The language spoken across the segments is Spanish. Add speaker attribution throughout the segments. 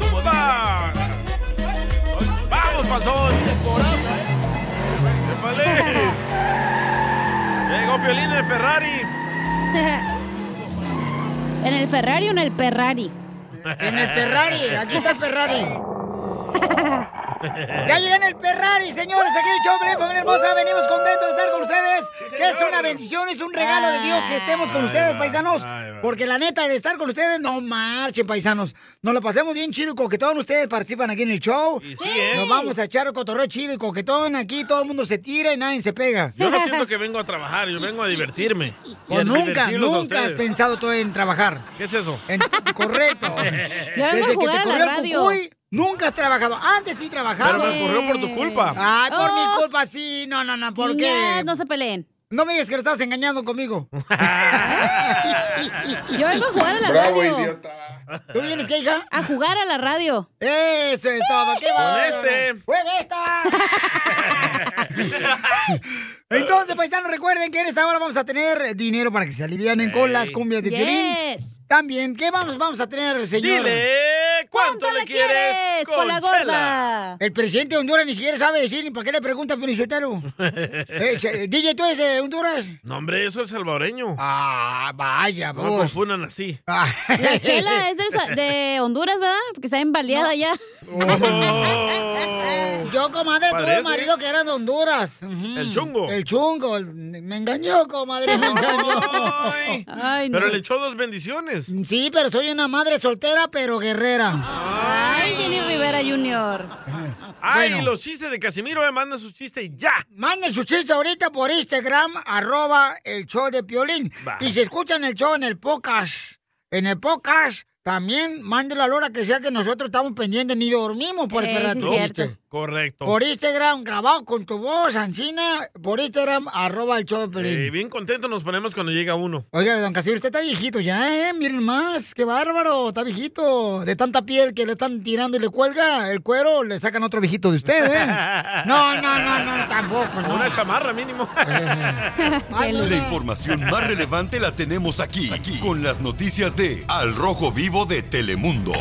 Speaker 1: ¿Cómo va? Vamos, pasón. ¡Épale! Llegó Piolín el Ferrari.
Speaker 2: ¿En el Ferrari o en el Ferrari?
Speaker 3: En el Ferrari, aquí está el Ferrari. Ya llegué en el Ferrari, señores, aquí en el show, Pelín, familia
Speaker 1: Uh.
Speaker 3: hermosa, venimos contentos de estar con ustedes, que es una bendición, es un regalo de Dios que estemos con ustedes, paisanos, porque la neta, el estar con ustedes, no marchen, paisanos, nos la pasemos bien chido y coquetón, ustedes participan aquí en el show,
Speaker 1: sí, ¿eh?
Speaker 3: nos vamos a echar cotorreo chido y coquetón, aquí todo el mundo se tira y nadie se pega.
Speaker 1: Yo no siento que vengo a trabajar, yo vengo a divertirme. Y a
Speaker 3: Pues nunca,
Speaker 1: divertirlos a
Speaker 3: nunca has
Speaker 1: ustedes.
Speaker 3: pensado tú en trabajar.
Speaker 1: ¿Qué es eso?
Speaker 3: En- correcto.
Speaker 2: Ya
Speaker 3: Desde
Speaker 2: vengo a
Speaker 3: que
Speaker 2: jugar
Speaker 3: te
Speaker 2: a la
Speaker 3: corrió el
Speaker 2: radio.
Speaker 3: cucuy, nunca has trabajado. Antes sí
Speaker 1: Pero
Speaker 3: trabajaba.
Speaker 1: me ocurrió por tu culpa.
Speaker 3: Ay, por
Speaker 2: Oh.
Speaker 3: mi culpa sí. No, no, no, ¿por
Speaker 2: Niñas,
Speaker 3: qué?
Speaker 2: no se peleen.
Speaker 3: No me digas que lo estabas engañando conmigo.
Speaker 2: Yo vengo a jugar a la
Speaker 4: Bravo,
Speaker 2: radio.
Speaker 4: idiota.
Speaker 3: ¿Tú vienes qué, hija?
Speaker 2: A jugar a la radio.
Speaker 3: Eso es todo. ¡Qué bárbaro!
Speaker 1: este.
Speaker 3: ¡Juega esta! Entonces, paisanos, recuerden que en esta hora vamos a tener dinero para que se alivianen con las cumbias de violín.
Speaker 2: Yes.
Speaker 3: También, ¿qué vamos, vamos a tener, señor?
Speaker 1: Dile cuánto le quieres
Speaker 2: con la
Speaker 1: Chela?
Speaker 2: gorda?
Speaker 3: El presidente de Honduras ni siquiera sabe decir ni para qué le pregunta a Pionisotero. eh, se- DJ, ¿tú eres de Honduras?
Speaker 1: No, hombre, eso es salvadoreño.
Speaker 3: Ah, vaya,
Speaker 1: No me
Speaker 3: vos.
Speaker 1: confundan así.
Speaker 3: Ah,
Speaker 2: La chela es del Sa- de Honduras, ¿verdad? Porque está embaleada ya.
Speaker 1: Oh.
Speaker 3: Yo, comadre, tuve
Speaker 1: Parece.
Speaker 3: marido que era de Honduras. Ujú.
Speaker 1: El chungo.
Speaker 3: El chungo. el- Me engañó, comadre, me engañó.
Speaker 1: Ay.
Speaker 2: Ay, no.
Speaker 1: Pero le echó dos bendiciones. Ah.
Speaker 3: Sí, pero soy una madre soltera, pero guerrera.
Speaker 2: Ay, Jenny Rivera Jr.
Speaker 1: Ay,
Speaker 3: Bueno.
Speaker 1: los chistes de Casimiro, me manda sus chistes y ya.
Speaker 3: Manden su chiste ahorita por Instagram, arroba el show de Piolín.
Speaker 1: Va.
Speaker 3: Y si escuchan el show en el podcast, en el podcast, también mándelo a la hora que sea que nosotros estamos pendientes, ni dormimos por
Speaker 2: Eh,
Speaker 3: el
Speaker 2: sí,
Speaker 3: perro.
Speaker 2: cierto.
Speaker 1: Correcto. Eh,
Speaker 3: Por Instagram, grabado con tu voz, Ancina, por Instagram, arroba el show de Piolín.
Speaker 1: Eh, bien contentos nos ponemos cuando llega uno.
Speaker 3: Oiga, don Casimiro, usted está viejito ya, ¿eh? Miren más, qué bárbaro, está viejito. De tanta piel que le están tirando y le cuelga el cuero, le sacan otro viejito de usted, ¿eh? No, no, no, no, tampoco, no.
Speaker 1: Una chamarra mínimo.
Speaker 3: Ay, no,
Speaker 5: La
Speaker 3: no.
Speaker 5: información más relevante la tenemos aquí, aquí, con las noticias de Al Rojo Vivo de Telemundo.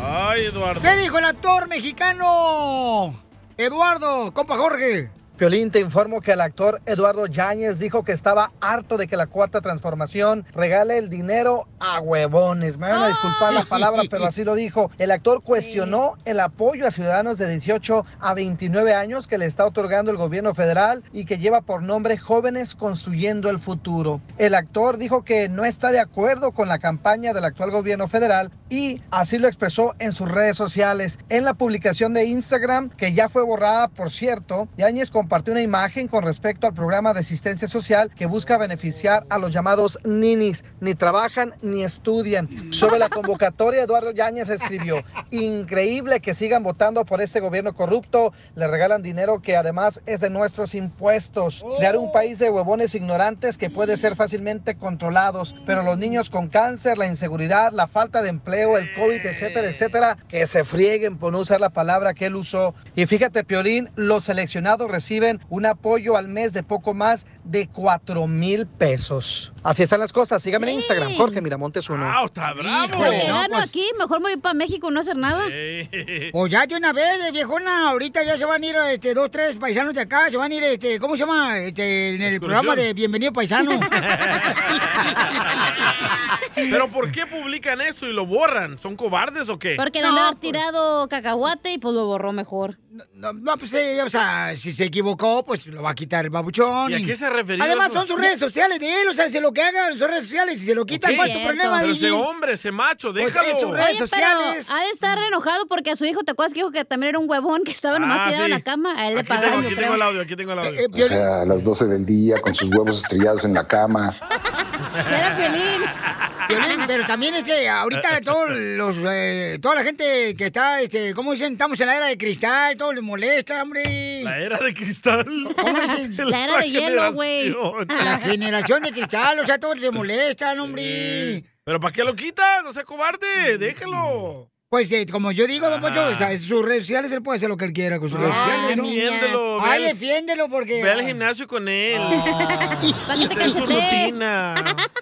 Speaker 1: Ay, Eduardo.
Speaker 3: ¿Qué dijo el actor mexicano? Eh, Eduardo, compa Jorge.
Speaker 6: Piolín, te informo que el actor Eduardo Yáñez dijo que estaba harto de que la cuarta transformación regale el dinero a huevones. Me van a disculpar la palabra, pero así lo dijo. El actor cuestionó el apoyo a ciudadanos de 18 a 29 años que le está otorgando el gobierno federal y que lleva por nombre Jóvenes Construyendo el Futuro. El actor dijo que no está de acuerdo con la campaña del actual gobierno federal y así lo expresó en sus redes sociales. En la publicación de Instagram, que ya fue borrada, por cierto, Yáñez compartió una imagen con respecto al programa de asistencia social que busca beneficiar a los llamados ninis, ni trabajan ni estudian. Sobre la convocatoria, Eduardo Yáñez escribió, increíble que sigan votando por este gobierno corrupto, le regalan dinero que además es de nuestros impuestos. Crear un país de huevones ignorantes que puede ser fácilmente controlados, pero los niños con cáncer, la inseguridad, la falta de empleo, desempleo, el COVID, etcétera, etcétera, que se frieguen por no usar la palabra que él usó. Y fíjate, Piolín, los seleccionados reciben un apoyo al mes de poco más de 4 mil pesos. Así están las cosas. Síganme en Instagram, Jorge Miramontes uno.
Speaker 1: ¡Ah, está bravo!
Speaker 2: Porque
Speaker 3: no,
Speaker 2: gano
Speaker 3: pues-
Speaker 2: aquí, mejor me voy para México y no hacer nada.
Speaker 1: Eh,
Speaker 3: O ya de una vez, eh, viejona, ahorita ya se van a ir este, dos, tres paisanos de acá, se van a ir, este, ¿cómo se llama? Este, en el
Speaker 1: Excursión.
Speaker 3: programa de Bienvenido Paisano.
Speaker 1: Pero ¿por qué publican eso y lo borran? ¿Son cobardes o qué?
Speaker 2: Porque le
Speaker 3: No, pues,
Speaker 2: andaba
Speaker 3: por-
Speaker 2: tirado cacahuate y pues lo borró mejor.
Speaker 3: no, no, pues, eh, o sea, si se equivocó, pues lo va a quitar el babuchón.
Speaker 1: ¿Y a qué se refería
Speaker 3: Además,
Speaker 1: eso?
Speaker 3: son sus redes sociales de él, o sea, si lo que haga en sus redes sociales, si se lo quitan,
Speaker 1: Sí,
Speaker 3: ¿cuál es tu
Speaker 2: cierto.
Speaker 3: problema,
Speaker 1: Pero
Speaker 3: DJ?
Speaker 1: ese hombre, ese macho,
Speaker 3: Pues
Speaker 1: déjalo.
Speaker 3: es su red.
Speaker 2: Oye,
Speaker 3: Redes sociales. Mm.
Speaker 2: pero ha de estar enojado porque a su hijo, ¿te acuerdas que dijo que también era un huevón que estaba nomás
Speaker 1: Ah,
Speaker 2: tirado en
Speaker 1: sí.
Speaker 2: la cama? A él le
Speaker 1: Aquí tengo,
Speaker 2: pagaron, yo
Speaker 1: aquí
Speaker 2: creo.
Speaker 1: tengo el audio, aquí tengo el audio.
Speaker 3: Eh,
Speaker 4: O
Speaker 3: Piolín,
Speaker 4: sea, a las 12 del día, con sus huevos estrellados en la cama.
Speaker 2: Era Piolín.
Speaker 3: Piolín, pero también este, ahorita todos los, eh, toda la gente que está, este, ¿cómo dicen? Estamos en la era de cristal, todo les molesta, hombre.
Speaker 1: la era de cristal.
Speaker 3: ¿Cómo dicen?
Speaker 2: La era de hielo, güey.
Speaker 1: generación.
Speaker 3: La generación de cristal, o sea, todos se molestan, hombre.
Speaker 1: Pero ¿para qué lo quita? No sea cobarde, déjalo.
Speaker 3: Pues eh, como yo digo, don Pocho,
Speaker 1: Ah.
Speaker 3: o sea, en sus redes sociales él puede hacer lo que él quiera con sus redes
Speaker 1: Ay,
Speaker 3: sociales, ¿no?
Speaker 2: niñas.
Speaker 1: defiéndelo, ve
Speaker 3: Ay,
Speaker 1: al-
Speaker 3: defiéndelo porque...
Speaker 1: Ve al gimnasio con él.
Speaker 2: Para que te
Speaker 1: Es su
Speaker 2: cansete.
Speaker 1: rutina.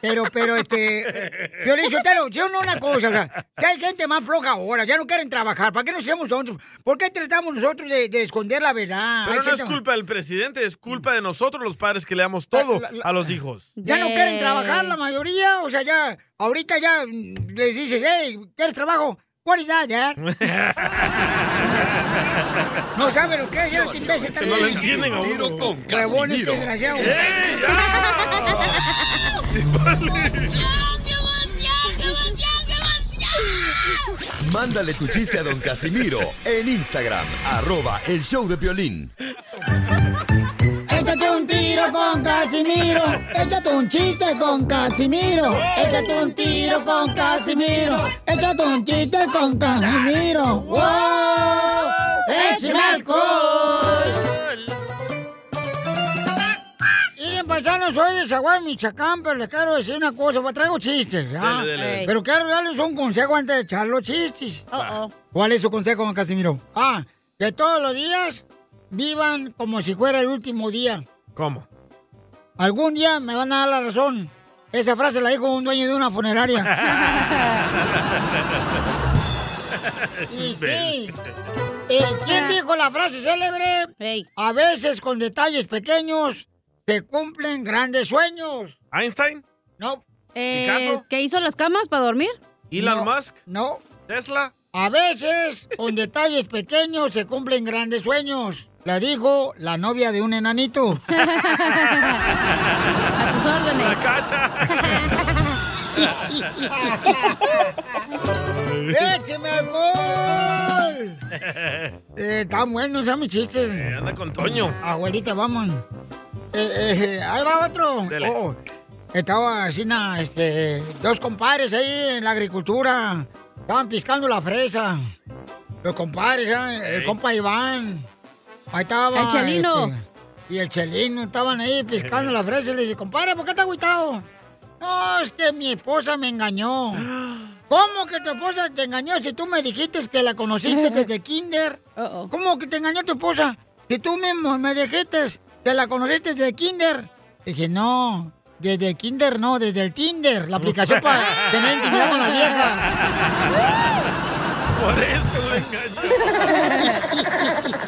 Speaker 3: Pero, pero, este... Yo le digo, Telo, yo no una cosa, o sea, que hay gente más floja ahora, ya no quieren trabajar, ¿para qué nos hacemos tontos? ¿Por qué tratamos nosotros de, de esconder la verdad? Ah, Hay
Speaker 1: Pero no es
Speaker 3: gente-
Speaker 1: culpa del presidente, es culpa de nosotros los padres que le damos todo
Speaker 3: La- la-
Speaker 1: a los hijos.
Speaker 3: Ya no quieren trabajar la
Speaker 2: Yay.
Speaker 3: mayoría, o sea, ya, ahorita ya mm, les dices, hey, ¿quieres trabajo? ¿Cuál is that, dad?" No saben lo que es, ya te imbécil
Speaker 1: No lo
Speaker 3: también.
Speaker 1: entienden a
Speaker 5: Un tiro
Speaker 1: uno.
Speaker 5: con
Speaker 3: Huevones
Speaker 5: Casimiro.
Speaker 3: desgraciados.
Speaker 1: ¡Ey, ya!
Speaker 5: Mándale tu chiste a don Casimiro en Instagram, arroba el show de violín.
Speaker 3: Échate un tiro con Casimiro. Échate un chiste con Casimiro. Échate un tiro con Casimiro. Échate un chiste con Casimiro. ¡Wow! ¡Échame alcohol! Y paisanos, soy de Zaguay, Michoacán, pero les quiero decir una cosa. pues, Traigo chistes, ¿ah?
Speaker 1: Dale, dale, dale.
Speaker 2: Ey.
Speaker 3: Pero quiero darles un consejo antes de echar los chistes.
Speaker 2: Oh, oh.
Speaker 3: ¿Cuál es su consejo, don Casimiro? Ah, que todos los días vivan como si fuera el último día.
Speaker 1: ¿Cómo?
Speaker 3: Algún día me van a dar la razón. Esa frase la dijo un dueño de una funeraria. Y sí. Eh, ¿Quién dijo la frase célebre?
Speaker 2: Ey.
Speaker 3: A veces con detalles pequeños se cumplen grandes sueños.
Speaker 1: ¿Einstein?
Speaker 3: No,
Speaker 2: Eh,
Speaker 1: ¿Picasso?
Speaker 2: ¿Qué hizo las camas para dormir?
Speaker 1: ¿Elon
Speaker 3: No.
Speaker 1: Musk?
Speaker 3: no.
Speaker 1: ¿Tesla?
Speaker 3: A veces con detalles pequeños se cumplen grandes sueños. La dijo la novia de un enanito.
Speaker 2: A sus
Speaker 1: ¿La
Speaker 2: órdenes.
Speaker 1: cacha?
Speaker 3: ¡Écheme alcohol! Eh, están buenos, ya mis
Speaker 1: Eh,
Speaker 3: chistes.
Speaker 1: Anda con Toño.
Speaker 3: Abuelita, vamos. Eh, eh, ahí va otro.
Speaker 1: Dele.
Speaker 3: Oh, estaba así, na, este, dos compadres ahí en la agricultura. Estaban piscando la fresa. Los compadres, ¿ah? el
Speaker 1: Ey.
Speaker 3: compa Iván. Ahí estaba.
Speaker 2: El Chelino.
Speaker 3: este, y el Chelino estaban ahí piscando la fresa. Y le dice, compadre, ¿por qué está agüitado? No, es que mi esposa me engañó. ¿Cómo que tu esposa te engañó si tú me dijiste que la conociste desde kinder?
Speaker 2: Oh, oh.
Speaker 3: ¿Cómo que te engañó tu esposa? Si tú mismo me dijiste que la conociste desde Kinder. Dije, no, desde Kinder no, desde el Tinder, la aplicación para tener intimidad con la vieja.
Speaker 1: Por eso lo engañó.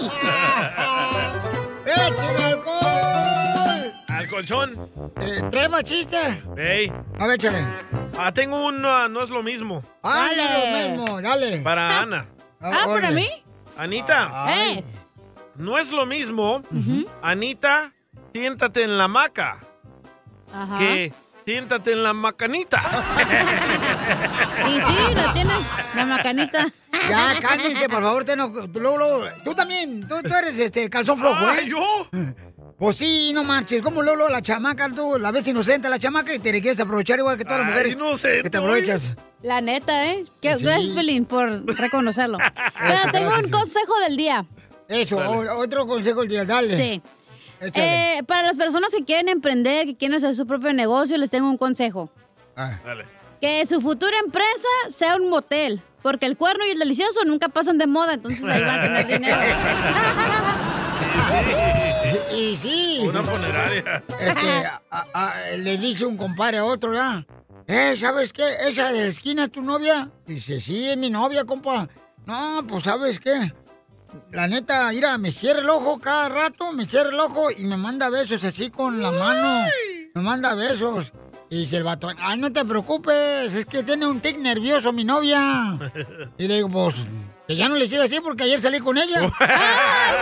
Speaker 3: ¡Écheme alcohol!
Speaker 1: Al colchón.
Speaker 3: Eh, ¿Tres más chistes?
Speaker 1: Ey.
Speaker 3: A ver, échale.
Speaker 1: Ah, tengo uno, no es lo mismo.
Speaker 3: Dale,
Speaker 2: Dale.
Speaker 3: lo mismo, dale.
Speaker 1: Para Ana.
Speaker 2: Ah, ¿para
Speaker 3: Órale.
Speaker 2: mí?
Speaker 1: Anita,
Speaker 3: Ay.
Speaker 2: Eh.
Speaker 1: no es lo mismo.
Speaker 2: Ujú.
Speaker 1: Anita, siéntate en la maca.
Speaker 2: Ajá.
Speaker 1: Que siéntate en la macanita.
Speaker 2: Y sí, lo tienes, la macanita.
Speaker 3: Ya, cálmense, por favor. te no- luego, luego, tú también, tú, tú eres este calzón flojo,
Speaker 1: Ah,
Speaker 3: ¿eh?
Speaker 1: yo?
Speaker 3: Pues sí, no marches. Como Lolo, la chamaca, tú la ves inocente a la chamaca y te le quieres aprovechar igual que todas las
Speaker 1: Ay,
Speaker 3: mujeres
Speaker 1: no sé,
Speaker 3: que te
Speaker 1: tú,
Speaker 3: aprovechas.
Speaker 2: La neta, ¿eh? Que-
Speaker 3: Sí.
Speaker 2: Gracias, Pelín, por reconocerlo. Pero tengo un consejo del día.
Speaker 3: Eso,
Speaker 1: Dale.
Speaker 3: o- otro consejo del día, dale.
Speaker 2: Sí.
Speaker 3: Échale.
Speaker 2: Eh, para las personas que quieren emprender, que quieren hacer su propio negocio, les tengo un consejo.
Speaker 1: Dale.
Speaker 2: Que su futura empresa sea un motel. Porque el cuerno y el delicioso nunca pasan de moda, entonces ahí van a tener dinero.
Speaker 3: Y sí.
Speaker 1: Una funeraria.
Speaker 3: Este, a- a- le dice un compadre a otro, ¿verdad? Eh, ¿sabes qué? ¿Esa de la esquina es tu novia? Dice, sí, es mi novia, compa. No, pues, ¿sabes qué? La neta, mira, me cierra el ojo cada rato, me cierra el ojo y me manda besos así con la mano. Me manda besos. Y dice el vato, ay, no te preocupes, es que tiene un tic nervioso mi novia. Y le digo, pues, que ya no le sigo así porque ayer salí con ella. Ah.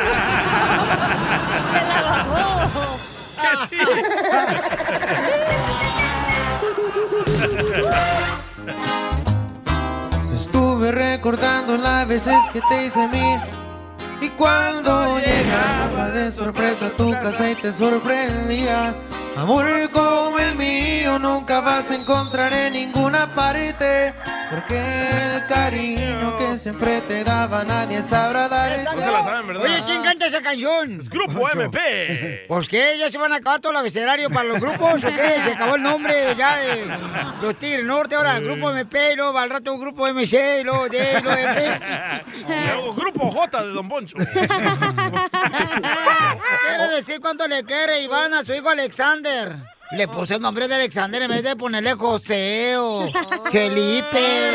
Speaker 7: Estuve recordando las veces que te hice a mí. Y cuando llegaba de sorpresa a tu casa y te sorprendía. Amor como el mío nunca vas a encontrar en ninguna parte. Porque el cariño que siempre te daba nadie sabrá dar.
Speaker 1: ¿eh? No se la saben, ¿verdad?
Speaker 3: Oye, ¿quién canta esa canción?
Speaker 1: Grupo MP.
Speaker 3: ¿Por qué? ¿Ya se van a acabar todo el abecedario para los grupos o qué? Se acabó el nombre ya de los Tigres Norte, ahora Grupo MP, y luego al rato Grupo MC, y luego D, y luego F.
Speaker 1: Luego, Grupo J de Don Poncho.
Speaker 3: ¿Quiere decir cuánto le quiere Iván a su hijo Alexander? Le puse el nombre de Alexander en vez de ponerle José o Felipe.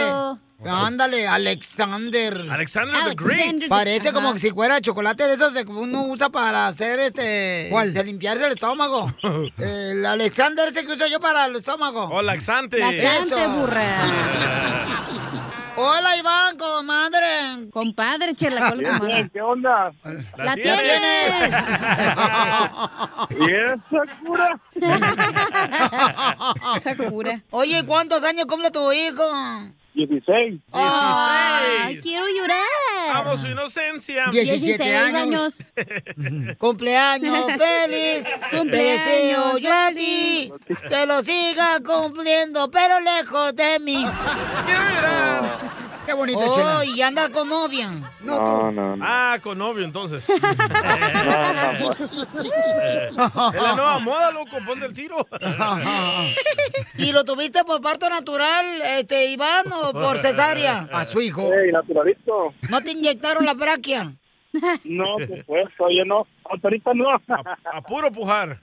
Speaker 3: Ándale, Alexander.
Speaker 1: Alexander
Speaker 2: Ah,
Speaker 1: the Great.
Speaker 3: Parece como que si fuera chocolate de esos que uno usa para hacer este. ¿Cuál? De limpiarse el estómago. El Alexander ese que uso yo para el estómago.
Speaker 1: O laxante.
Speaker 2: Laxante,
Speaker 3: Eso.
Speaker 2: burra.
Speaker 3: Hola, Iván, comadre.
Speaker 2: Compadre, chela, col- comadre.
Speaker 8: Ah, ¿Qué onda?
Speaker 2: ¡La tienes!
Speaker 8: ¿Y esa cura?
Speaker 2: Sakura.
Speaker 3: Oye, ¿cuántos años cumple tu hijo?
Speaker 8: 16.
Speaker 2: Ay,
Speaker 1: 16.
Speaker 2: quiero llorar.
Speaker 1: Amo su inocencia.
Speaker 3: Die-
Speaker 2: 16 años.
Speaker 3: Cumpleaños feliz.
Speaker 2: Cumpleaños
Speaker 3: Te deseo yo a ti. Que lo siga cumpliendo, pero lejos de mí. Qué bonito, oh, y anda con novia.
Speaker 8: No, no, no.
Speaker 1: Ah, con novio entonces. es la nueva moda, loco, ponte el tiro.
Speaker 3: ¿Y lo tuviste por parto natural, este, Iván, o por cesárea? A su hijo.
Speaker 8: Ey, naturalito.
Speaker 3: ¿No te inyectaron la braquia?
Speaker 8: No, por supuesto, oye, no. Hasta ahorita no. A
Speaker 1: A puro pujar.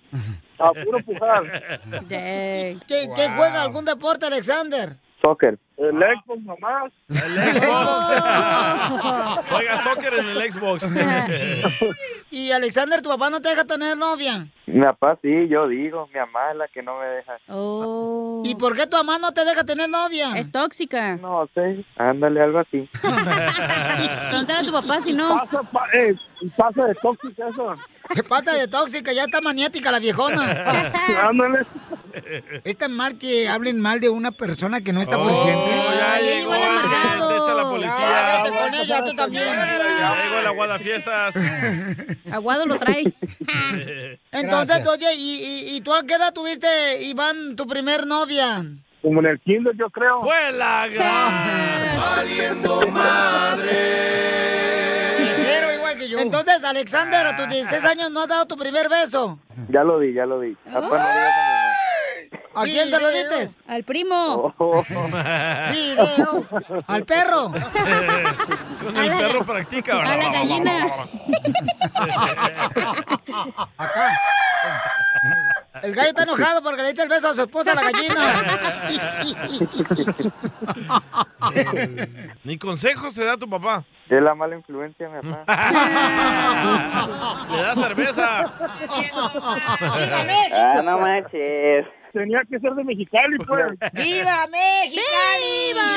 Speaker 8: puro pujar.
Speaker 2: Yay.
Speaker 3: ¿Qué, qué juega algún deporte, Alexander?
Speaker 8: Soccer. El
Speaker 1: Ah,
Speaker 8: Xbox nomás.
Speaker 1: El Xbox. Juega soccer en el Xbox.
Speaker 3: Y Alexander, tu papá no te deja tener novia.
Speaker 8: Mi papá sí, yo digo. Mi mamá es la que no me deja.
Speaker 2: Oh.
Speaker 3: ¿Y por qué tu mamá no te deja tener novia?
Speaker 2: Es tóxica.
Speaker 8: No sé. Ándale, algo así.
Speaker 2: Pregúntale a tu papá si no.
Speaker 8: Pasa, pa, eh, pasa de tóxica eso.
Speaker 3: ¿Qué pasa de tóxica? Ya está maniática la viejona.
Speaker 8: Ándale.
Speaker 3: Es tan mal que hablen mal de una persona que no está
Speaker 1: Oh,
Speaker 3: presente.
Speaker 1: ya
Speaker 2: Ay, ya
Speaker 1: llegó
Speaker 2: llegó el
Speaker 1: alguien,
Speaker 2: amargado.
Speaker 1: te echa la
Speaker 3: Ya,
Speaker 1: policía.
Speaker 3: vete con ella, tú también.
Speaker 1: Ya llegó el aguadafiestas.
Speaker 2: Aguado lo trae.
Speaker 3: Entonces, oye, ¿y, y, y tú a qué edad tuviste, Iván, tu primer novia?
Speaker 8: Como en el kinder, yo creo.
Speaker 1: Pues la gran.
Speaker 3: Pero igual que yo. Entonces, Alexander, a tus 16 años no has dado tu primer beso.
Speaker 8: Ya lo di, ya lo di. Papá, Ah, pues, no digas a
Speaker 3: ¿A quién se lo diste?
Speaker 2: Al primo.
Speaker 8: mi mamá.
Speaker 3: Oh. Video. ¿Al perro?
Speaker 1: Con el perro practica.
Speaker 2: A la gallina.
Speaker 3: Acá. El gallo está enojado porque le diste el beso a su esposa, la gallina.
Speaker 1: Ni consejos te da tu papá.
Speaker 8: Es la mala influencia, mi papá.
Speaker 1: Le da cerveza.
Speaker 7: Ah, no manches.
Speaker 8: Tenía que ser de Mexicali, pues.
Speaker 3: ¡Viva México!
Speaker 2: ¡Viva!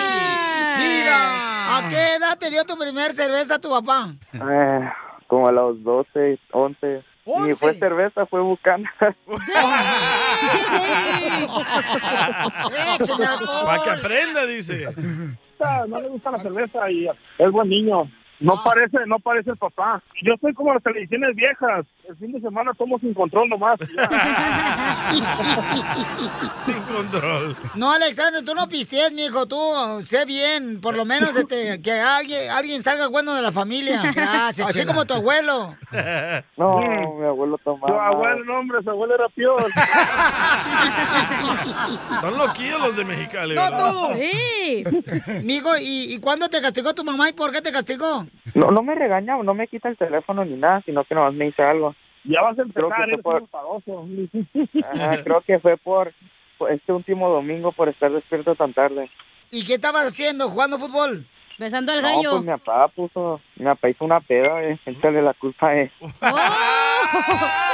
Speaker 3: ¡Viva! ¿A qué edad te dio tu primer cerveza tu papá?
Speaker 8: Eh, como a los 12, 11. Ni fue
Speaker 3: Once.
Speaker 8: cerveza, fue bucana.
Speaker 3: ¡Échale alcohol!
Speaker 1: Para que aprenda, dice.
Speaker 8: Ah, no le gusta la cerveza y es buen niño.
Speaker 3: Ah.
Speaker 8: No parece, no parece el papá. Yo soy como las televisiones viejas. El fin de semana tomo sin control nomás.
Speaker 1: Sin control.
Speaker 3: No, Alexander, tú no pistees, mijo, tú oh, sé bien, por lo menos este, que alguien, alguien salga bueno de la familia,
Speaker 8: Gracias,
Speaker 3: así
Speaker 8: Chela.
Speaker 3: como tu abuelo.
Speaker 8: No,
Speaker 3: Mm.
Speaker 8: mi abuelo tomaba.
Speaker 3: Tu abuelo,
Speaker 8: no, hombre, su abuelo era peor.
Speaker 1: Están loquillos los de Mexicali.
Speaker 3: ¡No
Speaker 1: ¿verdad?
Speaker 3: tú! ¡Sí! Mijo, ¿y, ¿y cuándo te castigó tu mamá y por qué te castigó?
Speaker 8: No, no me regaña, no me quita el teléfono ni nada, sino que nomás me dice algo.
Speaker 3: Ya vas a
Speaker 8: Creo que
Speaker 3: empezar,
Speaker 8: fue
Speaker 3: eres
Speaker 8: por,
Speaker 3: un
Speaker 8: Ajá, creo que fue por, por este último domingo por estar despierto tan tarde.
Speaker 3: ¿Y qué estabas haciendo? ¿Jugando fútbol?
Speaker 2: Besando al
Speaker 8: No, pues mi papá puso, mi papá hizo una peda, eh. échale la culpa a él.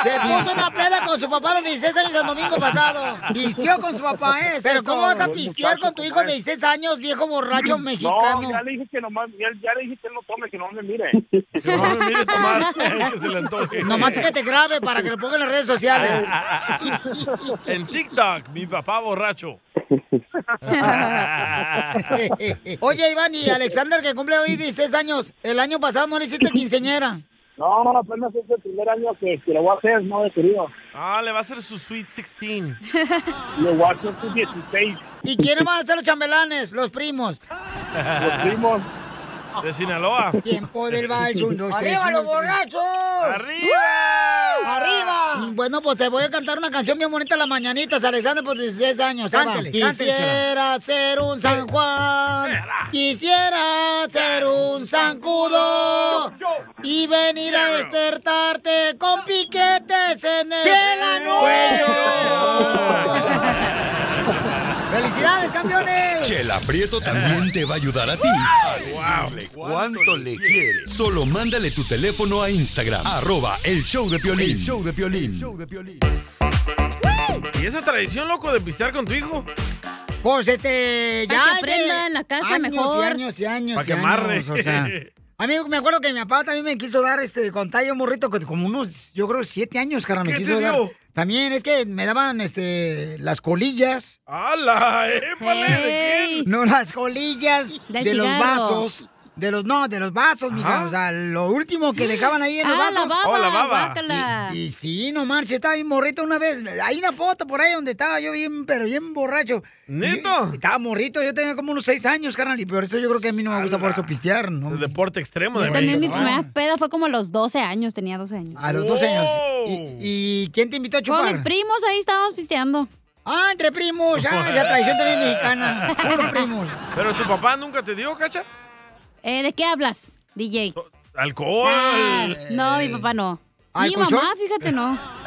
Speaker 3: Se puso una peda con su papá a los 16 años el domingo pasado. Pisteó con su papá, ¿eh?
Speaker 8: Pero
Speaker 3: ¿Pero cómo vas a pistear con tu hijo de 16 años, viejo borracho mexicano?
Speaker 8: No, ya le dije que nomás, ya, ya le dije que él no tome, que no me mire.
Speaker 1: Que no me mire tomar, que se le antoje.
Speaker 3: Nomás que te grabe para que lo ponga en las redes sociales.
Speaker 1: En TikTok, mi papá borracho.
Speaker 3: Oye, Iván, y Alexander, que cumple hoy 16 años, el año pasado no le hiciste quinceñera.
Speaker 8: No, no, apenas es el primer año que, que lo voy a hacer, no, de querido.
Speaker 1: Ah, le va a hacer su Sweet 16.
Speaker 8: Le voy a hacer sus 16.
Speaker 3: ¿Y quiénes van a ser los chambelanes? Los primos.
Speaker 1: Los
Speaker 8: primos.
Speaker 1: De Sinaloa.
Speaker 3: Tiempo del vals, un, dos, tres,
Speaker 9: ¡Arriba
Speaker 3: uno,
Speaker 9: los
Speaker 3: tres.
Speaker 9: borrachos!
Speaker 3: ¡Uh!
Speaker 9: ¡Arriba!
Speaker 3: Bueno, pues te voy a cantar una canción bien bonita las mañanitas, Alexander, por 16 años.
Speaker 9: Cántale,
Speaker 3: Ahí va.
Speaker 9: cántale,
Speaker 3: Quisiera ser un San Juan, quisiera ser un zancudo y venir a despertarte con piquetes en el cuello. ¡Felicidades, campeones!
Speaker 5: Chela Prieto también te va a ayudar a ti a decirle cuánto le quieres. Solo mándale tu teléfono a Instagram, arroba el show de Piolín.
Speaker 1: El
Speaker 5: show de
Speaker 1: ¿Y esa tradición, loco, de pistear con tu hijo?
Speaker 3: Pues este, ya.
Speaker 2: que
Speaker 3: es de
Speaker 2: aprenda en la casa
Speaker 3: años Y
Speaker 2: mejor.
Speaker 3: años y años.
Speaker 1: Pa'
Speaker 3: y
Speaker 1: que amarre.
Speaker 3: años, o sea. A mí me acuerdo que mi papá también me quiso dar este con talla un morrito que como unos, yo creo, siete años, cara, me
Speaker 1: ¿Qué te
Speaker 3: quiso dar.
Speaker 1: dio?
Speaker 3: También es que me daban este las colillas.
Speaker 1: ¡Hala! ¡Épale! ¿De quién?
Speaker 3: No, las colillas
Speaker 1: Del
Speaker 3: de los
Speaker 1: cigarro.
Speaker 3: vasos. De los, no, de los vasos, mija. O sea, lo último que dejaban ahí en los
Speaker 2: Ah, la
Speaker 3: vasos.
Speaker 2: baba, Oh, la baba. guácala.
Speaker 3: Y, y sí, no marche, estaba bien morrito una vez. Hay una foto por ahí donde estaba yo bien, pero bien borracho.
Speaker 1: ¿Neta?
Speaker 3: Y- Estaba morrito, yo tenía como unos seis años, carnal. Y por eso yo creo que a mí no me gusta por eso pistear, ¿no?
Speaker 1: De deporte extremo de
Speaker 2: Yo también mi
Speaker 1: México.
Speaker 2: primera peda fue como a los 12 años, tenía 12 años.
Speaker 3: A los 12 años. ¿Y, y quién te invitó a chupar?
Speaker 2: Con mis primos ahí estábamos pisteando.
Speaker 3: Ah, entre primos, ya, ya traición también mexicana. Puro primos.
Speaker 1: ¿Pero tu papá nunca te dio, cacha?
Speaker 2: Eh, ¿De qué hablas, DJ?
Speaker 1: ¿Alcohol?
Speaker 2: Ah, no, mi papá no.
Speaker 3: ¿Al
Speaker 2: Mi
Speaker 3: colchón?
Speaker 2: mamá, fíjate, no.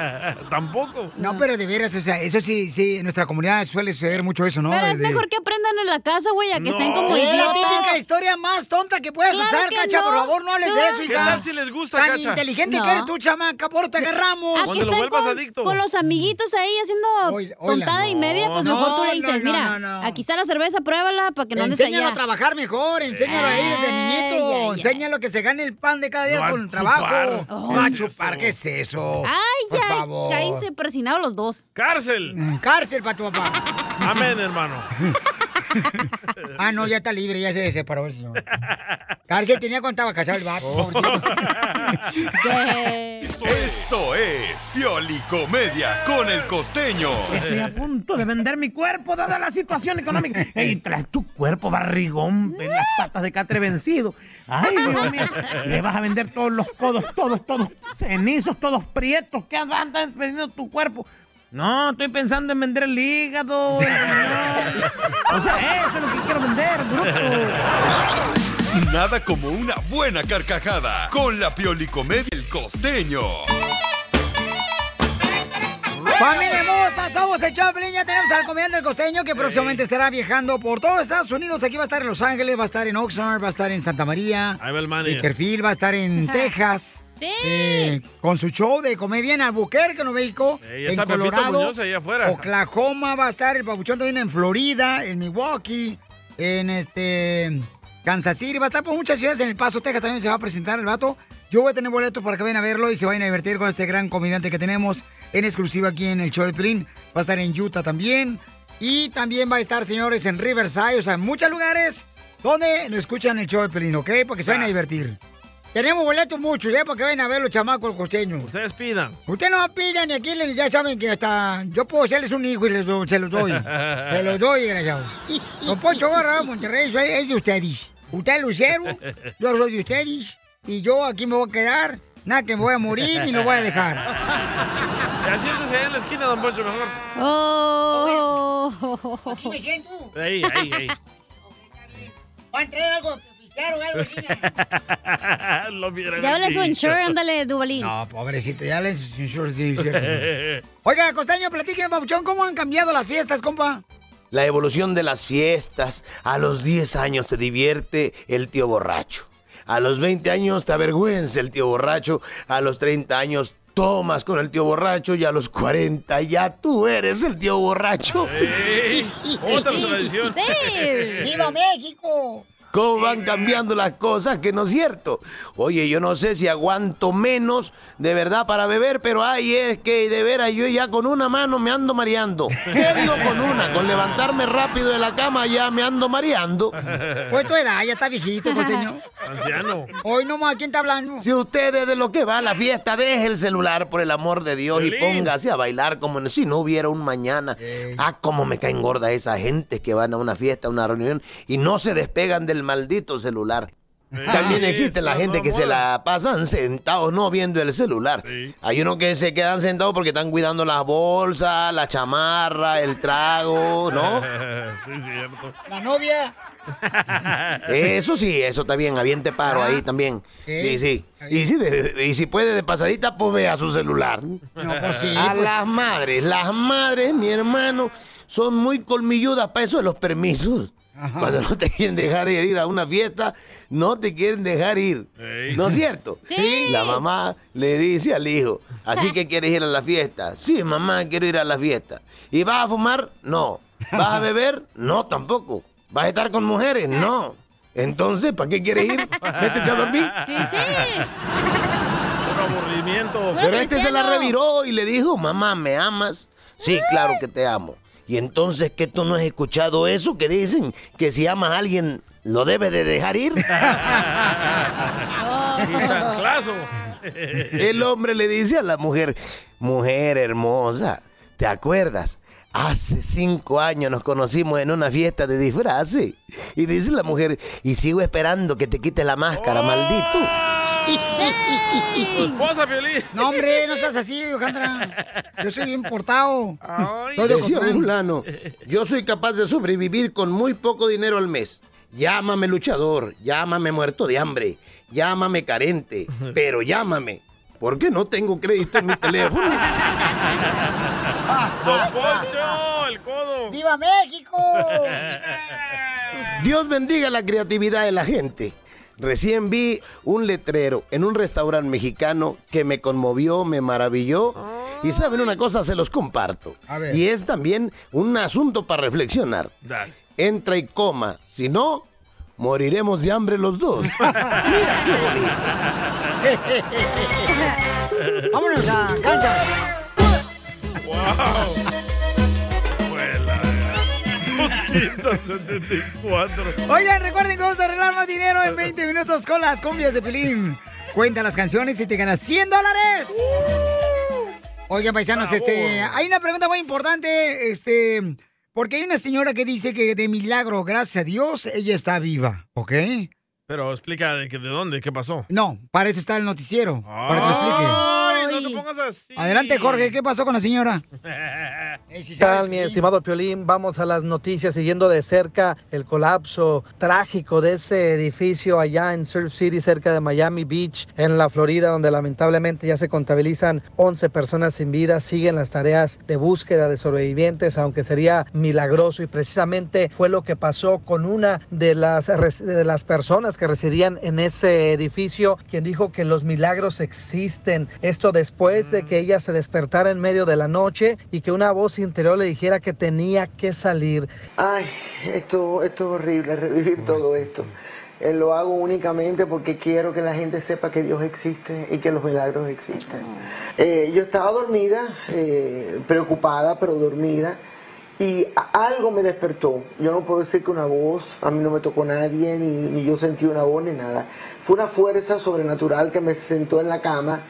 Speaker 1: Tampoco.
Speaker 3: No, pero de veras, o sea, eso sí, sí, en nuestra comunidad suele suceder mucho eso, ¿no?
Speaker 2: Pero es
Speaker 3: Desde-
Speaker 2: mejor que aprendan en la casa, güey, a que estén como
Speaker 3: Es la típica
Speaker 2: idiotas.
Speaker 3: historia más tonta que puedas
Speaker 2: Claro
Speaker 3: usar,
Speaker 2: que
Speaker 3: Cacha. Por
Speaker 2: no.
Speaker 3: favor, no hables de
Speaker 2: Claro.
Speaker 3: eso,
Speaker 2: ¿Qué
Speaker 3: hija.
Speaker 2: tal si les gusta,
Speaker 3: Tan
Speaker 2: Cacha?
Speaker 3: inteligente
Speaker 2: No.
Speaker 3: que eres tú, chamaca. Por te agarramos.
Speaker 2: A que estén con, con los amiguitos ahí haciendo tontada y media, pues
Speaker 3: no,
Speaker 2: mejor tú le
Speaker 3: no,
Speaker 2: dices,
Speaker 3: no,
Speaker 2: mira, aquí está la cerveza, pruébala para que no andes
Speaker 3: Enséñalo
Speaker 2: allá.
Speaker 3: a trabajar mejor, enséñalo ahí desde niñito. Enséñalo que se gane el pan de cada día
Speaker 2: No a
Speaker 3: con el
Speaker 2: chupar.
Speaker 3: trabajo.
Speaker 2: Oh,
Speaker 3: no a
Speaker 2: ¿qué es
Speaker 3: chupar, ¿qué es eso?
Speaker 2: Ay,
Speaker 3: Por
Speaker 2: ya,
Speaker 3: favor.
Speaker 2: ahí se persinaron los dos.
Speaker 1: ¡Cárcel!
Speaker 3: Cárcel para tu papá.
Speaker 1: Amén, hermano.
Speaker 3: Ah, no, ya está libre, ya se separó el señor. Cárcel tenía cuando estaba casado el vato. pobrecito.
Speaker 5: Esto es Pioli Comedia con el costeño.
Speaker 10: Estoy a punto de vender mi cuerpo dada la situación económica. Ey, tras tu cuerpo barrigón, ven las patas de catre vencido. Ay, Dios mío, le vas a vender todos los codos, todos, todos cenizos, todos prietos. ¿Qué andas vendiendo tu cuerpo? No, estoy pensando en vender el hígado, el riñón. O sea, eso es lo que quiero vender, bruto.
Speaker 5: Nada como una buena carcajada con la Pioli Comedia el costeño.
Speaker 1: Oh.
Speaker 3: Familia hermosa, somos el Chaplin, ya tenemos al comediante del costeño que próximamente estará viajando por todo Estados Unidos. Aquí va a estar en Los Ángeles, va a estar en Oxnard, va a estar en Santa María,
Speaker 1: Ahí va el manager.
Speaker 3: Bakersfield, va a estar en Texas.
Speaker 2: Sí.
Speaker 3: eh, con su show de comedia en Albuquerque, Nuevo México,
Speaker 1: Eh, ya
Speaker 3: en
Speaker 1: está Pepito
Speaker 3: Colorado,
Speaker 1: Muñoz allá afuera.
Speaker 3: Oklahoma, va a estar el Pabuchón también en Florida, en Milwaukee, en este Kansas City, va a estar por muchas ciudades, en El Paso, Texas también se va a presentar el vato. Yo voy a tener boletos para que vayan a verlo y se vayan a divertir con este gran comediante que tenemos en exclusiva aquí en el show de Pelín. Va a estar en Utah también y también va a estar, señores, en Riverside, o sea, en muchos lugares donde no escuchan el show de Pelín, ¿ok? Para que se vayan a divertir. Tenemos boletos muchos, ¿eh? Para que vayan a ver los chamacos costeños.
Speaker 1: Ustedes pidan.
Speaker 3: Ustedes no pidan y aquí les- ya saben que hasta yo puedo hacerles un hijo y les do- se los doy. se los doy, desgraciado. Don Poncho Barra, Monterrey, soy- es de ustedes. Usted es lucero, yo soy de ustedes y yo aquí me voy a quedar. Nada, que me voy a morir y no voy a dejar.
Speaker 1: Ya siéntese ahí en la esquina, don Poncho, mejor.
Speaker 3: ¡Oh! Aquí me siento.
Speaker 1: Ahí, ahí, ahí.
Speaker 3: ¿Va a traer algo pistear o algo así?
Speaker 1: Lo vieron
Speaker 2: Ya habla su
Speaker 1: aquí.
Speaker 2: insurance, ándale, Dubalín.
Speaker 3: No, pobrecito, ya les... sí, cierto. Oiga, Costeño, platíqueme, Papuchón, ¿cómo han cambiado las fiestas, compa?
Speaker 9: La evolución de las fiestas. A los 10 años te divierte el tío borracho. A los 20 años te avergüenza el tío borracho. A los 30 años tomas con el tío borracho. Y a los 40 ya tú eres el tío borracho.
Speaker 1: Otra tradición.
Speaker 3: ¡Viva México!
Speaker 9: ¿Cómo van cambiando las cosas? Que no es cierto. Oye, yo no sé si aguanto menos de verdad para beber, pero ay, es que de veras yo ya con una mano me ando mareando. ¿Qué digo con una? Con levantarme rápido de la cama ya me ando mareando.
Speaker 3: Pues tu edad, ya está viejito, pues, costeño.
Speaker 1: Anciano.
Speaker 3: Hoy nomás, ¿quién está hablando?
Speaker 9: Si ustedes de lo que va a la fiesta, deje el celular por el amor de Dios y
Speaker 3: Piolín.
Speaker 9: póngase a bailar como si no hubiera un mañana. Ah, cómo me caen gorda esa gente que van a una fiesta, a una reunión y no se despegan del maldito celular. También existe la gente que se la pasan sentados, no viendo el celular. Hay unos que se quedan sentados porque están cuidando las bolsas, la chamarra, el trago, ¿no?
Speaker 1: sí, cierto.
Speaker 3: La novia.
Speaker 9: Eso sí, eso está bien, aviente paro
Speaker 3: Ah,
Speaker 9: ahí también. Sí, sí. Y si, de- y si puede de pasadita, pues vea su celular.
Speaker 3: pues sí,
Speaker 9: a
Speaker 3: pues-
Speaker 9: las madres, las madres, mi hermano, son muy colmilludas para eso de los permisos. Cuando no te quieren dejar ir a una fiesta, no te quieren dejar ir. ¿No es cierto?
Speaker 11: Sí.
Speaker 9: La mamá le dice al hijo, así que quieres ir a la fiesta. Sí, mamá, quiero ir a la fiesta. ¿Y vas a fumar? No. ¿Vas a beber? No, tampoco. ¿Vas a estar con mujeres? No. Entonces, ¿para qué quieres ir? Métete a dormir.
Speaker 1: Por aburrimiento.
Speaker 9: Pero este se la reviró y le dijo, mamá, ¿me amas? Sí, claro que te amo. Y entonces, ¿qué tú no has escuchado eso que dicen? Que si amas a alguien, lo debes de dejar ir.
Speaker 1: Y chanclazo.
Speaker 9: El hombre le dice a la mujer, mujer hermosa, ¿te acuerdas? Hace cinco años nos conocimos en una fiesta de disfraces. Y dice la mujer, y sigo esperando que te quites la máscara, maldito.
Speaker 1: Tu esposa, Piolín.
Speaker 3: No, hombre, no seas así, Alejandra. Yo soy bien portado. Soy de
Speaker 9: Decía un
Speaker 3: Ocotlán.
Speaker 9: fulano, yo soy capaz de sobrevivir con muy poco dinero al mes. Llámame luchador, llámame muerto de hambre, llámame carente, pero llámame, porque no tengo crédito en mi teléfono.
Speaker 1: Don Poncho, el codo.
Speaker 3: ¡Viva México!
Speaker 9: Dios bendiga la creatividad de la gente. Recién vi un letrero en un restaurante mexicano que me conmovió, me maravilló. Y saben una cosa, se los comparto.
Speaker 11: A ver.
Speaker 9: Y es también un asunto para reflexionar. Entra y coma, si no, moriremos de hambre los dos. Mira qué bonito.
Speaker 3: Vámonos a cancha.
Speaker 11: eh.
Speaker 3: Oigan, recuerden que vamos a arreglar más dinero en 20 minutos con las cumbias de Pelín. Cuenta las canciones y te ganas 100 dólares. Oigan, paisanos,
Speaker 12: Bravo.
Speaker 3: este, hay una pregunta muy importante, este, porque hay una señora que dice que de milagro, gracias a Dios, ella está viva, ¿ok?
Speaker 1: Pero explica de, que- de dónde, qué pasó.
Speaker 3: No, para eso está el noticiero, para que explique.
Speaker 1: Ay, no te pongas así.
Speaker 3: Adelante, Jorge, ¿qué pasó con la señora?
Speaker 6: ¿Qué tal, mi estimado Piolín? Vamos a las noticias siguiendo de cerca el colapso trágico de ese edificio allá en Surf City, cerca de Miami Beach, en la Florida, donde lamentablemente ya se contabilizan 11 personas sin vida. Siguen las tareas de búsqueda de sobrevivientes, aunque sería milagroso y precisamente fue lo que pasó con una de las, res- de las personas que residían en ese edificio, quien dijo que los milagros existen. Esto después de que ella se despertara en medio de la noche y que una voz interior le dijera que tenía que salir.
Speaker 13: Ay, esto, esto es horrible, revivir todo esto. Eh, lo hago únicamente porque quiero que la gente sepa que Dios existe y que los milagros
Speaker 2: Mm.
Speaker 13: existen. Eh, yo estaba dormida, eh, preocupada, pero dormida, Y a- algo me despertó. Yo no puedo decir que una voz, a mí no me tocó nadie, ni, ni yo sentí una voz ni nada. Fue una fuerza sobrenatural que me sentó en la cama.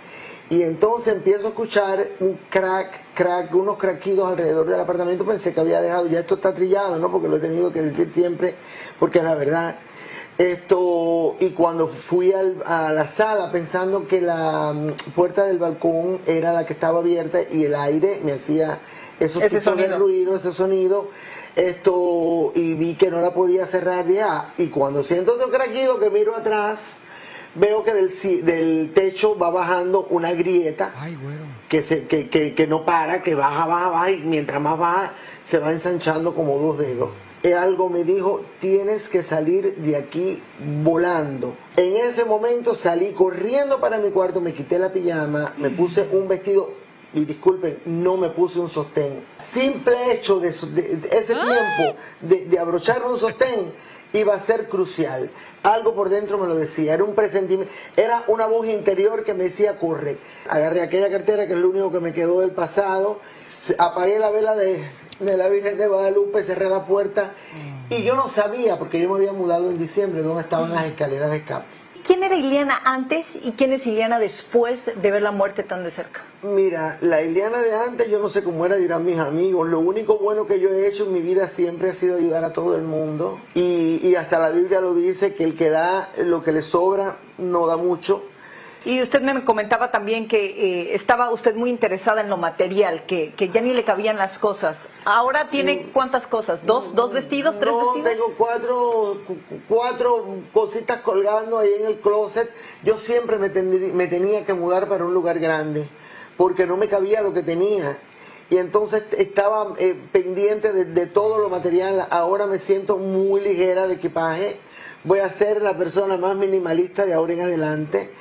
Speaker 13: Y entonces empiezo a escuchar un crack, crack, unos craquidos alrededor del apartamento. Pensé que había dejado, ya esto está trillado, ¿no? Porque lo he tenido que decir siempre, porque la verdad. Esto, y cuando fui al- a la sala pensando que la mm, puerta del balcón era la que estaba abierta y el aire me hacía esos
Speaker 11: Ese
Speaker 13: tipos de
Speaker 11: sonido.
Speaker 13: ruido, ese sonido, esto, y vi que no la podía cerrar ya. Y cuando siento otro craquido que miro atrás, veo que del, ci- del techo va bajando una grieta que, se, que, que- que no para, que baja, baja, baja, y mientras más baja se va ensanchando como dos dedos. Y algo me dijo, tienes que salir de aquí volando. En ese momento salí corriendo para mi cuarto, me quité la pijama, me puse un vestido, y disculpen, no me puse un sostén. Simple hecho de, so- de- de ese tiempo de, de abrochar un sostén iba a ser crucial. Algo por dentro me lo decía, era un presentimiento, era una voz interior que me decía, corre. Agarré aquella cartera que es lo único que me quedó del pasado, se- apagué la vela de, de la Virgen de Guadalupe, cerré la puerta y yo no sabía, porque yo me había mudado en diciembre, dónde estaban las escaleras de escape.
Speaker 14: ¿Quién era Iliana antes y quién es Iliana después de ver la muerte tan de cerca?
Speaker 13: Mira, la Eliana de antes, yo no sé cómo era, dirán mis amigos. Lo único bueno que yo he hecho en mi vida siempre ha sido ayudar a todo el mundo. Y, y hasta la Biblia lo dice, que el que da lo que le sobra, no da mucho.
Speaker 14: Y usted me comentaba también que eh, estaba usted muy interesada en lo material, que, que ya ni le cabían las cosas. Ahora tiene cuántas cosas, dos, dos vestidos, tres
Speaker 13: No,
Speaker 14: vestidos.
Speaker 13: tengo cuatro, cu- cu- cuatro cositas colgando ahí en el closet. Yo siempre me, tendrí- me tenía que mudar para un lugar grande porque no me cabía lo que tenía. Y entonces estaba eh, pendiente de, de todo lo material. Ahora me siento muy ligera de equipaje. Voy a ser la persona más minimalista de ahora en adelante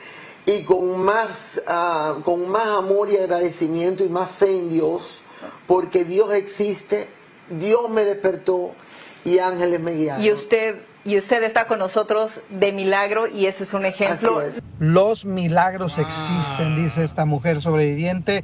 Speaker 13: y con más, ah, con más amor y agradecimiento y más fe en Dios, porque Dios existe, Dios me despertó y ángeles me guiaron.
Speaker 14: Y usted y usted está con nosotros de milagro y ese es un ejemplo.
Speaker 6: Los
Speaker 3: Ah.
Speaker 6: milagros existen, dice esta mujer sobreviviente,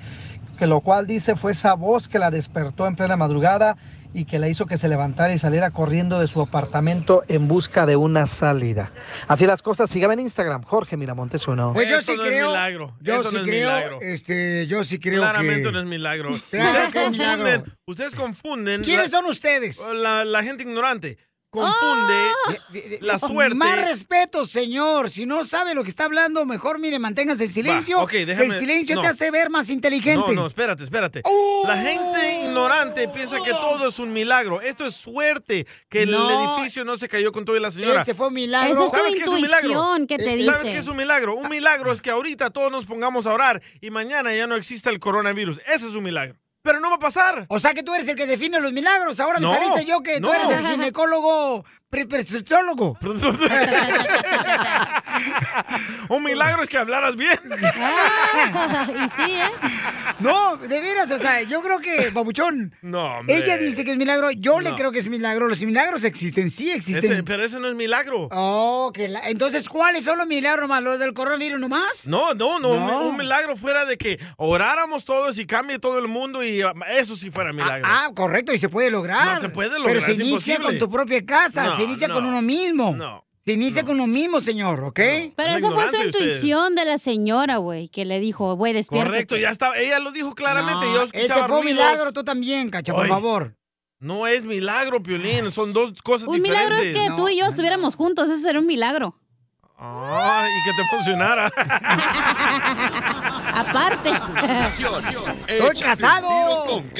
Speaker 6: que lo cual dice fue esa voz que la despertó en plena madrugada y que la hizo que se levantara y saliera corriendo de su apartamento en busca de una salida. Así las cosas, sígame en Instagram, Jorge Miramontes uno.
Speaker 3: Pues yo
Speaker 1: Eso
Speaker 3: sí
Speaker 1: no es
Speaker 3: creo.
Speaker 1: milagro,
Speaker 3: Yo
Speaker 1: eso
Speaker 3: sí
Speaker 1: no es
Speaker 3: creo.
Speaker 1: Pues milagro.
Speaker 3: Este, yo sí creo
Speaker 1: Claramente
Speaker 3: que.
Speaker 1: no es milagro.
Speaker 3: Claro
Speaker 1: Ustedes
Speaker 3: que es milagro.
Speaker 1: confunden. Ustedes confunden.
Speaker 3: ¿Quiénes
Speaker 1: la-
Speaker 3: son ustedes?
Speaker 1: La, la gente ignorante. Confunde
Speaker 3: Ah.
Speaker 1: la suerte.
Speaker 3: Más respeto, señor. Si no sabe lo que está hablando, mejor mire, manténgase en silencio.
Speaker 1: ok, déjame-
Speaker 3: El silencio
Speaker 1: no.
Speaker 3: te hace ver más inteligente. Oh,
Speaker 1: No, no, espérate, espérate. La gente ignorante piensa que todo es un milagro. Esto es suerte, que el
Speaker 3: No.
Speaker 1: edificio no se cayó con todo y la señora.
Speaker 3: Ese fue un milagro. Esa es tu
Speaker 1: ¿Sabes qué un milagro?
Speaker 3: intuición que te
Speaker 1: ¿Sabes
Speaker 3: dice.
Speaker 1: qué es un milagro? Un milagro es que ahorita todos nos pongamos a orar y mañana ya no exista el coronavirus. Ese es un milagro. Pero no va a pasar.
Speaker 3: O sea que tú eres el que define los milagros. Ahora me
Speaker 1: No,
Speaker 3: saliste yo que
Speaker 1: no.
Speaker 3: tú eres el ginecólogo preperceptólogo.
Speaker 1: Un milagro es que hablaras bien.
Speaker 3: y sí, ¿eh? No, de veras, o sea, yo creo que, babuchón.
Speaker 1: No, hombre.
Speaker 3: Ella dice que es milagro, yo le
Speaker 1: No.
Speaker 3: creo que es milagro. Los milagros existen, sí existen.
Speaker 1: Ese- pero ese no es milagro.
Speaker 3: Oh, que la- entonces, ¿cuáles son los milagros más? ¿Los del coronavirus nomás?
Speaker 1: No, no, no, un-
Speaker 3: No.
Speaker 1: Un milagro fuera de que oráramos todos y cambie todo el mundo y um, eso sí fuera milagro.
Speaker 3: Ah, correcto, y se puede lograr.
Speaker 1: No se puede
Speaker 3: Pero
Speaker 1: lograr,
Speaker 3: se
Speaker 1: es
Speaker 3: inicia con
Speaker 1: imposible.
Speaker 3: tu propia casa,
Speaker 1: No,
Speaker 3: se inicia
Speaker 1: no,
Speaker 3: con uno mismo.
Speaker 1: no,
Speaker 3: Se inicia con uno mismo, señor, ¿ok?
Speaker 2: Pero esa fue su intuición de la señora, güey, que le dijo, güey, despierta.
Speaker 1: Correcto, ya está. Ella lo dijo claramente.
Speaker 3: No,
Speaker 1: yo
Speaker 3: ese
Speaker 1: escuchaba
Speaker 3: fue un
Speaker 1: ruidos.
Speaker 3: milagro, tú también, cacha, por
Speaker 1: Ay,
Speaker 3: favor.
Speaker 1: No es milagro, Piolín. Son dos cosas
Speaker 2: Un
Speaker 1: diferentes.
Speaker 2: milagro es que tú y yo estuviéramos juntos, ese sería un milagro.
Speaker 1: Ah, y que te funcionara.
Speaker 2: Aparte.
Speaker 3: Estoy casado.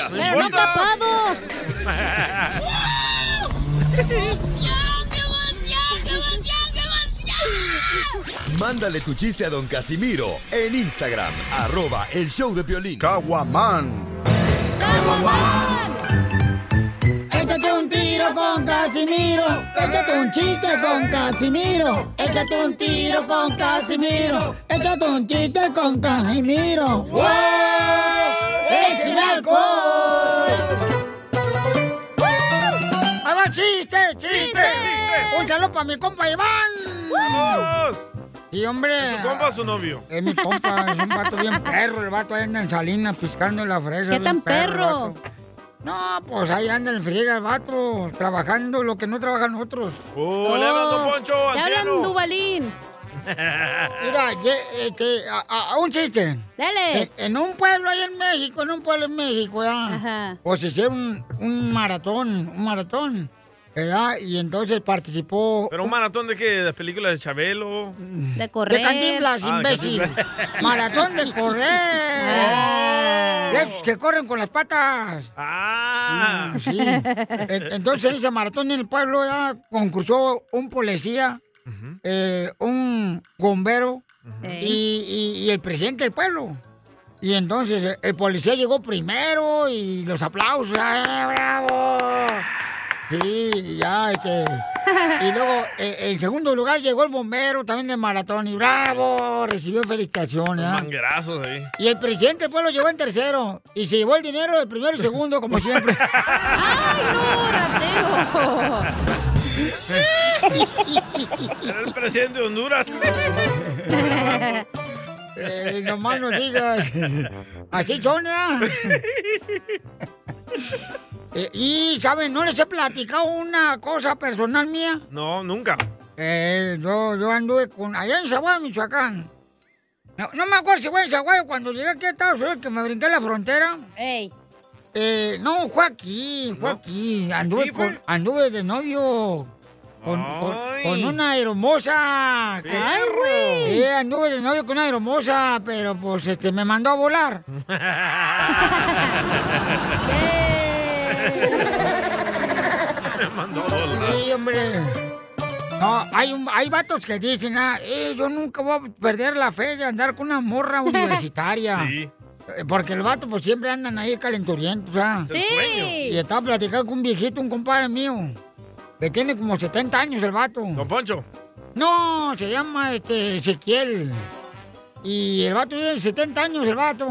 Speaker 2: Pero no tapado.
Speaker 5: Mándale tu chiste a don Casimiro en Instagram, arroba el show de Piolín.
Speaker 3: Échate un tiro con Casimiro. Échate un chiste con Casimiro. Échate un tiro con Casimiro. Échate un chiste con Casimiro. ¡Wow!
Speaker 11: ¡Échame alcohol!
Speaker 3: ¡Ah, va, chiste, chiste! Un saludo para mi compa Iván.
Speaker 1: ¡Vamos!
Speaker 3: Y hombre.
Speaker 1: ¿Es su compa o su novio?
Speaker 3: Es mi ¿eh? compa, es un vato bien perro. El vato anda en Salinas piscando la fresa.
Speaker 1: ¿Qué
Speaker 3: bien
Speaker 1: tan
Speaker 3: el
Speaker 1: perro?
Speaker 3: vato. No, pues ahí anda el friega el vato, trabajando lo que no trabajan otros.
Speaker 1: ¡Oh, le hablan, don Poncho,
Speaker 2: ¡Te hablan
Speaker 1: anciano!
Speaker 2: Dubalín!
Speaker 3: Mira, ye- este, a, a- a un chiste.
Speaker 2: Dale.
Speaker 3: En, en un pueblo ahí en México, en un pueblo en México, ya. Pues hicieron un, un maratón, un maratón. ¿verdad? Y entonces participó.
Speaker 1: ¿Pero un maratón de qué? ¿De películas de Chabelo?
Speaker 3: De correr. De Cantinflas,
Speaker 1: Ah,
Speaker 3: imbécil. Maratón de correr. De esos que corren con las patas. Ah. Sí. En- Entonces, ese maratón en el pueblo ya concursó un policía, eh, un bombero y, y- y el presidente del pueblo. Y entonces eh, el policía llegó primero y los aplausos. ¡eh, bravo! Sí, y ya, este. Y luego, eh, en segundo lugar llegó el bombero también del maratón y bravo, recibió felicitaciones. ¿ah?
Speaker 1: Manguerazos ahí.
Speaker 3: Y el presidente del pueblo llegó en tercero. Y se llevó el dinero del primero y segundo, como siempre.
Speaker 1: Era el presidente de Honduras.
Speaker 3: Eh, nomás no digas. Así son, ¿eh? Eh, y, ¿saben? No les he platicado una cosa personal mía.
Speaker 1: No, nunca.
Speaker 3: Eh, yo, yo anduve con. Allá en Zaguayo, Michoacán. No, no me acuerdo si fue en Zaguayo cuando llegué aquí a Estados Unidos que me brinqué la frontera. Eh, no, fue aquí, fue aquí. Anduve,
Speaker 11: ¿Aquí fue?
Speaker 3: con- anduve de novio. Con, con-
Speaker 11: Ay.
Speaker 3: con una hermosa. que-
Speaker 11: Ay, güey.
Speaker 3: Sí, anduve de novio con una hermosa, pero pues este me mandó a volar.
Speaker 11: Me
Speaker 1: mandó
Speaker 3: Sí, hombre. No, hay, un- hay vatos que dicen, ah, eh, yo nunca voy a perder la fe de andar con una morra universitaria. Eh, Porque los vatos pues siempre andan ahí calenturientos, ¿ah?
Speaker 11: Es el Sí. sueño.
Speaker 3: Y estaba platicando con un viejito, un compadre mío, que tiene como 70 años el vato.
Speaker 1: Don Poncho.
Speaker 3: No, se llama este Ezequiel. Y el vato tiene 70 años el vato.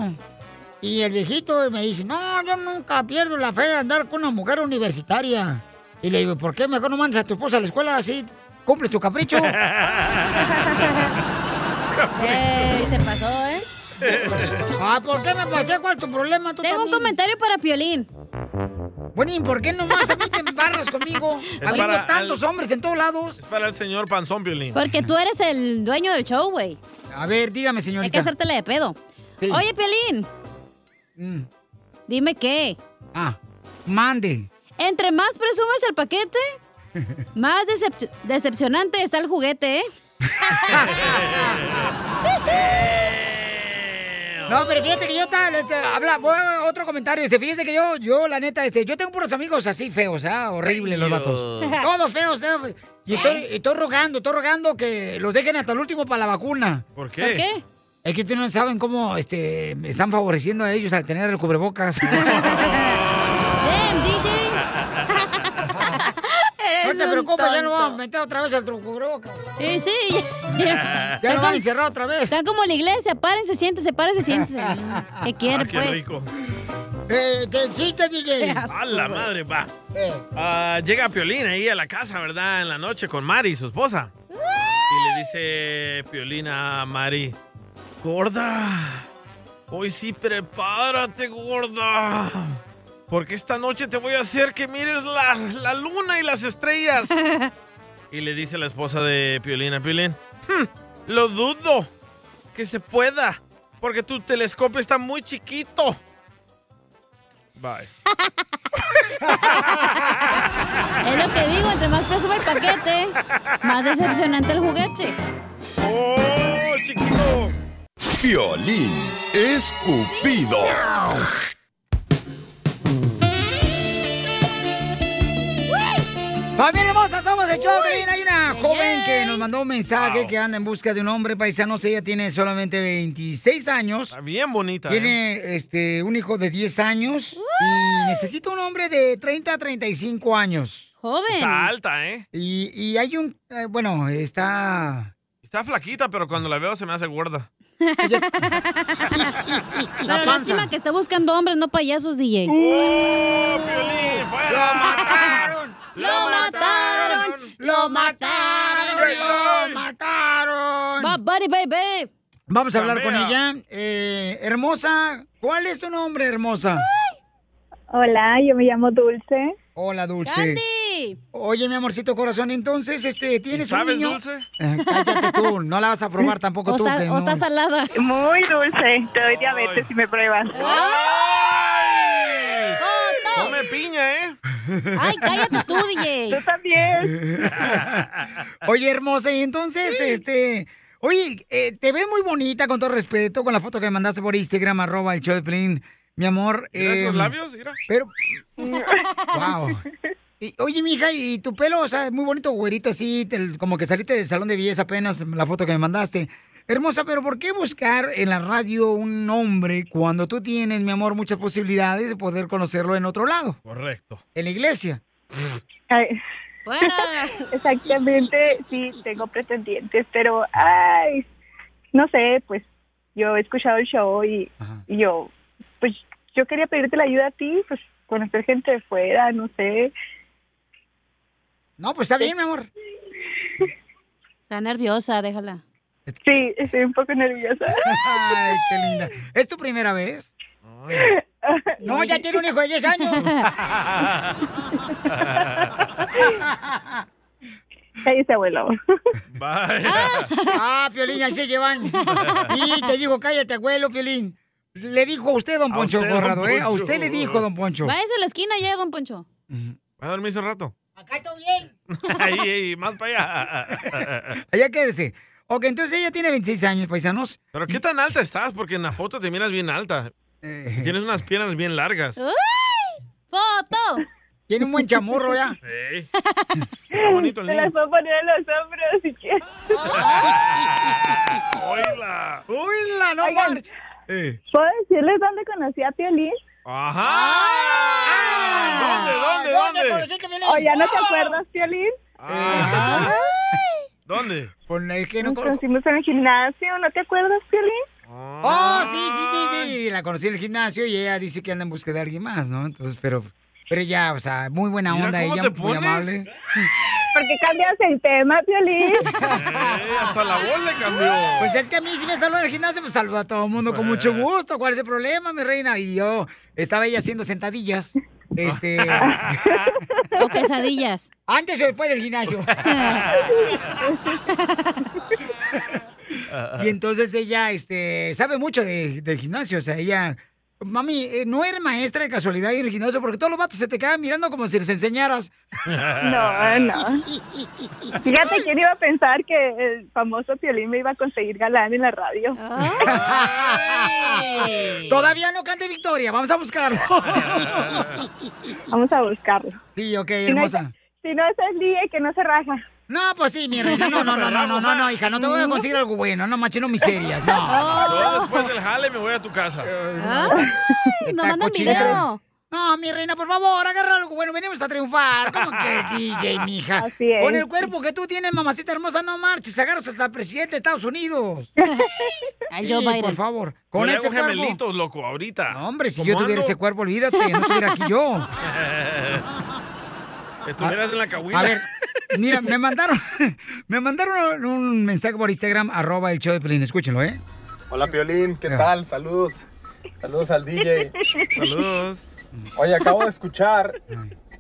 Speaker 3: Y el viejito me dice, no, yo nunca pierdo la fe de andar con una mujer universitaria. Y le digo, ¿por qué mejor no mandas a tu esposa a la escuela así? Cumples tu capricho.
Speaker 2: ¡Ey! Se pasó, ¿eh?
Speaker 3: Ah, ¿por qué me pasé? ¿Cuál es tu problema?
Speaker 2: Tengo un comentario para Piolín.
Speaker 3: Bueno, ¿y por qué nomás a mí te embarras conmigo?
Speaker 1: Es Habiendo para tantos al-
Speaker 3: hombres en todos lados.
Speaker 1: Es para el señor Panzón Violín.
Speaker 2: Porque tú eres el dueño del show, güey.
Speaker 3: A ver, dígame, señorita.
Speaker 2: Hay que hacértela de pedo.
Speaker 3: Sí. Mm.
Speaker 2: Oye, Piolín. Dime qué.
Speaker 3: Ah, mande.
Speaker 2: Entre más presumes el paquete, más decep- decepcionante está el juguete, ¿eh?
Speaker 3: No, pero fíjate que yo tal, este, habla, voy a otro comentario, este, fíjese que yo, yo, la neta, este, yo tengo puros amigos así feos, ah, horribles los
Speaker 11: Feos.
Speaker 3: vatos. Todos feos, ¿no? Y estoy, y estoy rogando, estoy rogando que los dejen hasta el último para la vacuna.
Speaker 1: ¿Por qué? ¿Por qué?
Speaker 3: Es que ustedes no saben cómo este, están favoreciendo a ellos al tener el cubrebocas.
Speaker 2: Damn, DJ.
Speaker 3: no te
Speaker 2: un
Speaker 3: preocupes, ya no
Speaker 2: tonto.
Speaker 3: vamos a meter otra vez al cubrebocas.
Speaker 2: Sí, sí.
Speaker 3: Ya lo van a encerrar otra vez.
Speaker 2: Están como la iglesia, párense, siéntese, párense, siéntese. ¿Qué quiere,
Speaker 1: Ah, qué
Speaker 2: pues?
Speaker 1: rico.
Speaker 3: Eh, ¿Qué chiste, DJ?
Speaker 1: A la madre, va.
Speaker 3: Eh.
Speaker 1: Ah, llega Piolín ahí a la casa, ¿verdad? En la noche con Mari, su esposa. Y le dice Piolín a Mari, gorda, hoy sí prepárate, gorda. Porque esta noche te voy a hacer que mires la, la luna y las estrellas. y le dice la esposa de Piolín a Piolín, "Hmm, lo dudo que se pueda. Porque tu telescopio está muy chiquito. Bye.
Speaker 2: Es lo que digo, entre más presume el paquete, más decepcionante el juguete.
Speaker 1: ¡Oh, chiquito!
Speaker 5: Violín escupido.
Speaker 3: Familia hermosa, somos de Choplin. Hay una joven que nos mandó un mensaje que anda en busca de un hombre paisano. Ella tiene solamente 26 años. Está
Speaker 1: bien bonita.
Speaker 2: ¿eh?
Speaker 3: Tiene este, un hijo de 10 años y necesita un hombre de 30 a 35 años.
Speaker 2: Joven.
Speaker 1: Está alta, ¿eh?
Speaker 3: Y, y hay un, eh, bueno, está...
Speaker 1: Está flaquita, pero cuando la veo se me hace gorda.
Speaker 2: Pero lástima que está buscando hombres, no payasos, DJ.
Speaker 3: Uh,
Speaker 2: ¡Lo mataron! ¡Lo mataron!
Speaker 3: ¡Lo mataron!
Speaker 2: ¡Va, buddy, baby!
Speaker 3: Vamos a hablar con
Speaker 2: Chambea.
Speaker 3: ella. Eh, hermosa, ¿cuál es tu nombre, hermosa?
Speaker 15: Hola, yo me llamo Dulce.
Speaker 3: Hola, Dulce. Oye, mi amorcito corazón, entonces, este, ¿tienes
Speaker 15: sabes,
Speaker 3: un niño?
Speaker 15: Dulce?
Speaker 3: Eh, Cállate tú, no la vas a probar tampoco
Speaker 15: O
Speaker 3: tú.
Speaker 15: está-
Speaker 3: que
Speaker 15: o
Speaker 3: no.
Speaker 15: está salada. Muy dulce. Te doy diabetes si me pruebas.
Speaker 1: Come piña, ¿eh?
Speaker 3: Ay, cállate tú, DJ. Tú también. Oye, hermosa, y entonces, este. Oye, eh, te ves muy bonita, con todo respeto, con la foto que me mandaste por Instagram, arroba el show de Pelín. Mi amor.
Speaker 1: Mira esos
Speaker 3: em,
Speaker 1: labios, mira.
Speaker 3: Pero. wow. Y, oye, mija, y tu pelo, o sea, es muy bonito, güerito, así, te- como que saliste del salón de belleza apenas, la foto que me mandaste. Hermosa, pero ¿por qué buscar en la radio un nombre cuando tú tienes, mi amor, muchas posibilidades de poder conocerlo en otro lado?
Speaker 1: Correcto.
Speaker 3: En la iglesia.
Speaker 15: Ay. Exactamente, sí, tengo pretendientes, pero, ay, no sé, pues yo he escuchado el show y, y yo, pues yo quería pedirte la ayuda a ti, pues conocer gente de fuera, no sé.
Speaker 3: No, pues está bien, mi amor.
Speaker 2: Está nerviosa, déjala.
Speaker 15: Sí, estoy un poco nerviosa.
Speaker 3: Ay, qué linda. ¿Es tu primera vez? No, ya tiene un hijo de Ah, 10 años.
Speaker 15: Cállese, abuelo.
Speaker 3: Ah, Piolín, así se llevan. Y te digo, cállate, abuelo, Piolín. Le dijo a usted, don
Speaker 1: A
Speaker 3: Poncho
Speaker 1: usted, don
Speaker 3: Corrado, ¿eh? A
Speaker 1: Poncho.
Speaker 3: usted le dijo, don Poncho.
Speaker 2: Váyase a la esquina ya, don Poncho.
Speaker 1: ¿Va a dormirse un rato?
Speaker 3: Acá estoy bien.
Speaker 1: ahí, ahí, más para allá.
Speaker 3: Allá quédese. Ok, entonces ella tiene 26 años, paisanos.
Speaker 1: Pero qué tan alta estás, porque en la foto te miras bien alta.
Speaker 3: Y
Speaker 1: Tienes unas piernas bien largas.
Speaker 2: ¡Uy! ¡Foto!
Speaker 3: Tiene un buen chamorro ya.
Speaker 1: Ey. Está bonito el
Speaker 15: Te las
Speaker 1: niño.
Speaker 15: puedo poner en los hombros si quieres.
Speaker 1: ¡Oíla!
Speaker 3: ¡Hola, no
Speaker 15: Oigan,
Speaker 1: Ey.
Speaker 15: ¿Puedo decirles dónde conocí a Piolín?
Speaker 1: ¡Ajá! ¿Dónde, dónde,
Speaker 15: ¿Dónde
Speaker 1: dónde?
Speaker 15: conociste a Piolín? Oh, ¿ya no te acuerdas, Piolín?
Speaker 1: Ah. ¿Dónde?
Speaker 15: Nos conocimos en el gimnasio, ¿no te acuerdas, Piolín?
Speaker 3: Oh, sí, sí, sí, sí. La conocí en el gimnasio y ella dice que anda en busca de alguien más, ¿no? Entonces, pero, pero ya, o sea, muy buena
Speaker 1: Mira
Speaker 3: onda
Speaker 1: cómo
Speaker 3: ella,
Speaker 1: te
Speaker 3: muy
Speaker 1: pones.
Speaker 3: amable.
Speaker 15: ¿Por qué cambias el tema, Piolín?
Speaker 1: Eh, hasta la voz le cambió.
Speaker 3: Pues es que a mí si me saluda el gimnasio, pues saluda a todo el mundo con mucho
Speaker 1: Eh.
Speaker 3: gusto. ¿Cuál es el problema, mi reina? Y yo estaba ella haciendo sentadillas. Este.
Speaker 2: O quesadillas.
Speaker 3: Antes o después del gimnasio. Y entonces ella, este, sabe mucho de, del gimnasio. O sea, ella. Mami, eh, ¿no eres maestra de casualidad en el gimnasio? Porque todos los vatos se te quedan mirando como si les enseñaras.
Speaker 15: No, eh, no. Fíjate quién iba a pensar que el famoso Piolín me iba a conseguir galán en la radio.
Speaker 3: Eh. Todavía no cante victoria. Vamos a buscarlo.
Speaker 15: Vamos a buscarlo.
Speaker 3: Sí, ok,
Speaker 15: Si no,
Speaker 3: hermosa.
Speaker 15: si no es el día que no se raja.
Speaker 3: No, pues sí, mi reina. No, no, no, no, no, no, no, hija. No te voy a conseguir algo bueno. No, ¿Ah? machino, miserias. No.
Speaker 1: Yo después del jale me voy a tu casa.
Speaker 3: Está
Speaker 1: no mandan
Speaker 3: cochinero.
Speaker 1: video.
Speaker 3: No, mi reina, por favor, agarra algo bueno. Venimos a triunfar. ¿Cómo que el DJ, mija?
Speaker 15: Así es.
Speaker 3: Con el cuerpo que tú tienes, mamacita hermosa, no marches. Agarras hasta el presidente de Estados Unidos.
Speaker 1: Ay,
Speaker 3: yo
Speaker 1: Joe Biden.
Speaker 3: Por favor.
Speaker 1: Con
Speaker 3: Con
Speaker 1: le
Speaker 3: ese
Speaker 1: hago
Speaker 3: cuerpo.
Speaker 1: gemelitos, loco, ahorita.
Speaker 3: Hombre, Si yo tuviera ese cuerpo, olvídate, no estuviera aquí yo.
Speaker 1: Estuvieras en la cahuila.
Speaker 3: Ah, A ver, mira, me mandaron, me mandaron un mensaje por Instagram, arroba el show de Pelín. Escúchenlo, ¿eh?
Speaker 16: Hola Piolín, ¿qué tal? Saludos. Saludos al DJ.
Speaker 1: Saludos.
Speaker 16: Oye, acabo de escuchar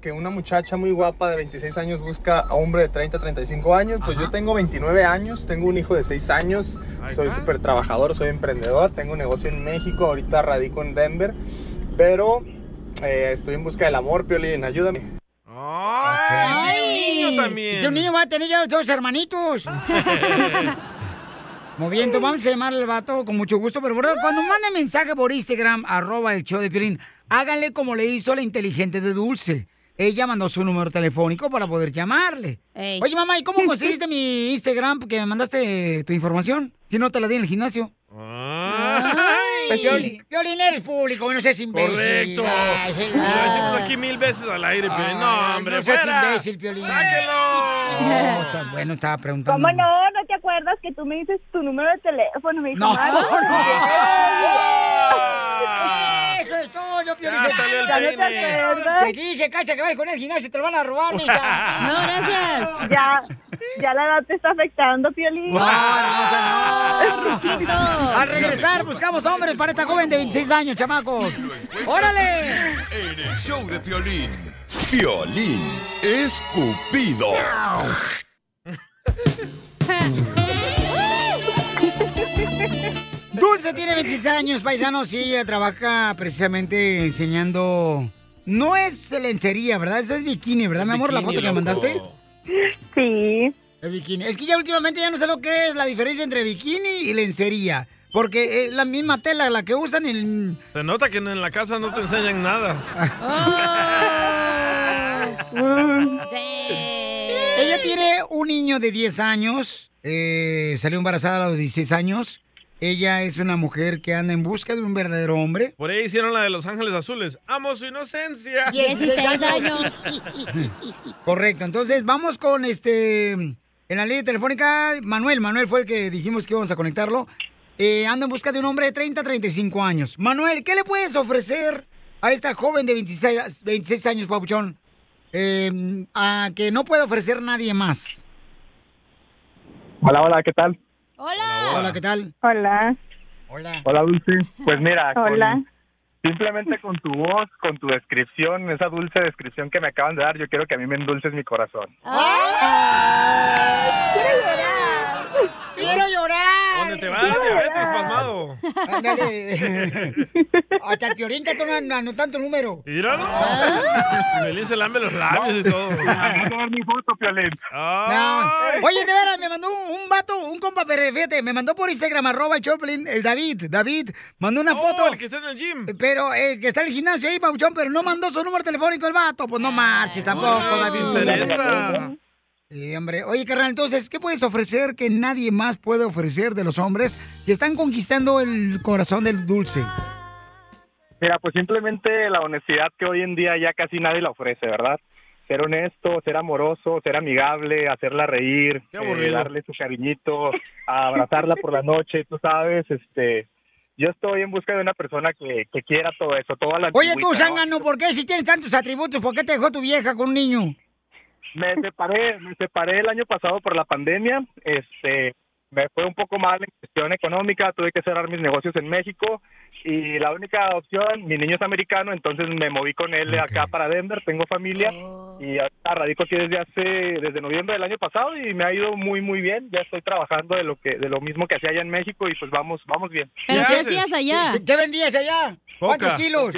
Speaker 16: que una muchacha muy guapa de 26 años busca a hombre de 30, 35 años. Pues yo tengo 29 años, tengo un hijo de 6 años, soy súper trabajador, soy emprendedor, tengo un negocio en México, ahorita radico en Denver, pero eh, estoy en busca del amor, Piolín, ayúdame.
Speaker 3: Ay,
Speaker 1: niño también.
Speaker 3: Este niño va a tener ya dos hermanitos. Muy bien, entonces vamos a llamar al vato con mucho gusto, pero bueno, cuando mande mensaje por Instagram, arroba el show de Piolín, háganle como le hizo la inteligente de Dulce. Ella mandó su número telefónico para poder llamarle. Oye, mamá, ¿y cómo conseguiste mi Instagram? Porque me mandaste tu información. Si no, te la di en el gimnasio. Pues Piolín, Piolín, eres público, no seas imbécil.
Speaker 1: Correcto.
Speaker 3: Ay, hello.
Speaker 1: Lo decimos aquí mil veces al aire, Piolín. No, hombre,
Speaker 3: no seas
Speaker 1: fuera.
Speaker 3: imbécil, Piolín.
Speaker 15: No,
Speaker 3: está Oh, bueno, estaba preguntando.
Speaker 15: ¿Cómo no? ¿No te acuerdas que tú me dices tu número de teléfono? Me dijo,
Speaker 3: No,
Speaker 15: "Ay,
Speaker 3: no.
Speaker 15: Eso
Speaker 3: es todo,
Speaker 15: Piolín. Ya salió el Ya no te peine. acuerdas.
Speaker 3: Te dije, cacha, que vayas con el gimnasio, te lo van a robar, mija.
Speaker 15: No, gracias. Ya, ya la edad te está afectando, Piolín.
Speaker 3: No, hermosa, no. Al regresar, buscamos hombres para esta joven de 26 años, chamacos. ¡Órale!
Speaker 5: En El show de Piolín. Piolín escupido.
Speaker 3: Dulce tiene 26 años, paisanos, y ella trabaja precisamente enseñando. No es lencería, ¿verdad? Esa es bikini, ¿verdad, mi amor? La foto
Speaker 7: bikini,
Speaker 3: que me mandaste.
Speaker 1: Oh,
Speaker 7: loco.
Speaker 3: Sí. Es bikini. Es que ya últimamente ya no sé lo que es la diferencia entre bikini y lencería. Porque es la misma tela la que usan en.
Speaker 1: Se nota que en la casa no te enseñan
Speaker 3: Ah.
Speaker 1: nada.
Speaker 3: Ella tiene un niño de 10 años. eh, salió embarazada a los 16 años. Ella es una mujer que anda en busca de un verdadero hombre.
Speaker 1: Por ahí hicieron la de Los Ángeles Azules. Amo su inocencia.
Speaker 3: 16 años. Correcto, entonces vamos con este. En la línea telefónica, Manuel. Manuel fue el que dijimos que íbamos a conectarlo. Eh, anda en busca de un hombre de 30 a 35 años. Manuel, ¿qué le puedes ofrecer a esta joven de 26, 26 años, Papuchón? Eh, a que no puede ofrecer nadie más.
Speaker 17: Hola, hola, ¿qué tal?
Speaker 3: Hola. Hola, ¿qué tal?
Speaker 18: Hola.
Speaker 3: Hola.
Speaker 17: Hola, Dulce. Pues mira, con-
Speaker 18: Hola.
Speaker 17: simplemente con tu voz, con tu descripción, esa dulce descripción que me acaban de dar, yo quiero que a mí me endulces mi corazón.
Speaker 3: ¡Quiero llorar!
Speaker 1: ¿Dónde te va? Te ves espasmado.
Speaker 3: Ándale. Hasta Piorín que no anotando el número.
Speaker 1: Míralo. Piolín se lame los labios y todo. Ah,
Speaker 17: Vas a ver mi foto, Piolín.
Speaker 3: No. Oye, de veras, me mandó un, un vato, un compa, pero fíjate, me mandó por Instagram, arroba el Choplin, el David, David, mandó una foto. el que
Speaker 1: está en Oh, el gym.
Speaker 3: Pero, eh, que está en el gimnasio ahí, Pauchón, pero no mandó su número telefónico el vato. Pues no marches tampoco, David.
Speaker 7: interesa.
Speaker 3: Sí, hombre. Oye, carnal, entonces, ¿qué puedes ofrecer que nadie más puede ofrecer de los hombres que están conquistando el corazón del dulce?
Speaker 17: Mira, pues simplemente la honestidad que hoy en día ya casi nadie la ofrece, ¿verdad? Ser honesto, ser amoroso, ser amigable, hacerla reír, eh,
Speaker 1: aburrido.
Speaker 17: darle su cariñito, abrazarla por la noche, tú sabes, este... Yo estoy en busca de una persona que, que quiera todo eso, toda la
Speaker 3: Oye, tú,
Speaker 17: antigüita, ¿no?
Speaker 3: Zángano, ¿por qué si tienes tantos atributos, por qué te dejó tu vieja con un niño?
Speaker 17: Me separé, me separé el año pasado por la pandemia. Este, me fue un poco mal en cuestión económica, tuve que cerrar mis negocios en México y la única opción, mi niño es americano, entonces me moví con él acá para Denver, tengo familia
Speaker 3: Oh.
Speaker 17: y ahorita radico aquí desde hace desde noviembre del año pasado y me ha ido muy muy bien. Ya estoy trabajando de lo que de lo mismo que hacía allá en México y pues vamos vamos bien.
Speaker 2: ¿Pero qué hacías allá?
Speaker 3: ¿Qué, vendías allá?
Speaker 17: ¿Cuántos
Speaker 3: kilos?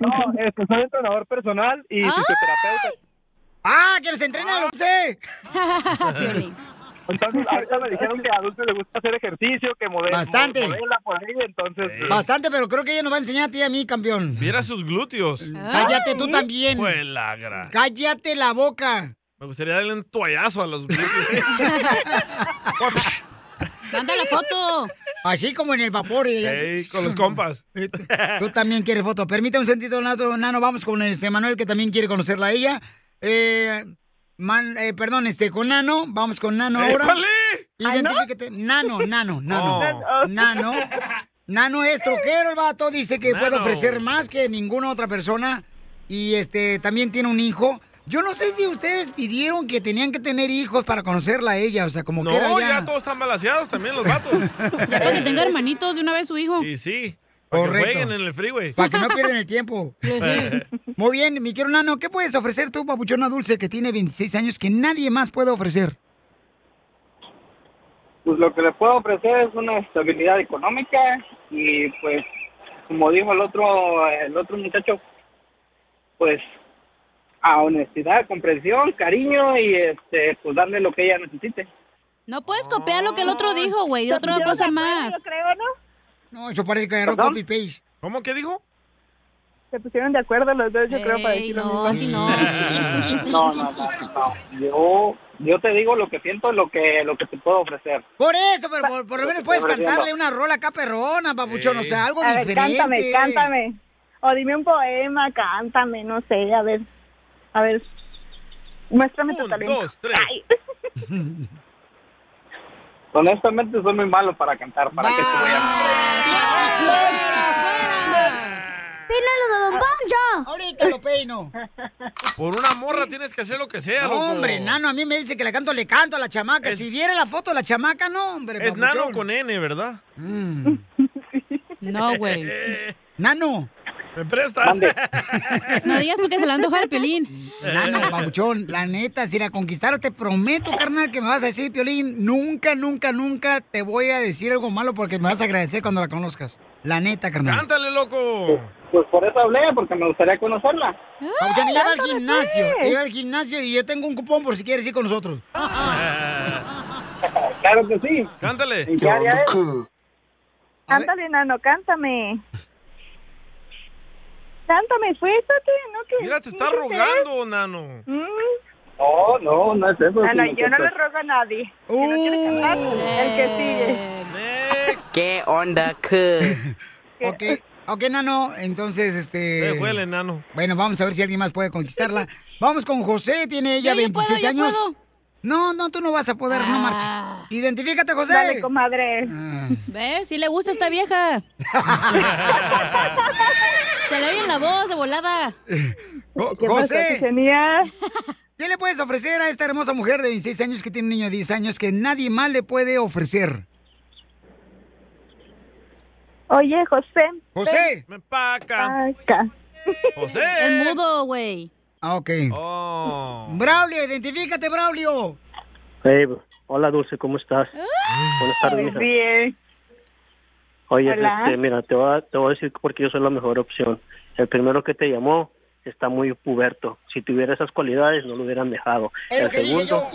Speaker 17: No, este, soy entrenador personal y fisioterapeuta.
Speaker 3: ¡Ah, que nos entrena el once!
Speaker 17: Entonces, ahorita me dijeron que a Dulce le gusta hacer ejercicio, que modela,
Speaker 3: Bastante.
Speaker 17: modela por ahí, entonces... pues,
Speaker 3: Bastante, pero creo que ella nos va a enseñar a ti y a mí, campeón.
Speaker 1: Viera sus glúteos.
Speaker 3: Cállate tú también.
Speaker 1: Fue la gra-
Speaker 3: Cállate la boca.
Speaker 1: Me gustaría darle un toallazo a los glúteos.
Speaker 3: Manda la foto. Así como en el vapor. eh.
Speaker 1: Ey, con los compas.
Speaker 3: Tú también quieres foto. Permítame un sentido, Nato, Nano. Vamos con este Manuel, que también quiere conocerla a ella. Eh, man- eh, perdón, este, con Nano. Vamos con Nano ahora.
Speaker 7: ¡Épale!
Speaker 3: Identifícate. Nano, Nano, Nano.
Speaker 7: Oh.
Speaker 3: Nano. Nano es troquero, el vato. Dice que puede
Speaker 7: Nano.
Speaker 3: ofrecer más que ninguna otra persona. Y este, también tiene un hijo. Yo no sé si ustedes pidieron que tenían que tener hijos para conocerla a ella. O sea, como que era
Speaker 1: No, ya todos están balanceados también los vatos.
Speaker 2: Ya para que tenga hermanitos de una vez su hijo.
Speaker 1: Sí, sí. Para
Speaker 3: Correcto.
Speaker 1: que jueguen en el freeway.
Speaker 3: Para que no pierdan el tiempo. Muy bien, mi quiero Nano, ¿qué puedes ofrecer tú, papuchona dulce, que tiene 26 años, que nadie más puede ofrecer?
Speaker 19: Pues lo que le puedo ofrecer es una estabilidad económica y pues como dijo el otro el otro muchacho pues a honestidad, comprensión, cariño y este pues darle lo que ella necesite.
Speaker 2: No puedes copiar lo que el otro dijo, güey, de otra cosa más.
Speaker 18: creo, ¿no?
Speaker 3: No, eso parece que agarró
Speaker 18: ¿Perdón?
Speaker 3: copy paste.
Speaker 1: ¿Cómo que dijo?
Speaker 18: Se pusieron de acuerdo los dos, yo creo, para decir lo mismo.
Speaker 19: No, no, no, no. Yo yo te digo lo que siento, lo que lo que te puedo ofrecer.
Speaker 3: Por eso, pero por, por lo menos puedes
Speaker 19: Pero,
Speaker 3: cantarle
Speaker 19: Diego.
Speaker 3: una rola acá perrona, papuchón, o sea, algo
Speaker 18: A ver,
Speaker 3: diferente.
Speaker 18: cántame, cántame. O dime un poema, cántame, no sé, a ver. A ver. Muéstrame tu talento.
Speaker 1: Dos, tres.
Speaker 19: Honestamente soy muy malo para cantar, para que te voy
Speaker 3: ¡Pínalo de Don Poncho! Ahorita lo peino.
Speaker 1: Por una morra tienes que hacer lo que sea,
Speaker 3: No,
Speaker 1: loco.
Speaker 3: hombre, Nano, a mí me dice que la canto, le canto a la chamaca. Si viera la foto de la chamaca, no, hombre.
Speaker 1: Es
Speaker 3: papuchón.
Speaker 1: nano con N, ¿verdad?
Speaker 2: No, güey.
Speaker 3: Nano.
Speaker 1: ¿Me prestas?
Speaker 2: No digas porque se le antoja el piolín.
Speaker 3: Nano,
Speaker 1: Eh.
Speaker 3: babuchón, la neta, si la conquistaron, te prometo, carnal, que me vas a decir, Piolín, nunca, nunca, nunca te voy a decir algo malo porque me vas a agradecer cuando la conozcas. La neta, carnal.
Speaker 1: ¡Cántale, loco!
Speaker 3: Pues por eso hablé, porque me gustaría conocerla. Pabuchón, ella va al
Speaker 11: cántame,
Speaker 3: gimnasio,
Speaker 11: pues.
Speaker 3: ella va al gimnasio y yo tengo un cupón por si quieres ir con nosotros.
Speaker 19: Claro que sí.
Speaker 1: Cántale.
Speaker 19: ¿En qué área es? Cántale, nano, cántame. Cántame, fuérzate, ¿no? Que,
Speaker 1: Mira, te está
Speaker 19: ¿qué
Speaker 1: rogando, nano.
Speaker 19: es? Mm,
Speaker 1: No, no, no es eso.
Speaker 19: Nano, yo
Speaker 18: pues,
Speaker 19: no le ruego a nadie. Si no quiere
Speaker 18: Uh.
Speaker 19: cantar, el que sigue.
Speaker 3: ¿Qué onda, Ok, ok, Nano, entonces, este...
Speaker 1: Me Eh, huele, Nano.
Speaker 3: Bueno, vamos a ver si alguien más puede conquistarla. Vamos con José, tiene ella
Speaker 1: Yo, yo puedo,
Speaker 3: 26
Speaker 1: yo
Speaker 3: años.
Speaker 1: puedo.
Speaker 3: No, no, tú no vas a poder,
Speaker 2: Ah.
Speaker 3: no marches. Identifícate, José. Ah.
Speaker 2: Dale,
Speaker 3: comadre.
Speaker 2: ¿Ves? Sí le gusta esta vieja. Se le oye en la voz de volada. ¿Qué pasa,
Speaker 3: José. ¿Qué le puedes ofrecer a esta hermosa mujer de 26 años que tiene un niño de 10 años que nadie más le puede ofrecer?
Speaker 15: Oye, José.
Speaker 3: José.
Speaker 1: Me paca.
Speaker 15: Acá.
Speaker 1: José.
Speaker 2: Es mudo, güey.
Speaker 3: Ah, ok.
Speaker 2: Oh.
Speaker 3: Braulio, identifícate, Braulio.
Speaker 20: Hey, hola Dulce, ¿cómo estás?
Speaker 2: Ah,
Speaker 20: Buenas tardes. mija.
Speaker 2: eh.
Speaker 15: Bien.
Speaker 20: Oye,
Speaker 15: Hola.
Speaker 20: este, mira, te voy, a, te voy a decir porque yo soy la mejor opción. El primero que te llamó está muy puberto. Si tuviera esas cualidades, no lo hubieran dejado.
Speaker 11: Es lo
Speaker 20: El
Speaker 11: que dije
Speaker 20: segundo,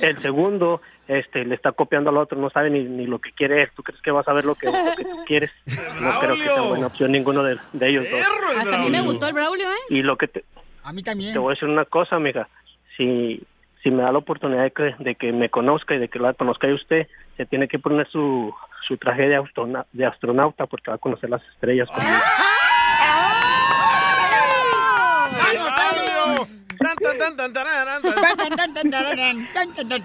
Speaker 20: el segundo, este, le está copiando al otro, no sabe ni, ni lo que quiere él. ¿Tú crees que vas a ver lo que, lo que tú quieres? No creo que sea buena opción ninguno de, de ellos dos.
Speaker 2: Hasta a mí me gustó el Braulio, ¿eh?
Speaker 20: Y lo que te,
Speaker 3: A mí también.
Speaker 20: te voy a decir una cosa, amiga. Si, si me da la oportunidad de que, de que me conozca y de que la conozca usted, se tiene que poner su, su traje de, astrona- de astronauta porque va a conocer las estrellas. conmigo.
Speaker 3: Ah.
Speaker 15: Espérate,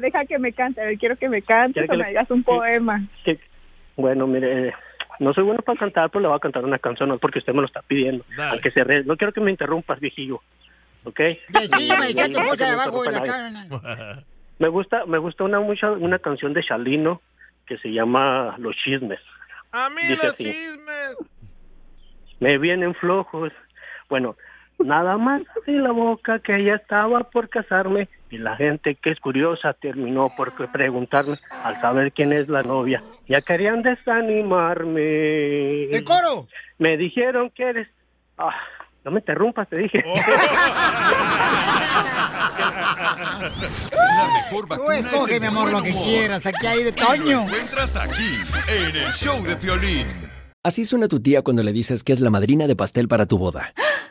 Speaker 15: deja que me cante, deja que me cante. A ver, quiero que me cantes
Speaker 20: ¿Quiere
Speaker 15: o
Speaker 20: que
Speaker 15: me
Speaker 20: le-
Speaker 15: digas un poema.
Speaker 20: Que- bueno, mire, eh, no soy bueno para cantar, pero le voy a cantar una canción no es porque usted me lo está pidiendo. Aunque se re- No quiero que me interrumpas, viejillo. ¿Ok?
Speaker 3: Viejillo, me
Speaker 20: Y-
Speaker 3: echaste
Speaker 20: y- no
Speaker 3: mucha
Speaker 20: que me
Speaker 3: debajo de la
Speaker 20: interrumpa nadie.
Speaker 3: cama.
Speaker 20: Me gusta, me gusta una, mucha, una canción de Chalino que se llama Los Chismes.
Speaker 1: A mí
Speaker 20: Dice
Speaker 1: los
Speaker 20: así.
Speaker 1: chismes.
Speaker 20: me vienen flojos. Bueno, nada más abrí la boca que ya estaba por casarme y la gente que es curiosa terminó por que- preguntarme al saber quién es la novia. Ya querían desanimarme.
Speaker 3: ¡El coro!
Speaker 20: Me dijeron que eres... Ah, no me interrumpas, te dije.
Speaker 3: Oh. Tú escoge, mi amor, lo que quieras. Aquí hay de Toño.
Speaker 5: Entras aquí, en el show de Piolín.
Speaker 21: Así suena tu tía cuando le dices que es la madrina de pastel para tu boda.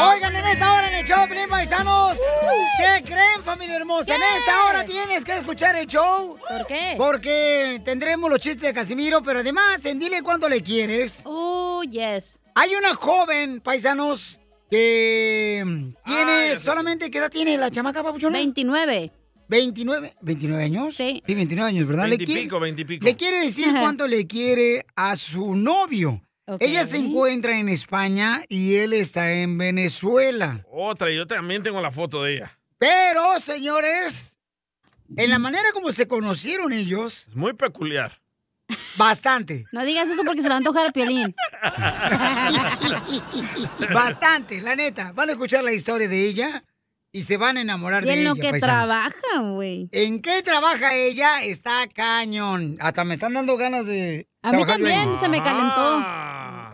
Speaker 3: Oigan, en esta hora en el show, Pelín Paisanos, ¿qué creen, familia hermosa? En
Speaker 11: ¿Qué?
Speaker 3: esta hora tienes que escuchar el show. ¿Por qué? Porque tendremos los chistes de Casimiro, pero además, en dile cuánto le quieres. Uh, yes. Hay una joven, paisanos, Ah, que tiene solamente, ¿qué edad tiene la chamaca, papuchona? 29. ¿29? ¿29 años? Sí. 29 años, ¿verdad? Le
Speaker 1: 20 y
Speaker 3: quiere-
Speaker 1: pico, 20 y pico.
Speaker 3: Le quiere decir cuánto le quiere a su novio.
Speaker 1: Ok.
Speaker 3: Ella se encuentra en España y él está en Venezuela.
Speaker 1: Otra, yo también tengo la foto de ella.
Speaker 3: Pero, señores, en la manera como se conocieron ellos,
Speaker 1: Es muy peculiar.
Speaker 3: bastante.
Speaker 2: No digas eso porque se lo va a antojar a Piolín.
Speaker 3: Bastante, la neta. Van a escuchar la historia de ella y se van a enamorar
Speaker 2: Y
Speaker 3: de
Speaker 2: en
Speaker 3: ella.
Speaker 2: lo que trabaja, güey.
Speaker 3: ¿En qué trabaja ella? Está cañón. Hasta me están dando ganas de.
Speaker 2: A mí
Speaker 3: trabajar yo ahí.
Speaker 2: también se me calentó.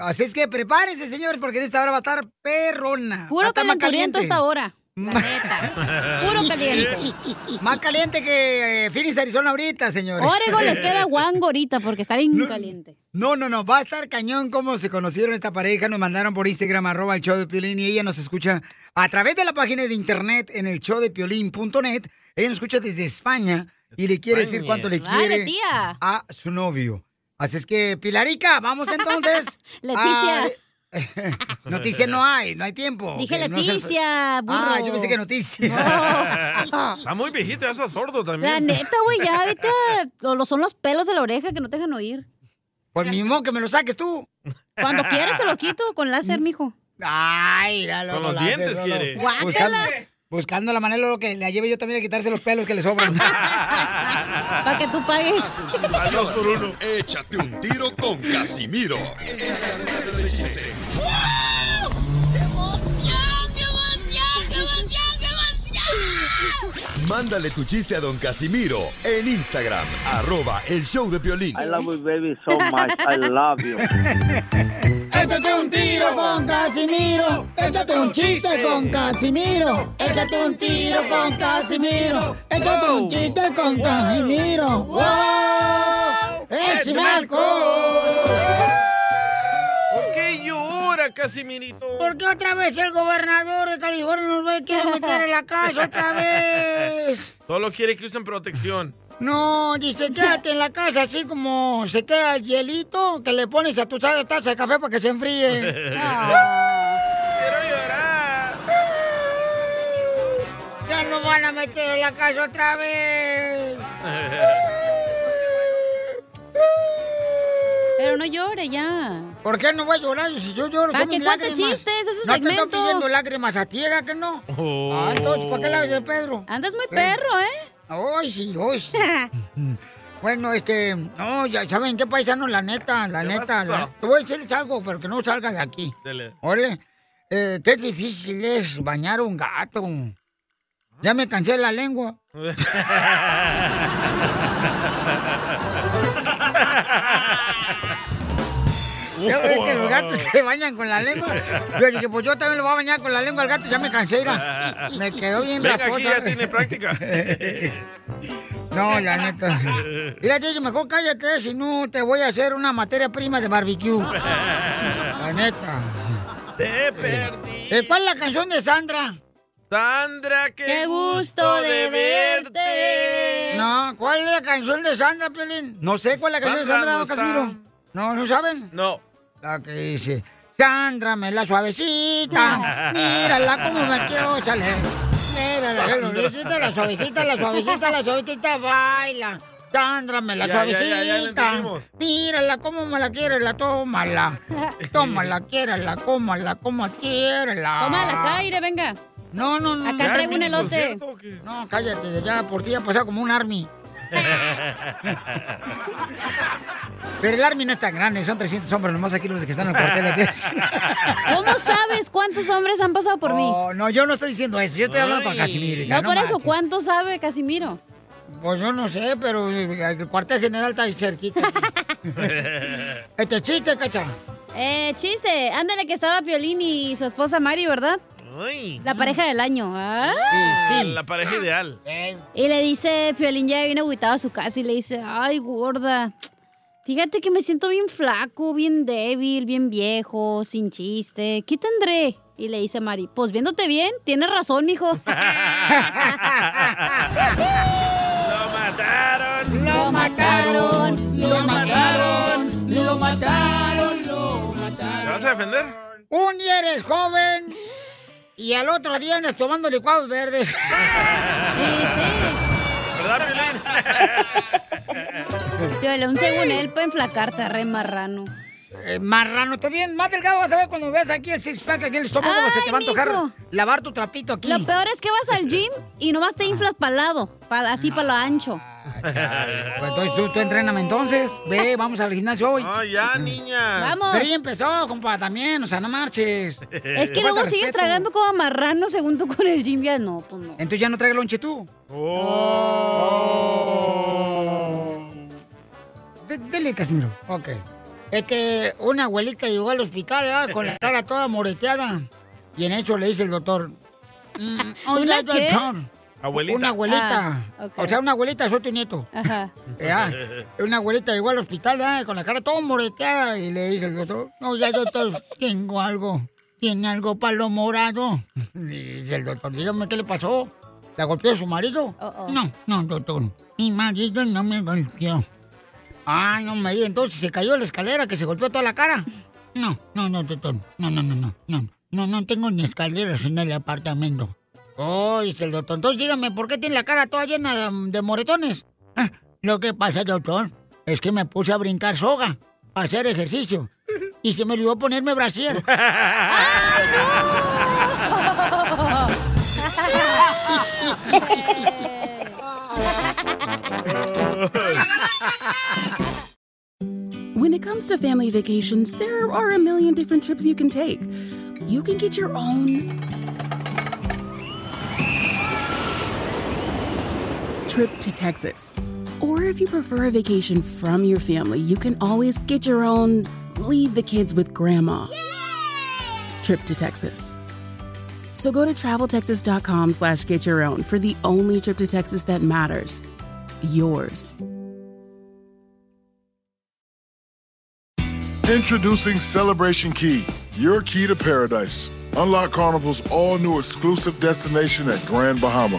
Speaker 3: Así es que prepárense, señores, porque en esta hora va a estar perrona.
Speaker 2: Puro calenturiento esta
Speaker 3: hora.
Speaker 2: Puro caliente.
Speaker 3: Más caliente que eh, Phoenix, Arizona ahorita, señores.
Speaker 2: Oregon les queda guango ahorita porque está bien caliente.
Speaker 3: No, no, no, va a estar cañón cómo se conocieron esta pareja. Nos mandaron por Instagram arroba el show de Piolín y ella nos escucha a través de la página de internet en el show de Piolín.net. Ella nos escucha desde España y le quiere decir
Speaker 2: España.
Speaker 3: cuánto le
Speaker 2: Vale,
Speaker 3: quiere Ah,
Speaker 2: tía.
Speaker 3: a su novio. Así es que, Pilarica, vamos entonces. a-
Speaker 2: Leticia.
Speaker 3: Noticia no hay, no hay tiempo.
Speaker 2: Dije
Speaker 3: Que no se-
Speaker 2: Leticia, burro.
Speaker 3: Ah, yo pensé que noticia.
Speaker 1: Está muy viejito, ya está sordo también.
Speaker 2: La neta, güey, ya ahorita o lo- son los pelos de la oreja que no te dejan oír.
Speaker 3: Pues mismo que me lo saques tú.
Speaker 2: Cuando quieras te lo quito con
Speaker 3: Mm.
Speaker 2: láser, mijo.
Speaker 3: Ah. Ay, míralo.
Speaker 2: Con los
Speaker 3: láser,
Speaker 2: dientes
Speaker 3: no, no.
Speaker 2: quiere.
Speaker 3: Buscando,
Speaker 2: Guácala.
Speaker 3: buscando la manera de lo que la lleve yo también a quitarse los pelos que le sobran.
Speaker 2: Para que tú pagues.
Speaker 5: Adiós por uno. Échate un tiro con Casimiro. Mándale tu chiste a don Casimiro en Instagram, arroba el show de violín.
Speaker 20: I love you, baby, so much. I love you.
Speaker 3: Échate un tiro con Casimiro. Échate un chiste con Casimiro. Échate un tiro con Casimiro. Échate un chiste con Casimiro. ¡Wow!
Speaker 11: ¡Échame
Speaker 1: ¿Por qué llora, Casimirito?
Speaker 3: ¿Por qué otra vez el gobernador de California nos va a querer meter en la casa otra vez?
Speaker 1: Solo quiere que usen protección.
Speaker 3: No, dice, quédate en la casa así como se queda el hielito que le pones a tu taza taza de café para que se enfríe. Ah. Ya nos van a meter en la casa otra vez.
Speaker 2: Pero no llore ya.
Speaker 3: ¿Por qué no voy a llorar? Si yo lloro,
Speaker 2: ¿Para
Speaker 3: son mis
Speaker 2: qué cuenta
Speaker 3: lágrimas.
Speaker 2: chistes? Es su
Speaker 3: no te
Speaker 2: segmento.
Speaker 3: estoy pidiendo lágrimas a ti, ¿verdad que no? Ah, entonces, ¿para qué la de Pedro?
Speaker 2: Andas muy
Speaker 3: Sí.
Speaker 2: perro, ¿eh?
Speaker 3: Ay, sí, ay, sí. Bueno, este, no, ya saben qué paisano, la neta, la
Speaker 1: Ya
Speaker 3: neta.
Speaker 1: basta.
Speaker 3: la- te voy a decirles algo, pero que no salga de aquí.
Speaker 1: Dele.
Speaker 3: Órale, eh, qué difícil es bañar un gato. Ya me cansé la lengua. Ya ves que los gatos
Speaker 1: Oh.
Speaker 3: se bañan con la lengua. Yo dije, pues yo también lo voy a bañar con la lengua al gato, ya me cansé. mira. Me quedó bien
Speaker 1: Venga,
Speaker 3: rasposa.
Speaker 1: aquí ya tiene práctica.
Speaker 3: No, la neta. Mira, Gigi, mejor cállate, si no te voy a hacer una materia prima de barbecue. La neta.
Speaker 1: Te perdí.
Speaker 3: Eh, ¿Cuál es la canción de Sandra?
Speaker 1: Sandra, qué, verte.
Speaker 3: No, ¿cuál es la canción de Sandra, Pelín? No sé cuál es la canción
Speaker 1: Sandra
Speaker 3: de
Speaker 1: no
Speaker 3: Sandra, Casimiro. No, ¿no saben?
Speaker 1: No.
Speaker 3: La que dice, Sandra, me la suavecita, mírala como me quiero chale. Mírala, la suavecita, la suavecita, la suavecita, la suavecita, baila. Sandra, me la
Speaker 11: Ya, ya, ya, ya la
Speaker 3: suavecita,
Speaker 11: entendimos.
Speaker 3: mírala como me la quiere, la tómala. Tómala, quiérala, cómala, como quiérala.
Speaker 2: Tómala, Caire, venga.
Speaker 3: No, no, no.
Speaker 2: Acá traigo un elote.
Speaker 3: No, cállate, ya por ti ha pasado como un army. Pero el army no es tan grande, son 300 hombres, nomás aquí los que están en el cuartel de
Speaker 2: ¿Cómo sabes cuántos hombres han pasado por mí?
Speaker 3: Oh, No, no, yo no estoy diciendo eso, yo estoy hablando para Casimiro. hija,
Speaker 2: No, por eso,
Speaker 3: manches.
Speaker 2: ¿cuánto sabe Casimiro?
Speaker 3: Pues yo no sé, pero eh, el cuartel general está ahí cerquita. este chiste, cacha.
Speaker 2: Eh, chiste, ándale que estaba Piolín y su esposa Mari, ¿verdad?
Speaker 1: Ay.
Speaker 2: La pareja del año. Ah.
Speaker 1: La pareja ideal.
Speaker 2: Y le dice, Piolín ya viene agüitado a su casa y le dice, ay, gorda, fíjate que me siento bien flaco, bien débil, bien viejo, sin chiste. ¿Qué tendré? Y le dice Mari, pues viéndote bien, tienes razón, mijo.
Speaker 1: Lo mataron.
Speaker 11: Lo mataron. Lo mataron. Lo mataron. Lo
Speaker 1: ¿Te vas a defender?
Speaker 3: Un día eres joven y al otro día andas tomando licuados verdes.
Speaker 2: sí, sí.
Speaker 1: ¿verdad, Piolín?
Speaker 2: Piolín, según él, para enflacarte, re marrano.
Speaker 3: Eh, marrano, también más delgado vas a ver cuando veas aquí el six pack, aquí el estómago, se te va a antojar
Speaker 2: mijo.
Speaker 3: lavar tu trapito aquí.
Speaker 2: Lo peor es que vas al gym y nomás te inflas palado, así para lo ancho.
Speaker 3: Ah, Pues entonces tú, tú entréname entonces. Ve, vamos al gimnasio hoy.
Speaker 1: Ah, ya, niñas.
Speaker 2: Vamos.
Speaker 3: Pero ya empezó, compa, también. O sea, no marches.
Speaker 2: Es que luego sigues tragando como marrano según tú con el gym. Ya no, pues no.
Speaker 3: Entonces ya no traes lonche tú. De- dele, Casimiro. Oh. Ok. Este, una abuelita llegó al hospital ¿verdad? con la cara toda moreteada. Y en hecho le dice el doctor. mm,
Speaker 11: ¿Una
Speaker 3: doctor,
Speaker 11: qué?
Speaker 1: Abuelita.
Speaker 3: Una abuelita.
Speaker 11: Ah, ok.
Speaker 3: O sea, una abuelita, soy tu nieto. Ajá. Una abuelita llegó al hospital ¿verdad? con la cara toda moreteada y le dice el doctor, no, ya doctor, tengo algo, tiene algo para lo morado. Y dice el doctor, dígame qué le pasó. ¿La golpeó su marido? No, no, doctor, mi marido no me golpeó. Ah, no me diga, entonces se cayó de la escalera que se golpeó toda la cara. No, no, no, doctor, no, no, no, no, no, no, no tengo ni escaleras en el apartamento. Oh, dice el doctor, entonces dígame, ¿por qué tiene la cara toda llena de, de moretones? Ah, lo que pasa, doctor, es que me puse a brincar soga, a hacer ejercicio. Y se me olvidó ponerme brasier.
Speaker 12: When it comes to family vacations, there are a million different trips you can take. You can get your own trip to Texas. Or if you prefer a vacation from your family, you can always get your own leave the kids with grandma trip to Texas. So go to traveltexas.com slash get your own for the only trip to Texas that matters. Yours.
Speaker 22: Introducing Celebration Key, your key to paradise. Unlock Carnival's all new exclusive destination at Grand Bahama,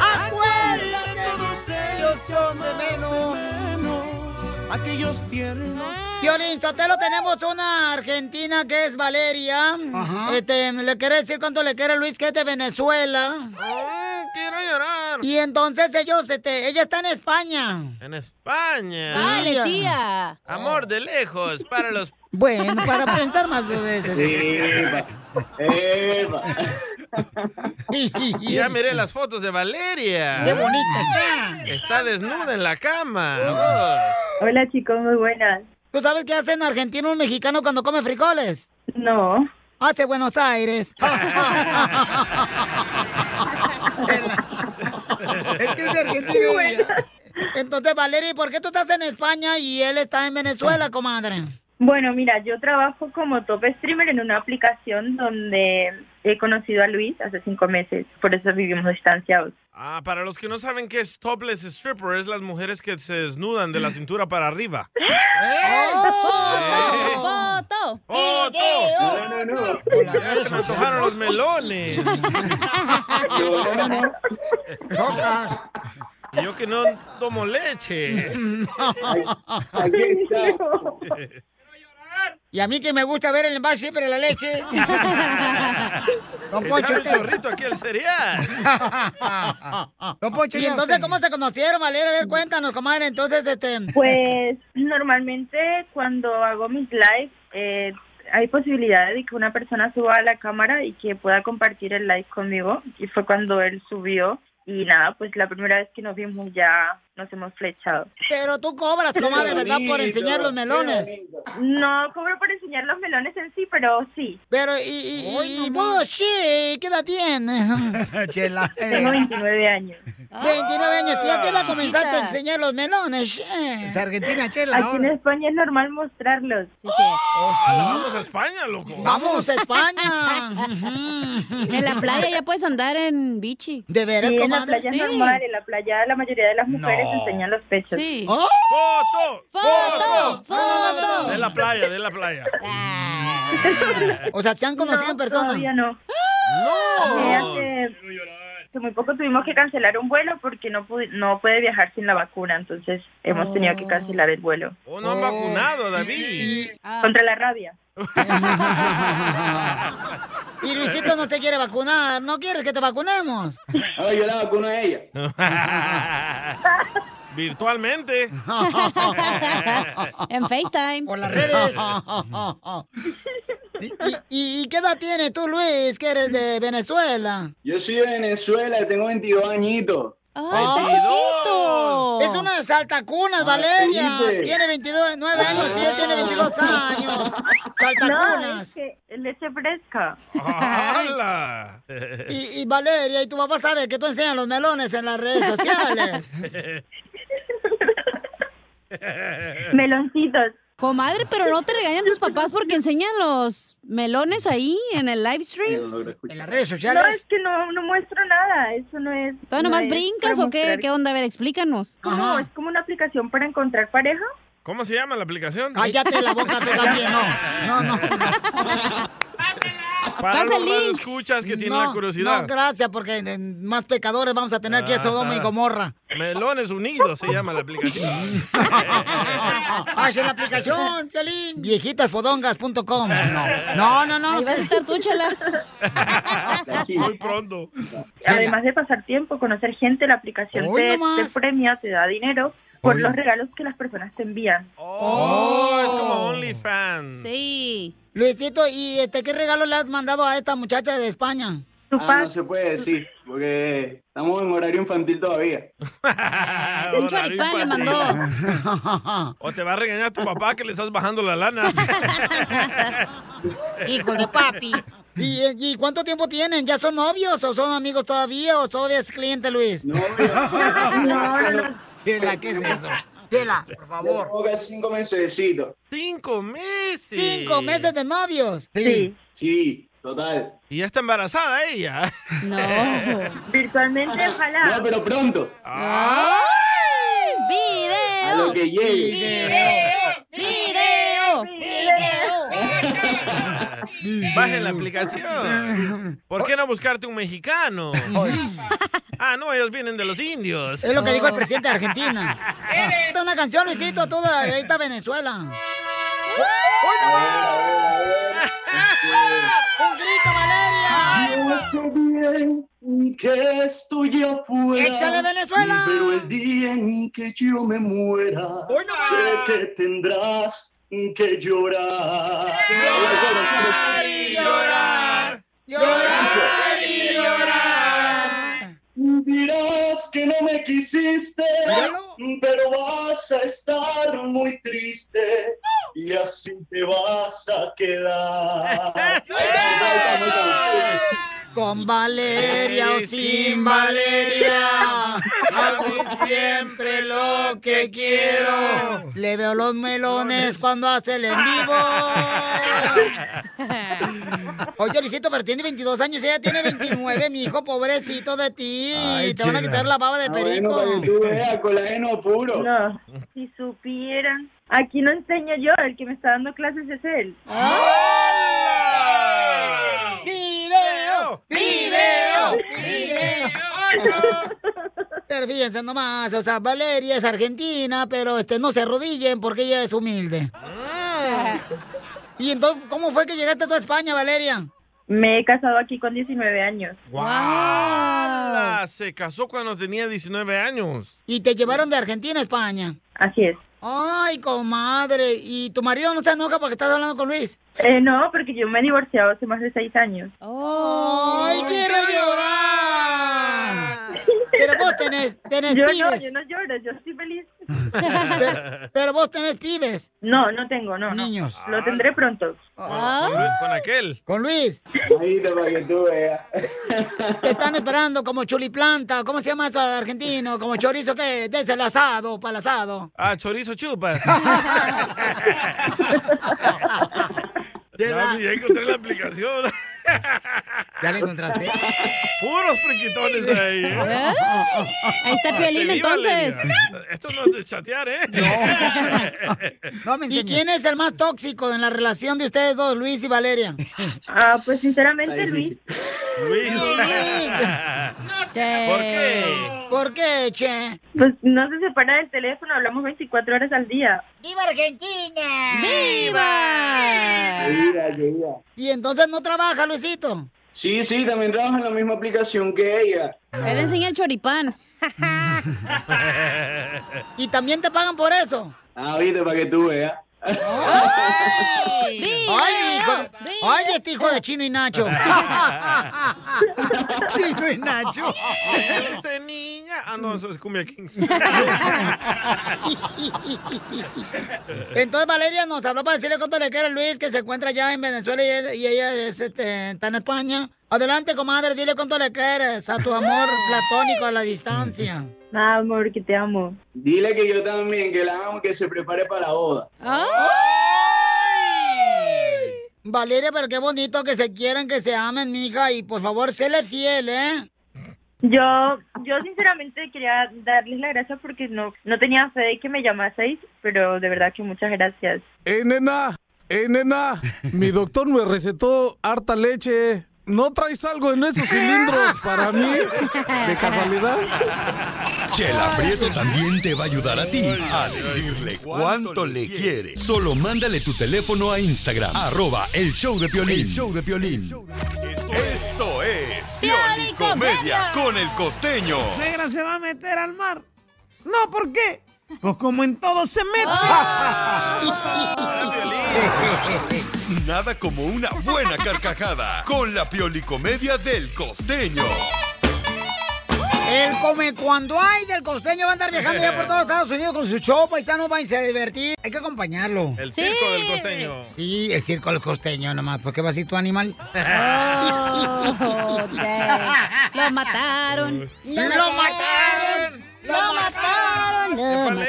Speaker 3: Acuérdate,
Speaker 11: todos
Speaker 3: ellos son de
Speaker 11: menos. Aquellos tiernos.
Speaker 3: Violín, Sotelo, tenemos una argentina que es Valeria. Este, le quiere decir cuánto le quiere Luis, que es de Venezuela.
Speaker 1: quiero llorar.
Speaker 3: Y entonces ellos, este, ella está en España.
Speaker 1: En España.
Speaker 3: Vale, tía.
Speaker 1: Amor de lejos para los...
Speaker 3: Bueno, para pensar más dos veces.
Speaker 1: Ya miré las fotos de Valeria.
Speaker 3: Qué bonita está.
Speaker 1: Está desnuda en la cama.
Speaker 3: Hola chicos, muy buenas. ¿Tú sabes qué hace en Argentina un mexicano cuando come frijoles? No. Hace Buenos Aires. es que es de Argentina. ella. Entonces, Valeria, ¿y ¿por qué tú estás en España y él está en Venezuela, comadre?
Speaker 18: Bueno, mira, yo trabajo como top streamer en una aplicación donde he conocido a Luis hace cinco meses, por eso vivimos distanciados.
Speaker 1: Ah, para los que no saben qué es topless stripper, es las mujeres que se desnudan de la cintura para arriba.
Speaker 2: ¡Foto!
Speaker 3: ¡Oh!
Speaker 1: ¡Foto!
Speaker 11: No, no, no.
Speaker 1: Ya se me antojaron los melones.
Speaker 3: Tocas.
Speaker 1: Y Yo que no tomo leche.
Speaker 3: Y a mí que me gusta ver el envase siempre de la leche. Don Poncho,
Speaker 1: Echame el
Speaker 3: usted-
Speaker 1: chorrito aquí el cereal.
Speaker 3: y entonces, ¿cómo se conocieron, Valeria? A ver, cuéntanos, comadre. Entonces, este...
Speaker 18: Pues normalmente cuando hago mis lives eh, hay posibilidad de que una persona suba a la cámara y que pueda compartir el live conmigo y fue cuando él subió y nada, pues la primera vez que nos vimos ya nos hemos flechado.
Speaker 3: Pero tú cobras, comadre, ¿verdad? Por enseñar los melones.
Speaker 18: No, cobro por enseñar los melones en sí, pero sí.
Speaker 3: Pero, y, y, y vos, sí, ¿qué edad tienes? Chela.
Speaker 18: Tengo 29 años.
Speaker 3: 29 Ah, años, ¿y a qué edad comenzaste a
Speaker 18: Ah, Chiquita.
Speaker 3: enseñar los melones? Es
Speaker 18: argentina, Chela, Aquí en ahora. España es normal mostrarlos.
Speaker 1: Ah, vamos a España, loco.
Speaker 3: ¿Oh, ¡Vamos a España!
Speaker 2: en la playa ya puedes andar en bici.
Speaker 3: ¿De
Speaker 18: Sí, en la playa es normal, en la playa la mayoría de las mujeres que se enseñan los pechos. Sí.
Speaker 3: ¡Oh!
Speaker 1: ¡Foto!
Speaker 18: ¡Foto!
Speaker 3: ¡Foto!
Speaker 1: De la playa, de la playa.
Speaker 3: O sea, ¿se han conocido
Speaker 18: No,
Speaker 3: en persona?
Speaker 18: Todavía no. Eh, hace, hace muy poco tuvimos que cancelar un vuelo porque no, pude- no puede viajar sin la vacuna, entonces hemos tenido que cancelar el vuelo.
Speaker 1: Oh, no han vacunado, David.
Speaker 18: Contra la rabia.
Speaker 3: Y Luisito no se quiere vacunar. ¿No quieres que te vacunemos?
Speaker 18: No, yo la vacuno a ella.
Speaker 1: Virtualmente.
Speaker 3: En FaceTime. Por las redes. ¿Y, y, y qué edad tienes tú, Luis, que eres de Venezuela?
Speaker 7: Yo soy de Venezuela y tengo 22 añitos.
Speaker 3: está chiquito! Oh. Es una saltacunas, Valeria.
Speaker 7: felipe.
Speaker 3: Tiene 22, 9 años, sí, él tiene 22 años.
Speaker 18: No,
Speaker 3: Saltacunas.
Speaker 18: es que leche fresca.
Speaker 1: ¡Hala!
Speaker 3: Y, y Valeria, y tu papá sabe que tú enseñas los melones en las redes sociales.
Speaker 18: Meloncitos.
Speaker 2: Comadre, pero no te regañan tus papás porque enseñan los melones ahí en el live stream.
Speaker 3: En las redes
Speaker 18: No, es que no, no muestro nada, eso no es...
Speaker 2: ¿Todo
Speaker 18: no
Speaker 2: nomás
Speaker 18: es
Speaker 2: brincas
Speaker 18: para
Speaker 2: o qué?
Speaker 18: mostrar.
Speaker 2: ¿Qué onda? A ver, explícanos.
Speaker 18: ¿Cómo? ¿Es como una aplicación para encontrar pareja?
Speaker 1: ¿Cómo se llama la aplicación?
Speaker 3: Cállate la boca tú también, no. No, no.
Speaker 1: Para los escuchas que tienen la curiosidad. Ah.
Speaker 3: No, gracias, porque eh, más pecadores vamos a tener que Sodoma y Gomorra.
Speaker 1: Melones Unidos se llama la aplicación.
Speaker 3: Haz Ah, la aplicación, Piolín. Viejitasfodongas.com. No, no, no. no.
Speaker 18: Ahí vas a estar tú, chela.
Speaker 1: Muy pronto.
Speaker 18: Además de pasar tiempo, conocer gente, la aplicación
Speaker 1: Hoy
Speaker 18: te,
Speaker 1: nomás.
Speaker 18: te premia, te da dinero por
Speaker 1: Hoy.
Speaker 18: los regalos que las personas te envían.
Speaker 1: Oh, es como OnlyFans.
Speaker 2: Sí.
Speaker 3: Luisito, ¿y este qué regalo le has mandado a esta muchacha de España?
Speaker 7: Ah, no se puede decir, porque estamos en horario infantil todavía.
Speaker 1: Un choripán le mandó. O te va a regañar tu papá que le estás bajando la lana.
Speaker 3: Hijo de papi. ¿Y, y cuánto tiempo tienen? ¿Ya son novios o son amigos todavía o todavía es cliente, Luis? No,
Speaker 18: no, no.
Speaker 3: Tela, ¿qué es eso? Tela, por favor.
Speaker 7: Tengo casi cinco mesecitos.
Speaker 1: Cinco meses.
Speaker 3: Cinco meses de novios.
Speaker 7: Sí, total.
Speaker 1: Y ya está embarazada ella.
Speaker 2: No.
Speaker 18: Virtualmente, ojalá.
Speaker 7: No, pero pronto.
Speaker 11: Ah.
Speaker 7: A
Speaker 2: ¡Video!
Speaker 7: lo que llegue.
Speaker 2: ¡Video!
Speaker 1: Baje la aplicación. ¿Por qué no buscarte un mexicano? Ah, no, ellos vienen de los indios. Ah.
Speaker 3: Es lo que dijo el presidente de Argentina. Esta es una canción, Luisito, toda ahí está Venezuela.
Speaker 11: ¡Un grito, Valeria!
Speaker 7: Yo sé bien que estoy afuera.
Speaker 11: ¡Échale, Venezuela!
Speaker 7: Pero el día en que yo me muera, sé que tendrás que llorar.
Speaker 11: Llorar y llorar. Llorar y llorar.
Speaker 7: Dirás que no me quisiste, pero vas a estar muy triste y así te vas a quedar.
Speaker 3: Con Valeria o
Speaker 11: Y
Speaker 3: sin Valeria, hago siempre lo que quiero. Le veo los melones cuando hace el en vivo. Oye, Luisito, pero tiene 22 años, ella tiene 29, mi hijo, pobrecito de ti. Te van a
Speaker 7: chela.
Speaker 3: quitar la baba de
Speaker 7: Ah, bueno,
Speaker 3: perico.
Speaker 7: para que tú veas, colágeno puro.
Speaker 18: No, si supieran. Aquí no enseño yo, el que me está dando clases es él.
Speaker 3: ¡Video! ¡Video! ¡Video! Pero fíjense nomás, o sea, Valeria es argentina, pero este no se arrodillen porque ella es humilde. Ah. Y entonces, ¿cómo fue que llegaste tú a España, Valeria?
Speaker 18: Me he casado aquí con 19 años.
Speaker 1: ¡Guau! Se casó cuando tenía 19 años.
Speaker 3: Y te llevaron de Argentina a España.
Speaker 18: Así es.
Speaker 3: Ay, comadre. ¿Y tu marido no se enoja porque estás hablando con Luis?
Speaker 18: Eh, no, porque yo me he divorciado hace más de 6 años.
Speaker 3: ¡Ay, quiero
Speaker 18: Ah.
Speaker 3: llorar! Pero vos tenés, tenés
Speaker 18: yo
Speaker 3: pibes.
Speaker 18: no, yo no lloro, yo estoy feliz.
Speaker 3: pero, pero vos tenés pibes.
Speaker 18: No, no tengo, no.
Speaker 3: Niños. Ah.
Speaker 18: Lo tendré pronto.
Speaker 1: Ah, Con aquel.
Speaker 3: Con Luis. Te están esperando como chuliplanta. ¿Cómo se llama eso argentino? Como chorizo que desde el asado, para el asado.
Speaker 1: Ah, chorizo chupas.
Speaker 3: De
Speaker 1: Ya,
Speaker 3: la-
Speaker 1: ya encontré la aplicación.
Speaker 3: ¿Ya la encontraste?
Speaker 1: Puros friquitones ahí. ¿eh?
Speaker 2: Ahí está Piolín,
Speaker 1: Te digo,
Speaker 2: entonces.
Speaker 1: Lenia, Esto no es de chatear, ¿eh?
Speaker 3: No me ¿Y quién es el más tóxico en la relación de ustedes dos, Luis y Valeria?
Speaker 18: Ah, pues sinceramente Luis.
Speaker 1: Luis.
Speaker 3: ¿Por
Speaker 18: ¿Por qué?
Speaker 3: ¿Por qué, che?
Speaker 18: Pues no se separa del teléfono, hablamos 24 horas al día.
Speaker 3: ¡Viva Argentina!
Speaker 2: ¡Viva!
Speaker 7: Ayuda, ayuda.
Speaker 3: Y entonces no trabaja, Luisito.
Speaker 7: Sí, sí, también trabaja en la misma aplicación que ella.
Speaker 2: Él enseña el choripán.
Speaker 3: Y también te pagan por eso.
Speaker 7: Ah, viste, para que tú veas.
Speaker 3: ¡Ay, hijo de- ¡Ay, este hijo de Chino y Nacho! Chino y Nacho.
Speaker 1: Dulce niña. Ah, no, eso es Cumbia Kings.
Speaker 3: Entonces Valeria nos habló para decirle cuánto le quiere a Luis, que se encuentra ya en Venezuela y, él- y ella es, este, está en España. Adelante, comadre, dile cuánto le quieres a tu amor platónico a la distancia.
Speaker 18: Nada, Ah, amor, que te amo.
Speaker 7: Dile que yo también, que la amo, que se prepare para la boda.
Speaker 3: Valeria, pero qué bonito que se quieran, que se amen, mija, y por favor, séle fiel, ¿eh?
Speaker 18: Yo, yo sinceramente quería darles la gracia porque no, no tenía fe de que me llamaseis, pero de verdad que muchas gracias.
Speaker 8: Eh, nena, eh, nena, mi doctor me recetó harta leche. ¿No traes algo en esos cilindros para mí? ¿De casualidad?
Speaker 5: Chela Prieto también te va a ayudar a ti a decirle cuánto le quiere. Solo mándale tu teléfono a Instagram, arroba el show de Piolín.
Speaker 9: El
Speaker 5: show de Esto es Comedia con el costeño.
Speaker 11: Negra se va a meter al mar. No, ¿por qué? Pues como en todo se mete.
Speaker 5: Nada como una buena carcajada con la piolicomedia del costeño.
Speaker 3: El come cuando hay del costeño va a andar viajando ya por todos Estados Unidos con su show, paisano, váyanse a divertir. Hay que acompañarlo.
Speaker 1: El circo del costeño.
Speaker 3: Sí, el circo del costeño nomás. ¿Por qué vas a ir tu animal?
Speaker 2: Oh, dang. Lo mataron.
Speaker 3: ¡Lo mataron! ¡Lo mataron!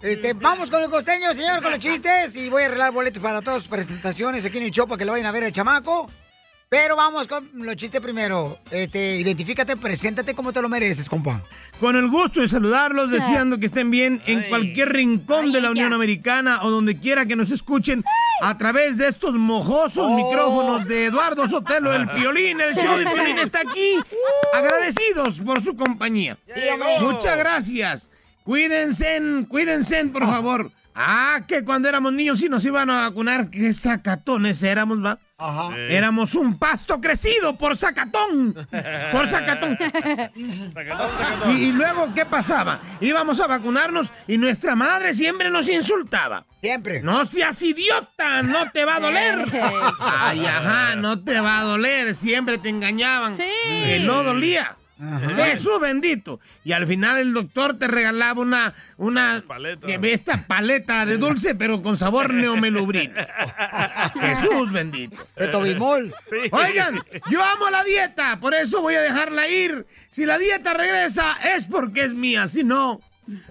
Speaker 3: Este, vamos con el costeño, señor, con los chistes. Y voy a arreglar boletos para todas sus presentaciones aquí en el show para que lo vayan a ver el chamaco. Pero vamos con los chistes primero. Este, identifícate, preséntate como te lo mereces, compa.
Speaker 10: Con el gusto de saludarlos, deseando que estén bien en cualquier rincón de la Unión Americana o donde quiera que nos escuchen a través de estos mojosos micrófonos de Eduardo Sotelo, el Piolín, el show de Piolín está aquí. Agradecidos por su compañía.
Speaker 11: llegó.
Speaker 10: Muchas gracias. Cuídense, cuídense, por favor. Ah, que cuando éramos niños sí nos iban a vacunar. Qué sacatones éramos, va.
Speaker 7: Ah,
Speaker 3: Ajá.
Speaker 11: Sí.
Speaker 10: Éramos un pasto crecido por sacatón. Por sacatón. Y, y luego, ¿qué pasaba? Íbamos a vacunarnos y nuestra madre siempre nos insultaba.
Speaker 3: Siempre.
Speaker 10: No seas idiota, no te va a doler. Ay, ajá, no te va a doler. Siempre te engañaban. Que no dolía. Jesús bendito. Y al final el doctor te regalaba una, una que ve esta paleta de dulce, pero con sabor neomelubrín. Jesús bendito.
Speaker 3: De Tobimol.
Speaker 10: Oigan, yo amo la dieta, por eso voy a dejarla ir. Si la dieta regresa, es porque es mía. Si no,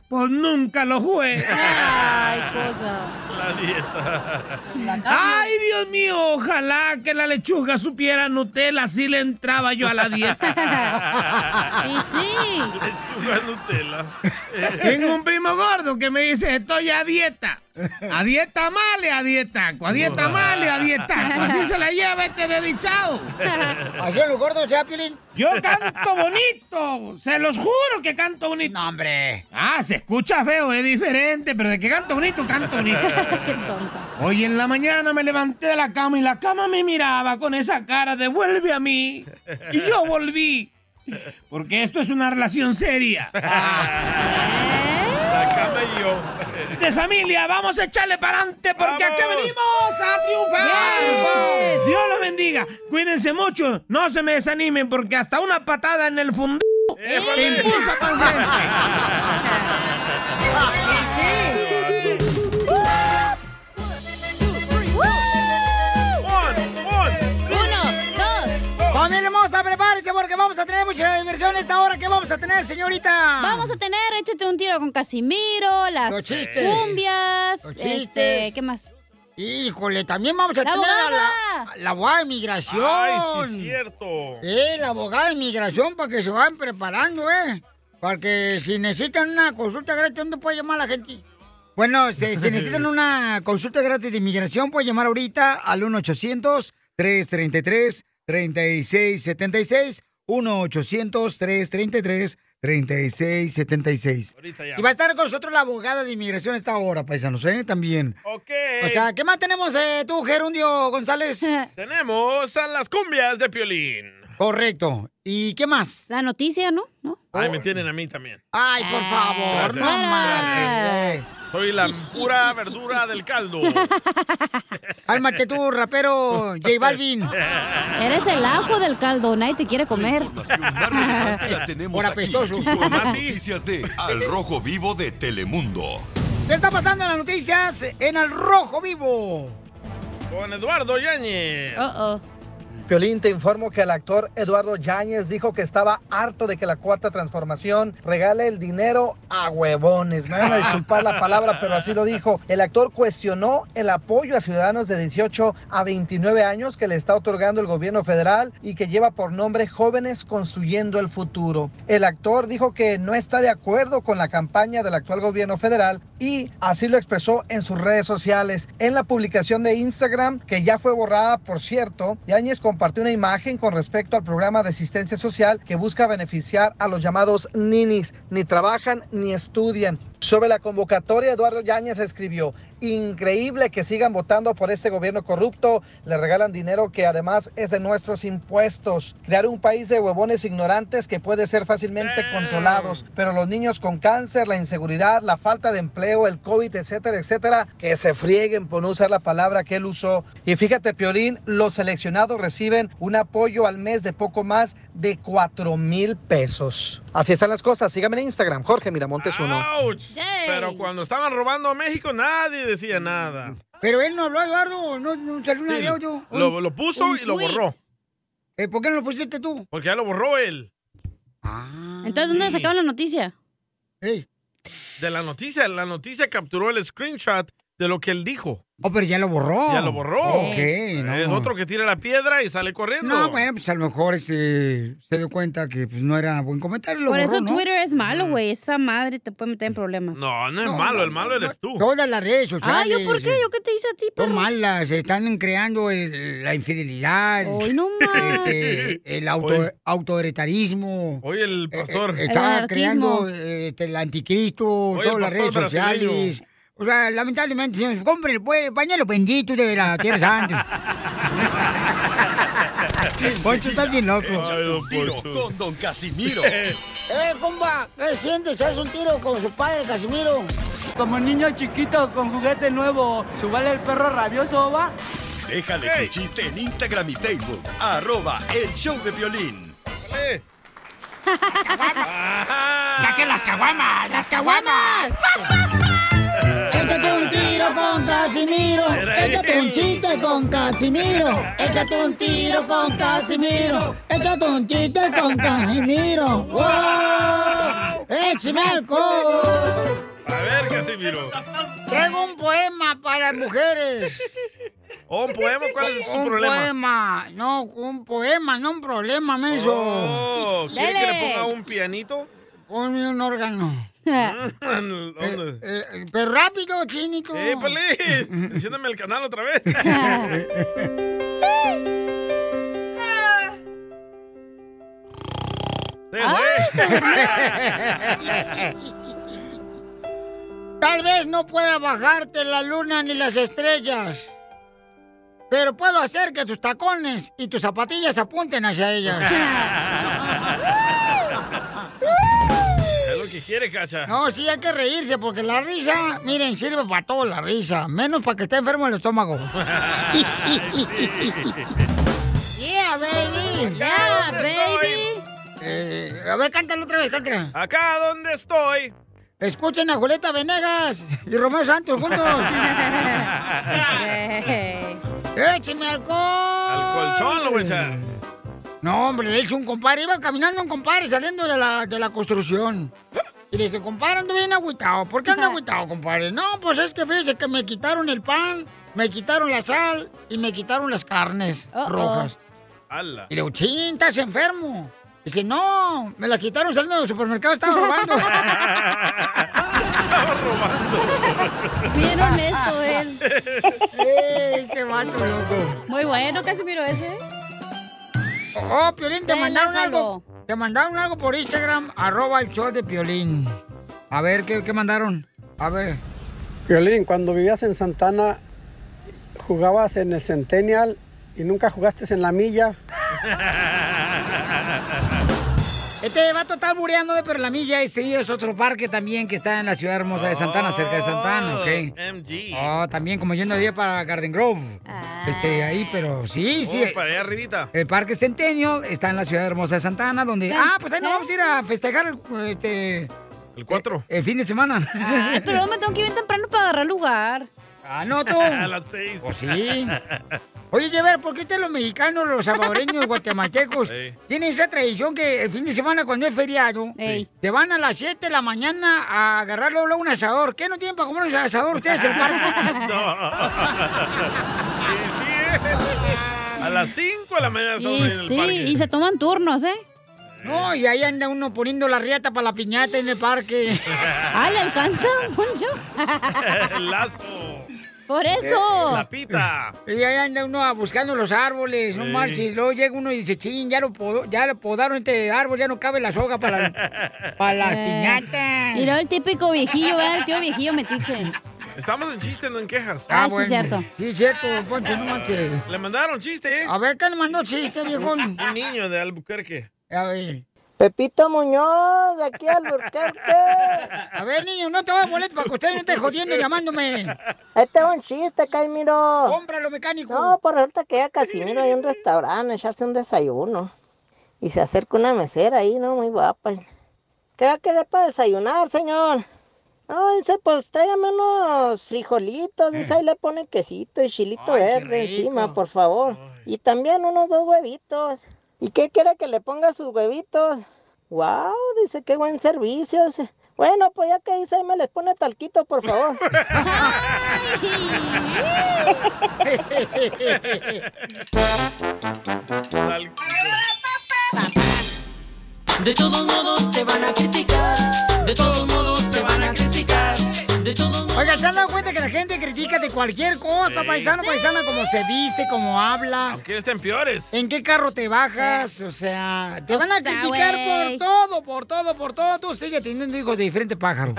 Speaker 10: pues nunca lo jugué.
Speaker 2: Ay, cosa.
Speaker 1: La dieta.
Speaker 10: Ay, Dios mío, ojalá que la lechuga supiera Nutella, así le entraba yo a la dieta.
Speaker 2: Y sí.
Speaker 1: Lechuga Nutella.
Speaker 10: Tengo un primo gordo que me dice, estoy a dieta. A dieta male, a dieta, a dieta male, a dieta. Así se la lleva este desdichado.
Speaker 3: Así es lo gordo, Chaplin.
Speaker 10: Yo canto bonito, se los juro que canto bonito. No,
Speaker 3: hombre.
Speaker 10: Ah, se escucha feo, es diferente, pero de que canto bonito, canto bonito.
Speaker 2: Qué tonta.
Speaker 10: Hoy en la mañana me levanté de la cama y la cama me miraba con esa cara de vuelve a mí. Y yo volví. Porque esto es una relación seria.
Speaker 1: La cama y yo.
Speaker 10: Entonces, familia, vamos a echarle para adelante porque aquí venimos a triunfar. Dios los bendiga. Cuídense mucho. No se me desanimen porque hasta una patada en el fundillo te impulsa para
Speaker 3: ¡Uh! Familia hermosa, prepárense porque vamos a tener mucha diversión esta hora. ¿Qué vamos a tener, señorita?
Speaker 2: Vamos a tener, échate un tiro con Casimiro, las
Speaker 3: Los chistes.
Speaker 2: cumbias,
Speaker 3: Los chistes.
Speaker 2: este, ¿qué más?
Speaker 3: Híjole, también vamos a
Speaker 1: ¡La
Speaker 3: tener a
Speaker 1: abogada!
Speaker 3: la, a la abogada de migración.
Speaker 1: Ay, sí, es cierto.
Speaker 3: Eh, la abogada de migración para que se vayan preparando, ¿eh? Para que si necesitan una consulta gratis, ¿dónde puede llamar la gente? Bueno, si, si necesitan una consulta gratis de inmigración, puede llamar ahorita al 1-800-333-3676. 1-800-333-3676.
Speaker 1: Ahorita ya.
Speaker 3: Y va a estar con nosotros la abogada de inmigración a esta hora, paisanos, ¿eh? También.
Speaker 1: Ok.
Speaker 3: O sea, ¿qué más tenemos eh, tú, Gerundio González?
Speaker 1: Tenemos a las cumbias de Piolín.
Speaker 3: Correcto. ¿Y qué más?
Speaker 2: La noticia, ¿no? ¿No?
Speaker 1: Ay, me tienen a mí también.
Speaker 3: Oh. Ay, por favor,
Speaker 1: Gracias,
Speaker 3: no marches.
Speaker 1: gracias. Soy la pura verdura del caldo.
Speaker 3: Álmate tú, rapero J Balvin.
Speaker 2: Eres el ajo del caldo, nadie te quiere comer.
Speaker 5: La tenemos aquí con las noticias de Al Rojo Vivo de Telemundo.
Speaker 3: ¿Qué está pasando en las noticias en el Rojo Vivo?
Speaker 1: Con Eduardo Yáñez.
Speaker 6: Piolín, te informo que el actor Eduardo Yáñez dijo que estaba harto de que la cuarta transformación regale el dinero a huevones. Me van a disculpar la palabra, pero así lo dijo. El actor cuestionó el apoyo a ciudadanos de 18 a 29 años que le está otorgando el gobierno federal y que lleva por nombre Jóvenes Construyendo el Futuro. El actor dijo que no está de acuerdo con la campaña del actual gobierno federal y así lo expresó en sus redes sociales. En la publicación de Instagram, que ya fue borrada, por cierto, Yáñez compartió una imagen con respecto al programa de asistencia social que busca beneficiar a los llamados ninis, ni trabajan ni estudian. Sobre la convocatoria, Eduardo Yáñez escribió, increíble que sigan votando por este gobierno corrupto, le regalan dinero que además es de nuestros impuestos, crear un país de huevones ignorantes que puede ser fácilmente controlados, pero los niños con cáncer, la inseguridad, la falta de empleo, el COVID, etcétera, etcétera, que se frieguen por no usar la palabra que él usó. Y fíjate, Piolín, los seleccionados reciben un apoyo al mes de poco más de 4 mil pesos. Así están las cosas, síganme en Instagram, Jorge Miramontes uno.
Speaker 1: Ouch. Pero cuando estaban robando a México, nadie decía nada.
Speaker 3: Pero él no habló, Eduardo, no, no salió nada de audio.
Speaker 1: Lo, lo puso
Speaker 3: un
Speaker 1: y lo
Speaker 3: tweet.
Speaker 1: borró.
Speaker 3: Eh, ¿Por qué no lo pusiste tú?
Speaker 1: Porque ya lo borró él.
Speaker 3: Ah.
Speaker 2: Entonces, ¿dónde sacaron la noticia?
Speaker 1: De la noticia. La noticia capturó el screenshot de lo que él dijo.
Speaker 3: Oh, pero ya lo borró.
Speaker 1: Ya lo borró.
Speaker 3: Ok, no.
Speaker 1: Es otro que tira la piedra y sale corriendo.
Speaker 3: No, bueno, pues a lo mejor este, se dio cuenta que pues, no era buen comentario. Lo
Speaker 2: Por
Speaker 3: borró,
Speaker 2: eso
Speaker 3: ¿no?
Speaker 2: Twitter es malo, güey. Esa madre te puede meter en problemas.
Speaker 1: No, no es malo, el malo eres Pues tú.
Speaker 3: Todas las redes sociales.
Speaker 2: Ah, ¿yo por qué? ¿Yo qué te hice a ti,
Speaker 3: Son
Speaker 2: perro?
Speaker 3: malas, están creando el- la infidelidad.
Speaker 2: Hoy no más.
Speaker 3: este, el auto,
Speaker 1: Hoy-
Speaker 3: autoheritarismo.
Speaker 1: Hoy el pastor.
Speaker 3: Eh, está
Speaker 1: El
Speaker 3: creando
Speaker 1: anarquismo.
Speaker 3: eh, este, el anticristo,
Speaker 1: el
Speaker 3: todas las redes
Speaker 1: pastor brasileño.
Speaker 3: sociales. O sea, lamentablemente, señores, compren pues, pañuelo bendito de la Tierra Santa. Poncho, estás bien loco.
Speaker 5: Échate un tiro con Don Casimiro.
Speaker 3: ¡Eh, comba! ¿Qué sientes? ¿Haz un tiro con su padre, Casimiro?
Speaker 9: Como niño chiquito con juguete nuevo, ¿subale el perro rabioso va?
Speaker 5: Déjale tu chiste en Instagram y Facebook. Arroba El Show de Violín.
Speaker 3: ¡Saquen las caguamas! ¡Las caguamas! Échate un tiro con Casimiro. Échate un chiste con Casimiro. Échate un tiro con Casimiro. Échate un chiste con Casimiro. ¡Wow! ¡Échame alcohol!
Speaker 1: A ver, Casimiro.
Speaker 3: Traigo un poema para las mujeres.
Speaker 1: Oh, ¿Un poema? ¿Cuál es su
Speaker 3: un
Speaker 1: problema?
Speaker 3: poema. No, un poema, no un problema, menso.
Speaker 1: Oh, ¿Quiere que le ponga un Ah. pianito?
Speaker 3: Ponme un órgano.
Speaker 1: ¿Dónde?
Speaker 3: Eh, eh, pero rápido, chinito.
Speaker 1: ¡Eh, Pelín! Enciéndeme el canal otra vez.
Speaker 3: Tal vez no pueda bajarte la luna ni las estrellas, pero puedo hacer que tus tacones y tus zapatillas apunten hacia ellas.
Speaker 1: es lo que quiere, cacha.
Speaker 3: No, sí, hay que reírse porque la risa, miren, sirve para todo la risa, menos para que esté enfermo el estómago. Yeah, baby.
Speaker 1: Yeah, baby.
Speaker 3: Eh, a ver, cántalo otra vez, cántala.
Speaker 1: Acá donde estoy.
Speaker 3: Escuchen a Julieta Venegas y Romeo Santos juntos. ¡Écheme alcohol!
Speaker 1: Colchón lo voy a echar.
Speaker 3: No, hombre, le hizo un compadre. Iba caminando un compadre saliendo de la, de la construcción. Y Dice, compadre, ando bien agüitado. ¿Por qué ando agüitado, compadre? No, pues es que fíjese que me quitaron el pan, me quitaron la sal y me quitaron las carnes
Speaker 2: Oh,
Speaker 1: Uh-oh.
Speaker 3: rojas.
Speaker 1: ¡Hala!
Speaker 3: Y le digo, chin, estás enfermo. Dice, no, me la quitaron saliendo del supermercado, estaba robando.
Speaker 2: Bien honesto él.
Speaker 3: ¡Ey, qué vato, loco!
Speaker 2: Muy bueno, Casimiro ese.
Speaker 3: Oh, Piolín, te
Speaker 2: Relájalo.
Speaker 3: mandaron algo. Te mandaron algo por Instagram, arroba el show de Piolín. A ver, ¿qué, qué mandaron? A ver.
Speaker 13: Violín, cuando vivías en Santana, jugabas en el Centennial y nunca jugaste en la milla.
Speaker 3: Este vato está albureándome, pero la milla ese es otro parque también que está en la ciudad hermosa de Santana, cerca de Santana, ¿ok?
Speaker 1: MG.
Speaker 3: Oh, también como yendo día para Garden Grove.
Speaker 2: Ah.
Speaker 3: Este, ahí, pero sí, sí.
Speaker 1: Oh, para allá arribita.
Speaker 3: El Parque Centenio está en la ciudad hermosa de Santana, donde... Ah, pues ahí nos vamos a ir a festejar el, este... eh,
Speaker 1: El 4.
Speaker 3: El, fin de semana.
Speaker 2: Ay, Ah, pero yo me tengo que ir bien temprano para agarrar lugar.
Speaker 3: Ah, no, tú.
Speaker 1: A las 6.
Speaker 3: Pues sí. Oye, Llever, ¿por qué ustedes los mexicanos, los salvadoreños, guatemaltecos,
Speaker 1: Ey.
Speaker 3: tienen esa tradición que el fin de semana cuando es feriado,
Speaker 1: Ey.
Speaker 3: te van a las 7 de la mañana a agarrar luego, luego un asador? ¿Qué no tienen para comer un asador ustedes en el parque?
Speaker 1: A las 5 de la mañana estamos
Speaker 2: Y
Speaker 1: en el
Speaker 2: sí,
Speaker 1: parque.
Speaker 2: y se toman turnos, ¿eh?
Speaker 3: No, y ahí anda uno poniendo la riata para la piñata en el parque.
Speaker 2: Ah, ¿le alcanza, Poncho?
Speaker 1: El lazo.
Speaker 2: Por eso.
Speaker 1: Eh, La pita.
Speaker 3: Y ahí anda uno buscando los árboles, no
Speaker 1: Sí.
Speaker 3: marches. Y luego llega uno y dice, ching, ya lo, podó- ya lo podaron este árbol, ya no cabe la soga para la, para la
Speaker 2: Eh,
Speaker 3: piñata.
Speaker 2: Y luego el típico viejillo, ¿verdad? El tío viejillo metiche.
Speaker 1: Estamos en chiste, no en quejas.
Speaker 2: Ah, sí, cierto.
Speaker 3: Sí, cierto, don Poncho, no manches.
Speaker 1: Le mandaron chiste, ¿eh?
Speaker 3: A ver, ¿qué le mandó chiste, viejón?
Speaker 1: Un niño de Albuquerque.
Speaker 3: A ver.
Speaker 14: Pepito Muñoz, de aquí al Burquerque.
Speaker 3: A ver, niño, no te voy a molestar para que usted no esté jodiendo y llamándome.
Speaker 14: Este es un chiste, Caimiro.
Speaker 3: Cómpralo, mecánico.
Speaker 14: No, por ahorita que ya Casimiro hay un restaurante, a echarse un desayuno. Y se acerca una mesera ahí, ¿no? Muy guapa. ¿Qué va a querer para desayunar, señor? No, dice, pues tráigame unos frijolitos. Dice, ahí le pone quesito y chilito verde encima, por favor. Y también unos dos huevitos. ¿Y qué quiere que le ponga a sus huevitos? ¡Wow! Dice, qué buen servicio. Dice, Bueno, pues ya que dice, ahí me les pone talquito, por favor.
Speaker 16: De todos modos te van a criticar. De todos modos te van a criticar. De todos
Speaker 3: Oiga, ¿se han dado cuenta que la gente critica de cualquier cosa,
Speaker 1: Sí.
Speaker 3: paisano, paisana, como se viste, como habla,
Speaker 1: Aunque estén peores.
Speaker 3: en qué carro te
Speaker 2: Eh.
Speaker 3: bajas? O sea, te
Speaker 1: O
Speaker 3: van a
Speaker 1: sea,
Speaker 3: criticar
Speaker 1: güey.
Speaker 3: por todo, por todo, por todo. Tú sigue teniendo hijos de diferente pájaro.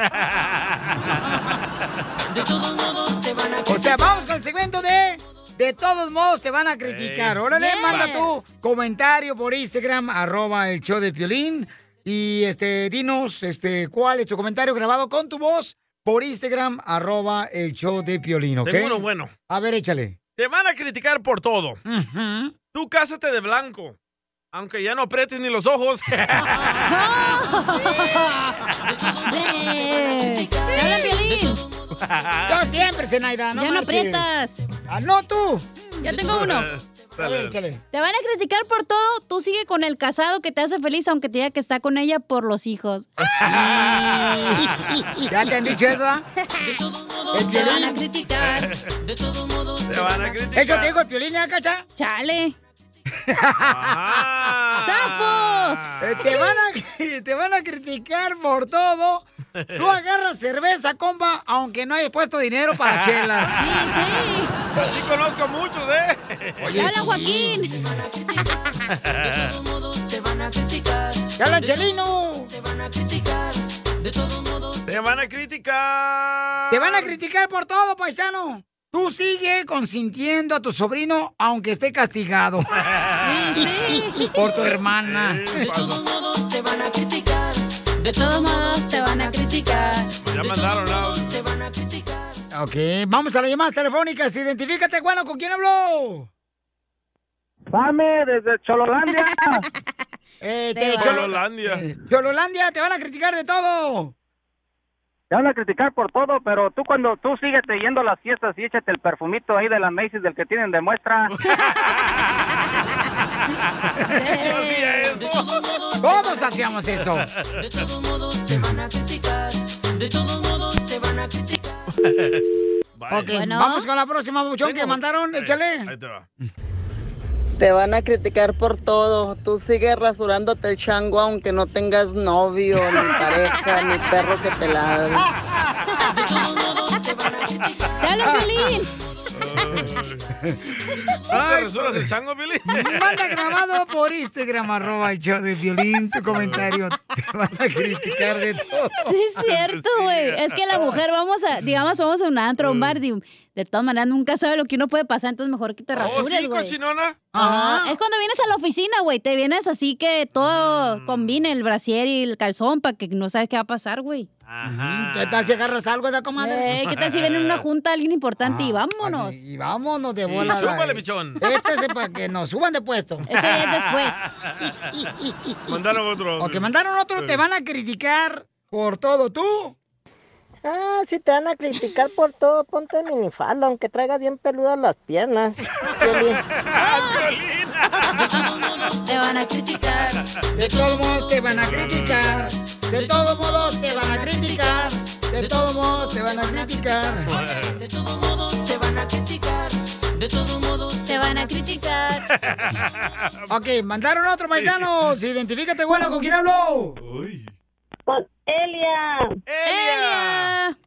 Speaker 3: O sea, vamos con el segmento de... De todos modos te van a criticar.
Speaker 16: Ey.
Speaker 3: Órale,
Speaker 16: Yes.
Speaker 3: manda tu comentario por Instagram, arroba el show de Piolín. Y este, dinos este, cuál es tu comentario grabado con tu voz por Instagram, arroba el show de Piolín, ¿ok?
Speaker 1: Tengo uno bueno.
Speaker 3: A ver, échale.
Speaker 1: Te van a criticar por todo. Tú cásate de blanco. Aunque ya no aprietes ni los ojos.
Speaker 2: Eh, ¿te hablan, Piolín?
Speaker 1: Ah.
Speaker 3: Yo siempre, Zenaida, no
Speaker 2: Ya no
Speaker 3: marches.
Speaker 2: aprietas.
Speaker 3: Ah, no, tú.
Speaker 2: Ya tengo uno.
Speaker 3: A ver, échale.
Speaker 2: Te van a criticar por todo, tú sigue con el casado que te hace feliz aunque te diga que está con ella por los hijos.
Speaker 3: ¿Ya te han dicho eso? ah?
Speaker 16: modos te van a criticar. De todos modos te van a criticar.
Speaker 3: Eso te digo el piolín, ¿eh, cacha?
Speaker 2: Chale.
Speaker 1: Ah.
Speaker 3: Eh, Te van, a, te van a criticar por todo. Tú agarras cerveza, compa, aunque no hayas puesto dinero para chelas.
Speaker 2: Sí, sí.
Speaker 1: Sí conozco a muchos, ¿eh?
Speaker 3: Oye, Hola, sí. Joaquín.
Speaker 16: Te van a criticar.
Speaker 3: ¡Ya habla Chelino!
Speaker 16: Te van a criticar. De todos modos
Speaker 1: Te van a criticar.
Speaker 3: Te van a criticar por todo, paisano. Tú sigue consintiendo a tu sobrino, aunque esté castigado. Por tu hermana.
Speaker 16: modos te van a criticar. De todos modos te van a criticar.
Speaker 1: Ya mandaron, ¿no?
Speaker 16: Te van a criticar.
Speaker 3: Ok, vamos a las llamadas telefónicas. Identifícate, bueno, ¿con quién habló?
Speaker 23: Fame desde Chololandia.
Speaker 3: Eh,
Speaker 23: Te
Speaker 3: te,
Speaker 23: va.
Speaker 3: Cholo- Chololandia, te van a criticar de todo.
Speaker 23: Te van a criticar por todo, pero tú cuando tú síguete yendo a las fiestas y échate el perfumito ahí de la Macy's del que tienen de muestra.
Speaker 3: Todos hacíamos eso.
Speaker 16: De todos modos te van a criticar. De todos modos te van a criticar.
Speaker 3: Ok, vamos con la próxima, Buchón, que mandaron.
Speaker 2: Eh,
Speaker 3: Échale.
Speaker 14: Te van a criticar por todo. Tú sigues rasurándote el chango aunque no tengas novio, ni pareja, ni perro que te ladre.
Speaker 2: ¡Dale, Piolín!
Speaker 1: ¿No te resuelves
Speaker 2: pues,
Speaker 1: el chango, Billy?
Speaker 3: Manda grabado por Instagram, arroba el show de violín, tu comentario. Te vas a criticar de todo.
Speaker 2: Sí, es cierto, güey. Es que la mujer, vamos a, digamos, vamos a un antro,
Speaker 3: Mm.
Speaker 2: un bar, di- de todas maneras nunca sabe lo que uno puede pasar, entonces mejor
Speaker 3: Oh,
Speaker 2: que te rasures,
Speaker 1: Oh, sí,
Speaker 2: güey. Ah,
Speaker 1: cochinona?
Speaker 2: Ajá. Es cuando vienes a la oficina, güey, te vienes así que
Speaker 3: Mm.
Speaker 2: todo combine el brasier y el calzón para que no sabes qué va a pasar, güey.
Speaker 3: ¿Qué tal si agarras algo de comadre? Ah,
Speaker 2: Eh, ¿Qué tal si viene en una junta alguien importante y vámonos?
Speaker 3: Y vámonos de
Speaker 2: Sí,
Speaker 3: bola.
Speaker 1: chúpale, pichón.
Speaker 3: Este es para que nos suban de puesto.
Speaker 2: Eso ya es después.
Speaker 1: Mandaron otro.
Speaker 3: O que mandaron otro, te van a criticar por todo tú.
Speaker 14: Ah, si te van a criticar por todo, ponte minifalda, aunque traiga bien peludas las piernas. Piolín.
Speaker 2: Te van a criticar.
Speaker 3: De todos modos te van a criticar. De todos modos te van a criticar. De todos modos te van a criticar.
Speaker 16: De todos modos te van a criticar. De todos modos
Speaker 2: te van a criticar.
Speaker 3: Ok, mandaron otro, paisanos. Identifícate, bueno, ¿con quién habló?
Speaker 18: Con Elia.
Speaker 3: Elia.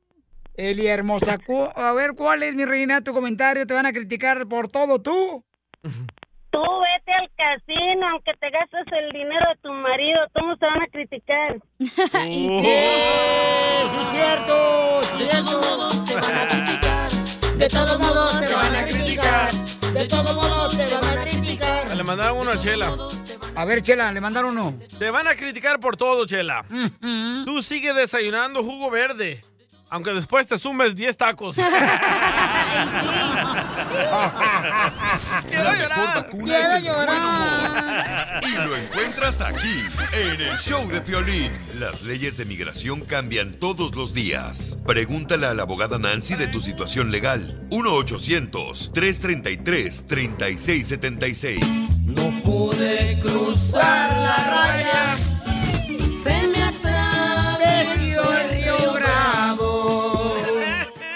Speaker 3: Elia hermosa. cu- A ver, ¿cuál es mi reina? Tu comentario te van a criticar por todo tú.
Speaker 18: Tú vete al casino, aunque te gastes el dinero de tu marido, todos te van a criticar.
Speaker 16: sí.
Speaker 3: sí, es cierto,
Speaker 16: De todos modos te van a criticar. De todos modos te van a criticar.
Speaker 3: De todos modos te van a criticar.
Speaker 1: Le mandaron uno a Chela.
Speaker 3: A ver, Chela, le mandaron uno.
Speaker 1: Te van a criticar por todo, Chela. Tú sigue desayunando jugo verde. Aunque después te sumes 10 tacos.
Speaker 5: La mejor vacuna
Speaker 16: Quiero
Speaker 5: es el
Speaker 16: llorar.
Speaker 5: buen humor. Y lo encuentras aquí, en el show de Piolín. Las leyes de migración cambian todos los días. Pregúntale a la abogada Nancy de tu situación legal. 1-800-333-3676. No pude
Speaker 16: cruzar la
Speaker 3: raya.
Speaker 16: Se me atravesó el río Bravo.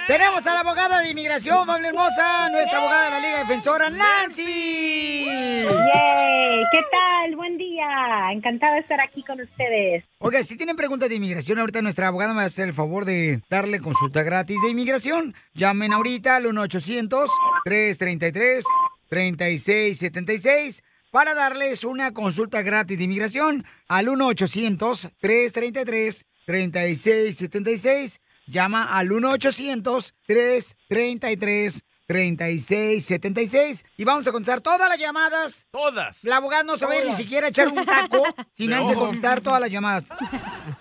Speaker 3: Tenemos a la abogada de inmigración, Pablo Hermosa, nuestra abogada de la Liga Defensora, Nancy.
Speaker 15: Yay, ¿Qué tal? Buen día. Encantada de estar aquí con ustedes.
Speaker 3: Oiga, si tienen preguntas de inmigración, ahorita nuestra abogada me va a hacer el favor de darle consulta gratis de inmigración. Llamen ahorita al 1-800-333-3676 para darles una consulta gratis de inmigración al 1-800-333-3676. Llama al 1-800-333-3676 y vamos a contestar todas las llamadas.
Speaker 1: Todas.
Speaker 3: La abogada no se va a ir ni siquiera a echar un taco sin
Speaker 16: De
Speaker 3: antes
Speaker 16: ojo.
Speaker 3: contestar todas las llamadas.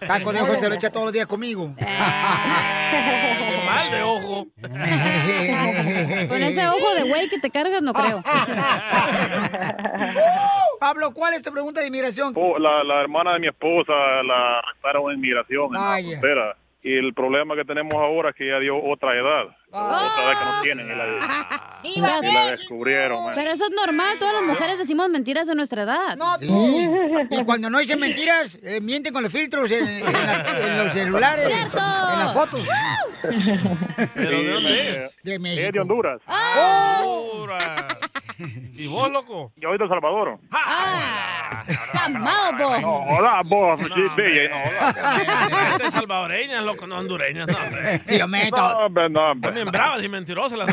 Speaker 3: Taco de ojo se lo echa todos los días conmigo.
Speaker 1: Mal de ojo.
Speaker 2: Eh, Con ese ojo de güey que te cargas, no creo.
Speaker 3: Pablo, ¿cuál es tu pregunta de inmigración?
Speaker 1: Oh.
Speaker 24: espo- la, la hermana de mi esposa la arrestaron en migración en la
Speaker 3: Vaya.
Speaker 24: frontera. Y el problema que tenemos ahora es que ella dio otra edad. Otra edad que no tienen y la,
Speaker 2: ¡Viva
Speaker 24: y la descubrieron. man.
Speaker 2: Pero eso es normal, todas las mujeres decimos mentiras a nuestra edad.
Speaker 3: No, Y cuando no dicen mentiras, eh, mienten con los filtros en, en la- en los celulares,
Speaker 16: ¡Cierto!
Speaker 3: en las fotos.
Speaker 1: ¿Pero de dónde es?
Speaker 3: De
Speaker 24: Ella es de Honduras.
Speaker 1: ¿Y vos, loco? Ah.
Speaker 24: Yo soy de El Salvador.
Speaker 2: Ah, ¡Camado,
Speaker 24: No, hola, vos, sí, bella, no,
Speaker 1: Este es salvadoreña, loco, no hondureñas, no, hombre.
Speaker 3: Sí, yo meto. No,
Speaker 24: hombre, no,
Speaker 1: También bravas y mentirosas las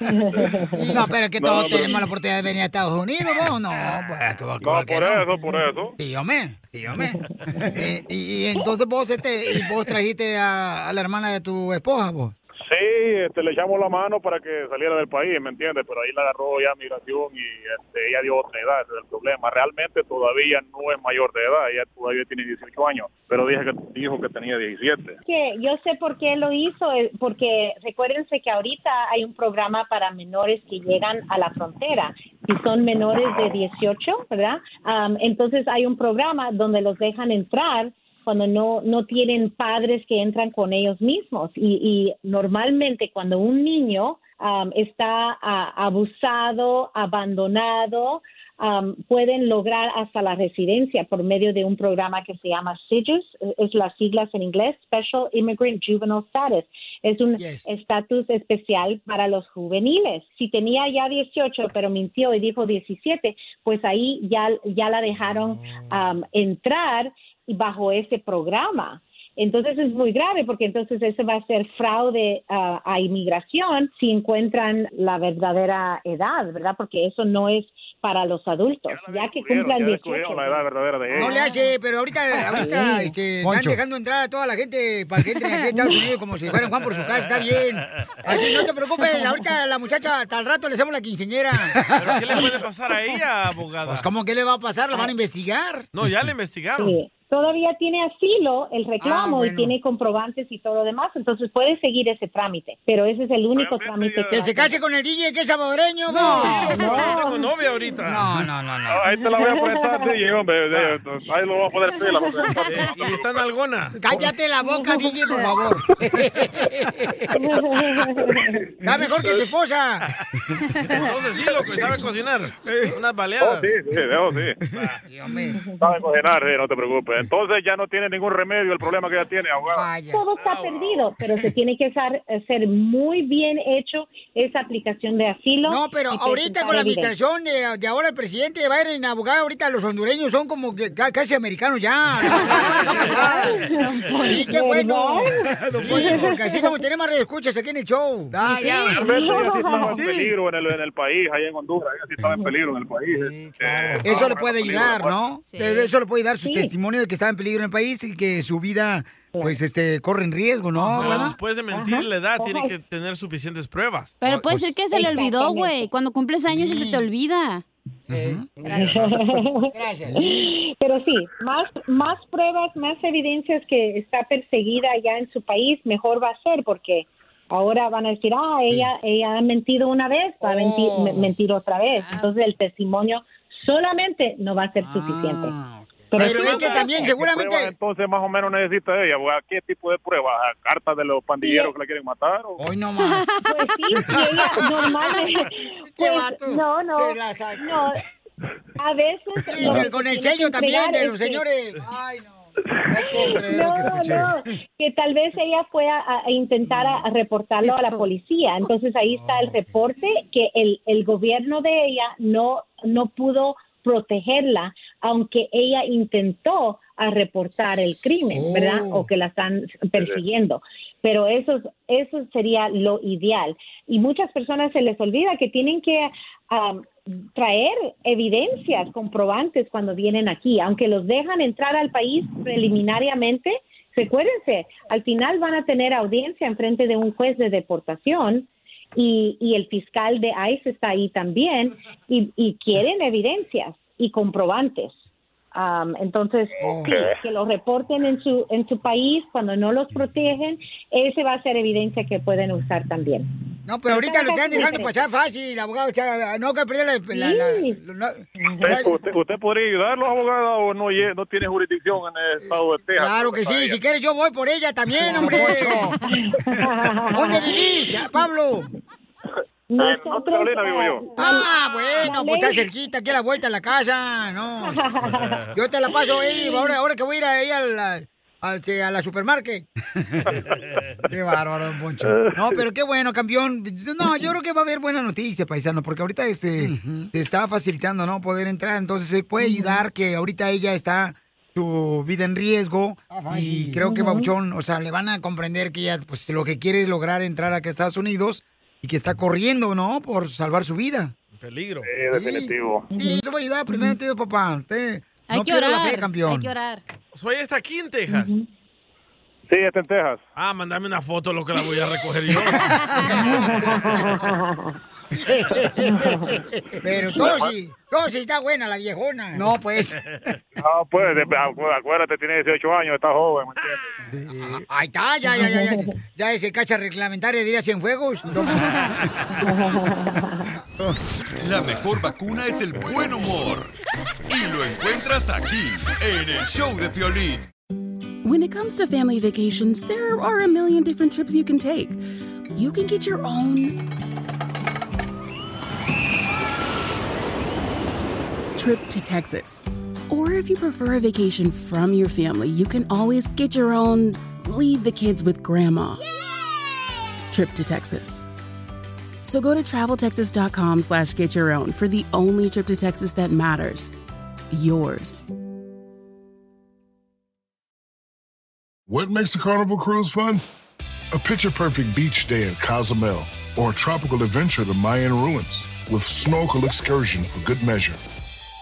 Speaker 1: hondureñas.
Speaker 3: No, pero es que
Speaker 1: No,
Speaker 3: todos
Speaker 1: pero-
Speaker 3: tenemos la oportunidad de venir a Estados Unidos, ¿no? No, pues, que- que-
Speaker 24: No,
Speaker 3: que
Speaker 24: por
Speaker 3: no.
Speaker 24: eso, por eso.
Speaker 3: Sí, hombre, sí, hombre. Eh, y, y entonces vos, este, y vos trajiste a, a la hermana de tu esposa, vos.
Speaker 24: Sí, este, le echamos la mano para que saliera del país, ¿me entiendes? Pero ahí la agarró ya migración y este, ella dio otra edad, ese es el problema. Realmente todavía no es mayor de edad, ella todavía tiene 18 años, pero dije que, dijo que tenía 17.
Speaker 15: Que yo sé por qué lo hizo, eh, porque recuérdense que ahorita hay un programa para menores que llegan a la frontera. Si son menores de 18, ¿verdad? Am, entonces hay un programa donde los dejan entrar cuando no, no tienen padres que entran con ellos mismos. Y, y normalmente cuando un niño um, está ah, abusado, abandonado, um, pueden lograr hasta la residencia por medio de un programa que se llama SIGIS, es las siglas en inglés, Special Immigrant Juvenile Status. Es un estatus especial para los juveniles. Si tenía ya 18, pero mintió y dijo 17, pues ahí ya, ya la dejaron
Speaker 24: Ah.
Speaker 15: um, entrar y bajo ese programa. Entonces es muy grave porque entonces eso va a ser fraude ah, a inmigración si encuentran la verdadera edad, ¿verdad? Porque eso no es para los adultos, ya que cumplan
Speaker 24: ya
Speaker 15: 18.
Speaker 24: descubrieron la edad verdadera
Speaker 1: Eh.
Speaker 24: de ellos.
Speaker 3: No le hace, pero ahorita, ahorita
Speaker 24: Sí.
Speaker 3: este, están
Speaker 24: Poncho.
Speaker 3: dejando entrar a toda la gente para que entren aquí a Estados Unidos como si fueran Juan por su casa, está bien. Así no te preocupes, ahorita la muchacha hasta el rato le hacemos la quinceñera.
Speaker 1: ¿Pero qué le puede pasar a ella, abogada?
Speaker 3: Pues, ¿cómo que le va a pasar? ¿La van a investigar?
Speaker 1: No, ya la investigaron.
Speaker 15: Sí. Todavía tiene asilo el reclamo
Speaker 3: Ah, bueno.
Speaker 15: y tiene comprobantes y todo lo demás, entonces puede seguir ese trámite, pero ese es el único trámite que
Speaker 3: Que
Speaker 15: va a
Speaker 3: se cache con el DJ que es salvadoreño. No,
Speaker 1: no. Tengo novia ahorita.
Speaker 3: No, no, no, no.
Speaker 24: Ah, Ahí te la voy a prestar, sí, hombre. de-
Speaker 3: Ah.
Speaker 24: Ahí lo voy a poner pila. porque-
Speaker 1: Y está en algona.
Speaker 3: Cállate la boca, DJ, por favor. Está mejor que tu esposa.
Speaker 1: Entonces sí, loco, y sabe cocinar. Unas
Speaker 24: Oh,
Speaker 1: baleadas.
Speaker 24: sí, sí, oh, sí. Sabe cocinar, sí, no te preocupes. Entonces ya no tiene ningún remedio el problema que ella tiene, abogado.
Speaker 15: Todo está perdido, pero se tiene que ser, ser muy bien hecho esa aplicación de asilo.
Speaker 3: No, pero
Speaker 15: y
Speaker 3: ahorita
Speaker 15: presentar
Speaker 3: con la
Speaker 15: evidencia.
Speaker 3: administración de, de ahora el presidente Biden, abogado, ahorita los hondureños son como que ca- casi americanos ya. y qué bueno.
Speaker 24: Don
Speaker 3: Sí,
Speaker 24: Poncho.
Speaker 3: porque así vamos a tener más escuchas aquí en el show.
Speaker 24: Ah,
Speaker 3: Sí.
Speaker 24: Realmente ella sí estaba en peligro en el, en el país, allá en Honduras. Ella sí estaba en peligro en el país. Eh,
Speaker 3: Eso
Speaker 24: estaba
Speaker 3: le
Speaker 24: en
Speaker 3: puede
Speaker 24: peligro,
Speaker 3: ayudar, ¿no? Eso le puede dar su
Speaker 24: Sí.
Speaker 3: testimonio de que estaba en peligro en el país y que su vida, pues, este, corre en riesgo, ¿no?
Speaker 1: Pero
Speaker 3: ¿Verdad?
Speaker 1: después de mentir la edad, tiene que tener suficientes pruebas.
Speaker 3: Ah,
Speaker 2: Pero
Speaker 3: pues,
Speaker 2: puede ser que se le olvidó, güey. Cuando cumples años y se te olvida.
Speaker 3: Gracias.
Speaker 15: Pero sí, más, más pruebas, más evidencias que está perseguida ya en su país, mejor va a ser porque ahora van a decir, ah, ella, ella ha mentido una vez, va a mentir, me- mentir otra vez. Entonces el testimonio solamente no va a ser suficiente. sí va a ser.
Speaker 24: ¿Qué pruebas entonces más o menos necesita ella? abogada? ¿Qué tipo de pruebas? ¿Cartas de los pandilleros que la quieren matar? o-
Speaker 3: Hoy no más.
Speaker 15: Pues sí, sí, ella normalmente.
Speaker 3: Este
Speaker 15: Pues,
Speaker 3: vato,
Speaker 15: no, no.
Speaker 3: te la saca.
Speaker 15: No. A veces.
Speaker 3: Y
Speaker 15: lo
Speaker 3: que
Speaker 15: que
Speaker 3: con el
Speaker 15: tiene que
Speaker 3: sello también de
Speaker 15: entregar es
Speaker 3: los
Speaker 15: que-
Speaker 3: señores. Ay, no. No puedo creer lo que escuché.
Speaker 15: No, no, que tal vez ella fue a, a intentar a- a reportarlo a la policía. Entonces ahí está el reporte que el, el gobierno de ella no, no pudo protegerla, aunque ella intentó a reportar el crimen, ¿verdad?
Speaker 3: Oh.
Speaker 15: O que la están persiguiendo. Pero eso, es- eso sería lo ideal. Y muchas personas se les olvida que tienen que um, traer evidencias comprobantes cuando vienen aquí, aunque los dejan entrar al país preliminariamente. Recuérdense, al final van a tener audiencia en frente de un juez de deportación y, y el fiscal de ICE está ahí también y, y quieren evidencias y comprobantes. Am, entonces, sí, que lo reporten en su, en su país, cuando no los protegen, ese va a ser evidencia que pueden usar también.
Speaker 3: No, pero ahorita lo están dejando
Speaker 15: Diferente.
Speaker 3: pasar fácil, abogado. o sea, no que perder la... la, la- la-
Speaker 24: ¿Usted, usted, usted podría ayudarlos, abogado, o no, lle- no tiene jurisdicción en el estado de Texas?
Speaker 3: Claro que sí, si quieres yo voy por ella también, hombre. ¿Dónde vivís, ah, Pablo?
Speaker 24: Norte Nosotros, Carolina vivo yo.
Speaker 3: Ah, bueno, pues está cerquita, aquí a la vuelta a la casa, no. Yo te la paso ahí, ahora, ahora que voy a ir ahí al, al- al- a la supermarket. Qué bárbaro, don Poncho. No, pero qué bueno, campeón. No, yo creo que va a haber buena noticia, paisano, porque ahorita este te está facilitando, ¿no? Poder entrar, entonces se puede ayudar que ahorita ella está tu vida en riesgo y creo que
Speaker 6: Ujú.
Speaker 3: Bauchón, o sea, le van a comprender que ella pues lo que quiere es lograr entrar acá a Estados Unidos y que está corriendo, ¿no? Por salvar su vida.
Speaker 1: Peligro.
Speaker 24: Sí, definitivo.
Speaker 3: Y eso va a ayudar primero, tío, papá. Usted no pierda la fe, campeón.
Speaker 2: orar.
Speaker 1: Soy esta aquí en Texas.
Speaker 24: Sí, está en Texas.
Speaker 1: Ah, mandame una foto, lo que la voy a recoger yo.
Speaker 3: Pero todo sí, todo sí está buena la viejona. No, pues.
Speaker 24: No, pues, de- acu- acuérdate, tiene 18 años, está joven, ¿me entiendes?
Speaker 3: Ahí está, ya, ya, ya, ya. Ya ese cacha reglamentaria diría Cienfuegos.
Speaker 5: La mejor vacuna es el buen humor. Y lo encuentras aquí, en el show de Piolín.
Speaker 12: When it comes to family vacations, there are a million different trips you can take. You can get your own trip to Texas. Or if you prefer a vacation from your family, you can always get your own leave the kids with grandma trip to Texas. So go to traveltexas.com slash get your own for the only trip to Texas that matters. Yours.
Speaker 22: What makes a carnival cruise fun? A picture perfect beach day in Cozumel or a tropical adventure to Mayan ruins with snorkel excursion for good measure.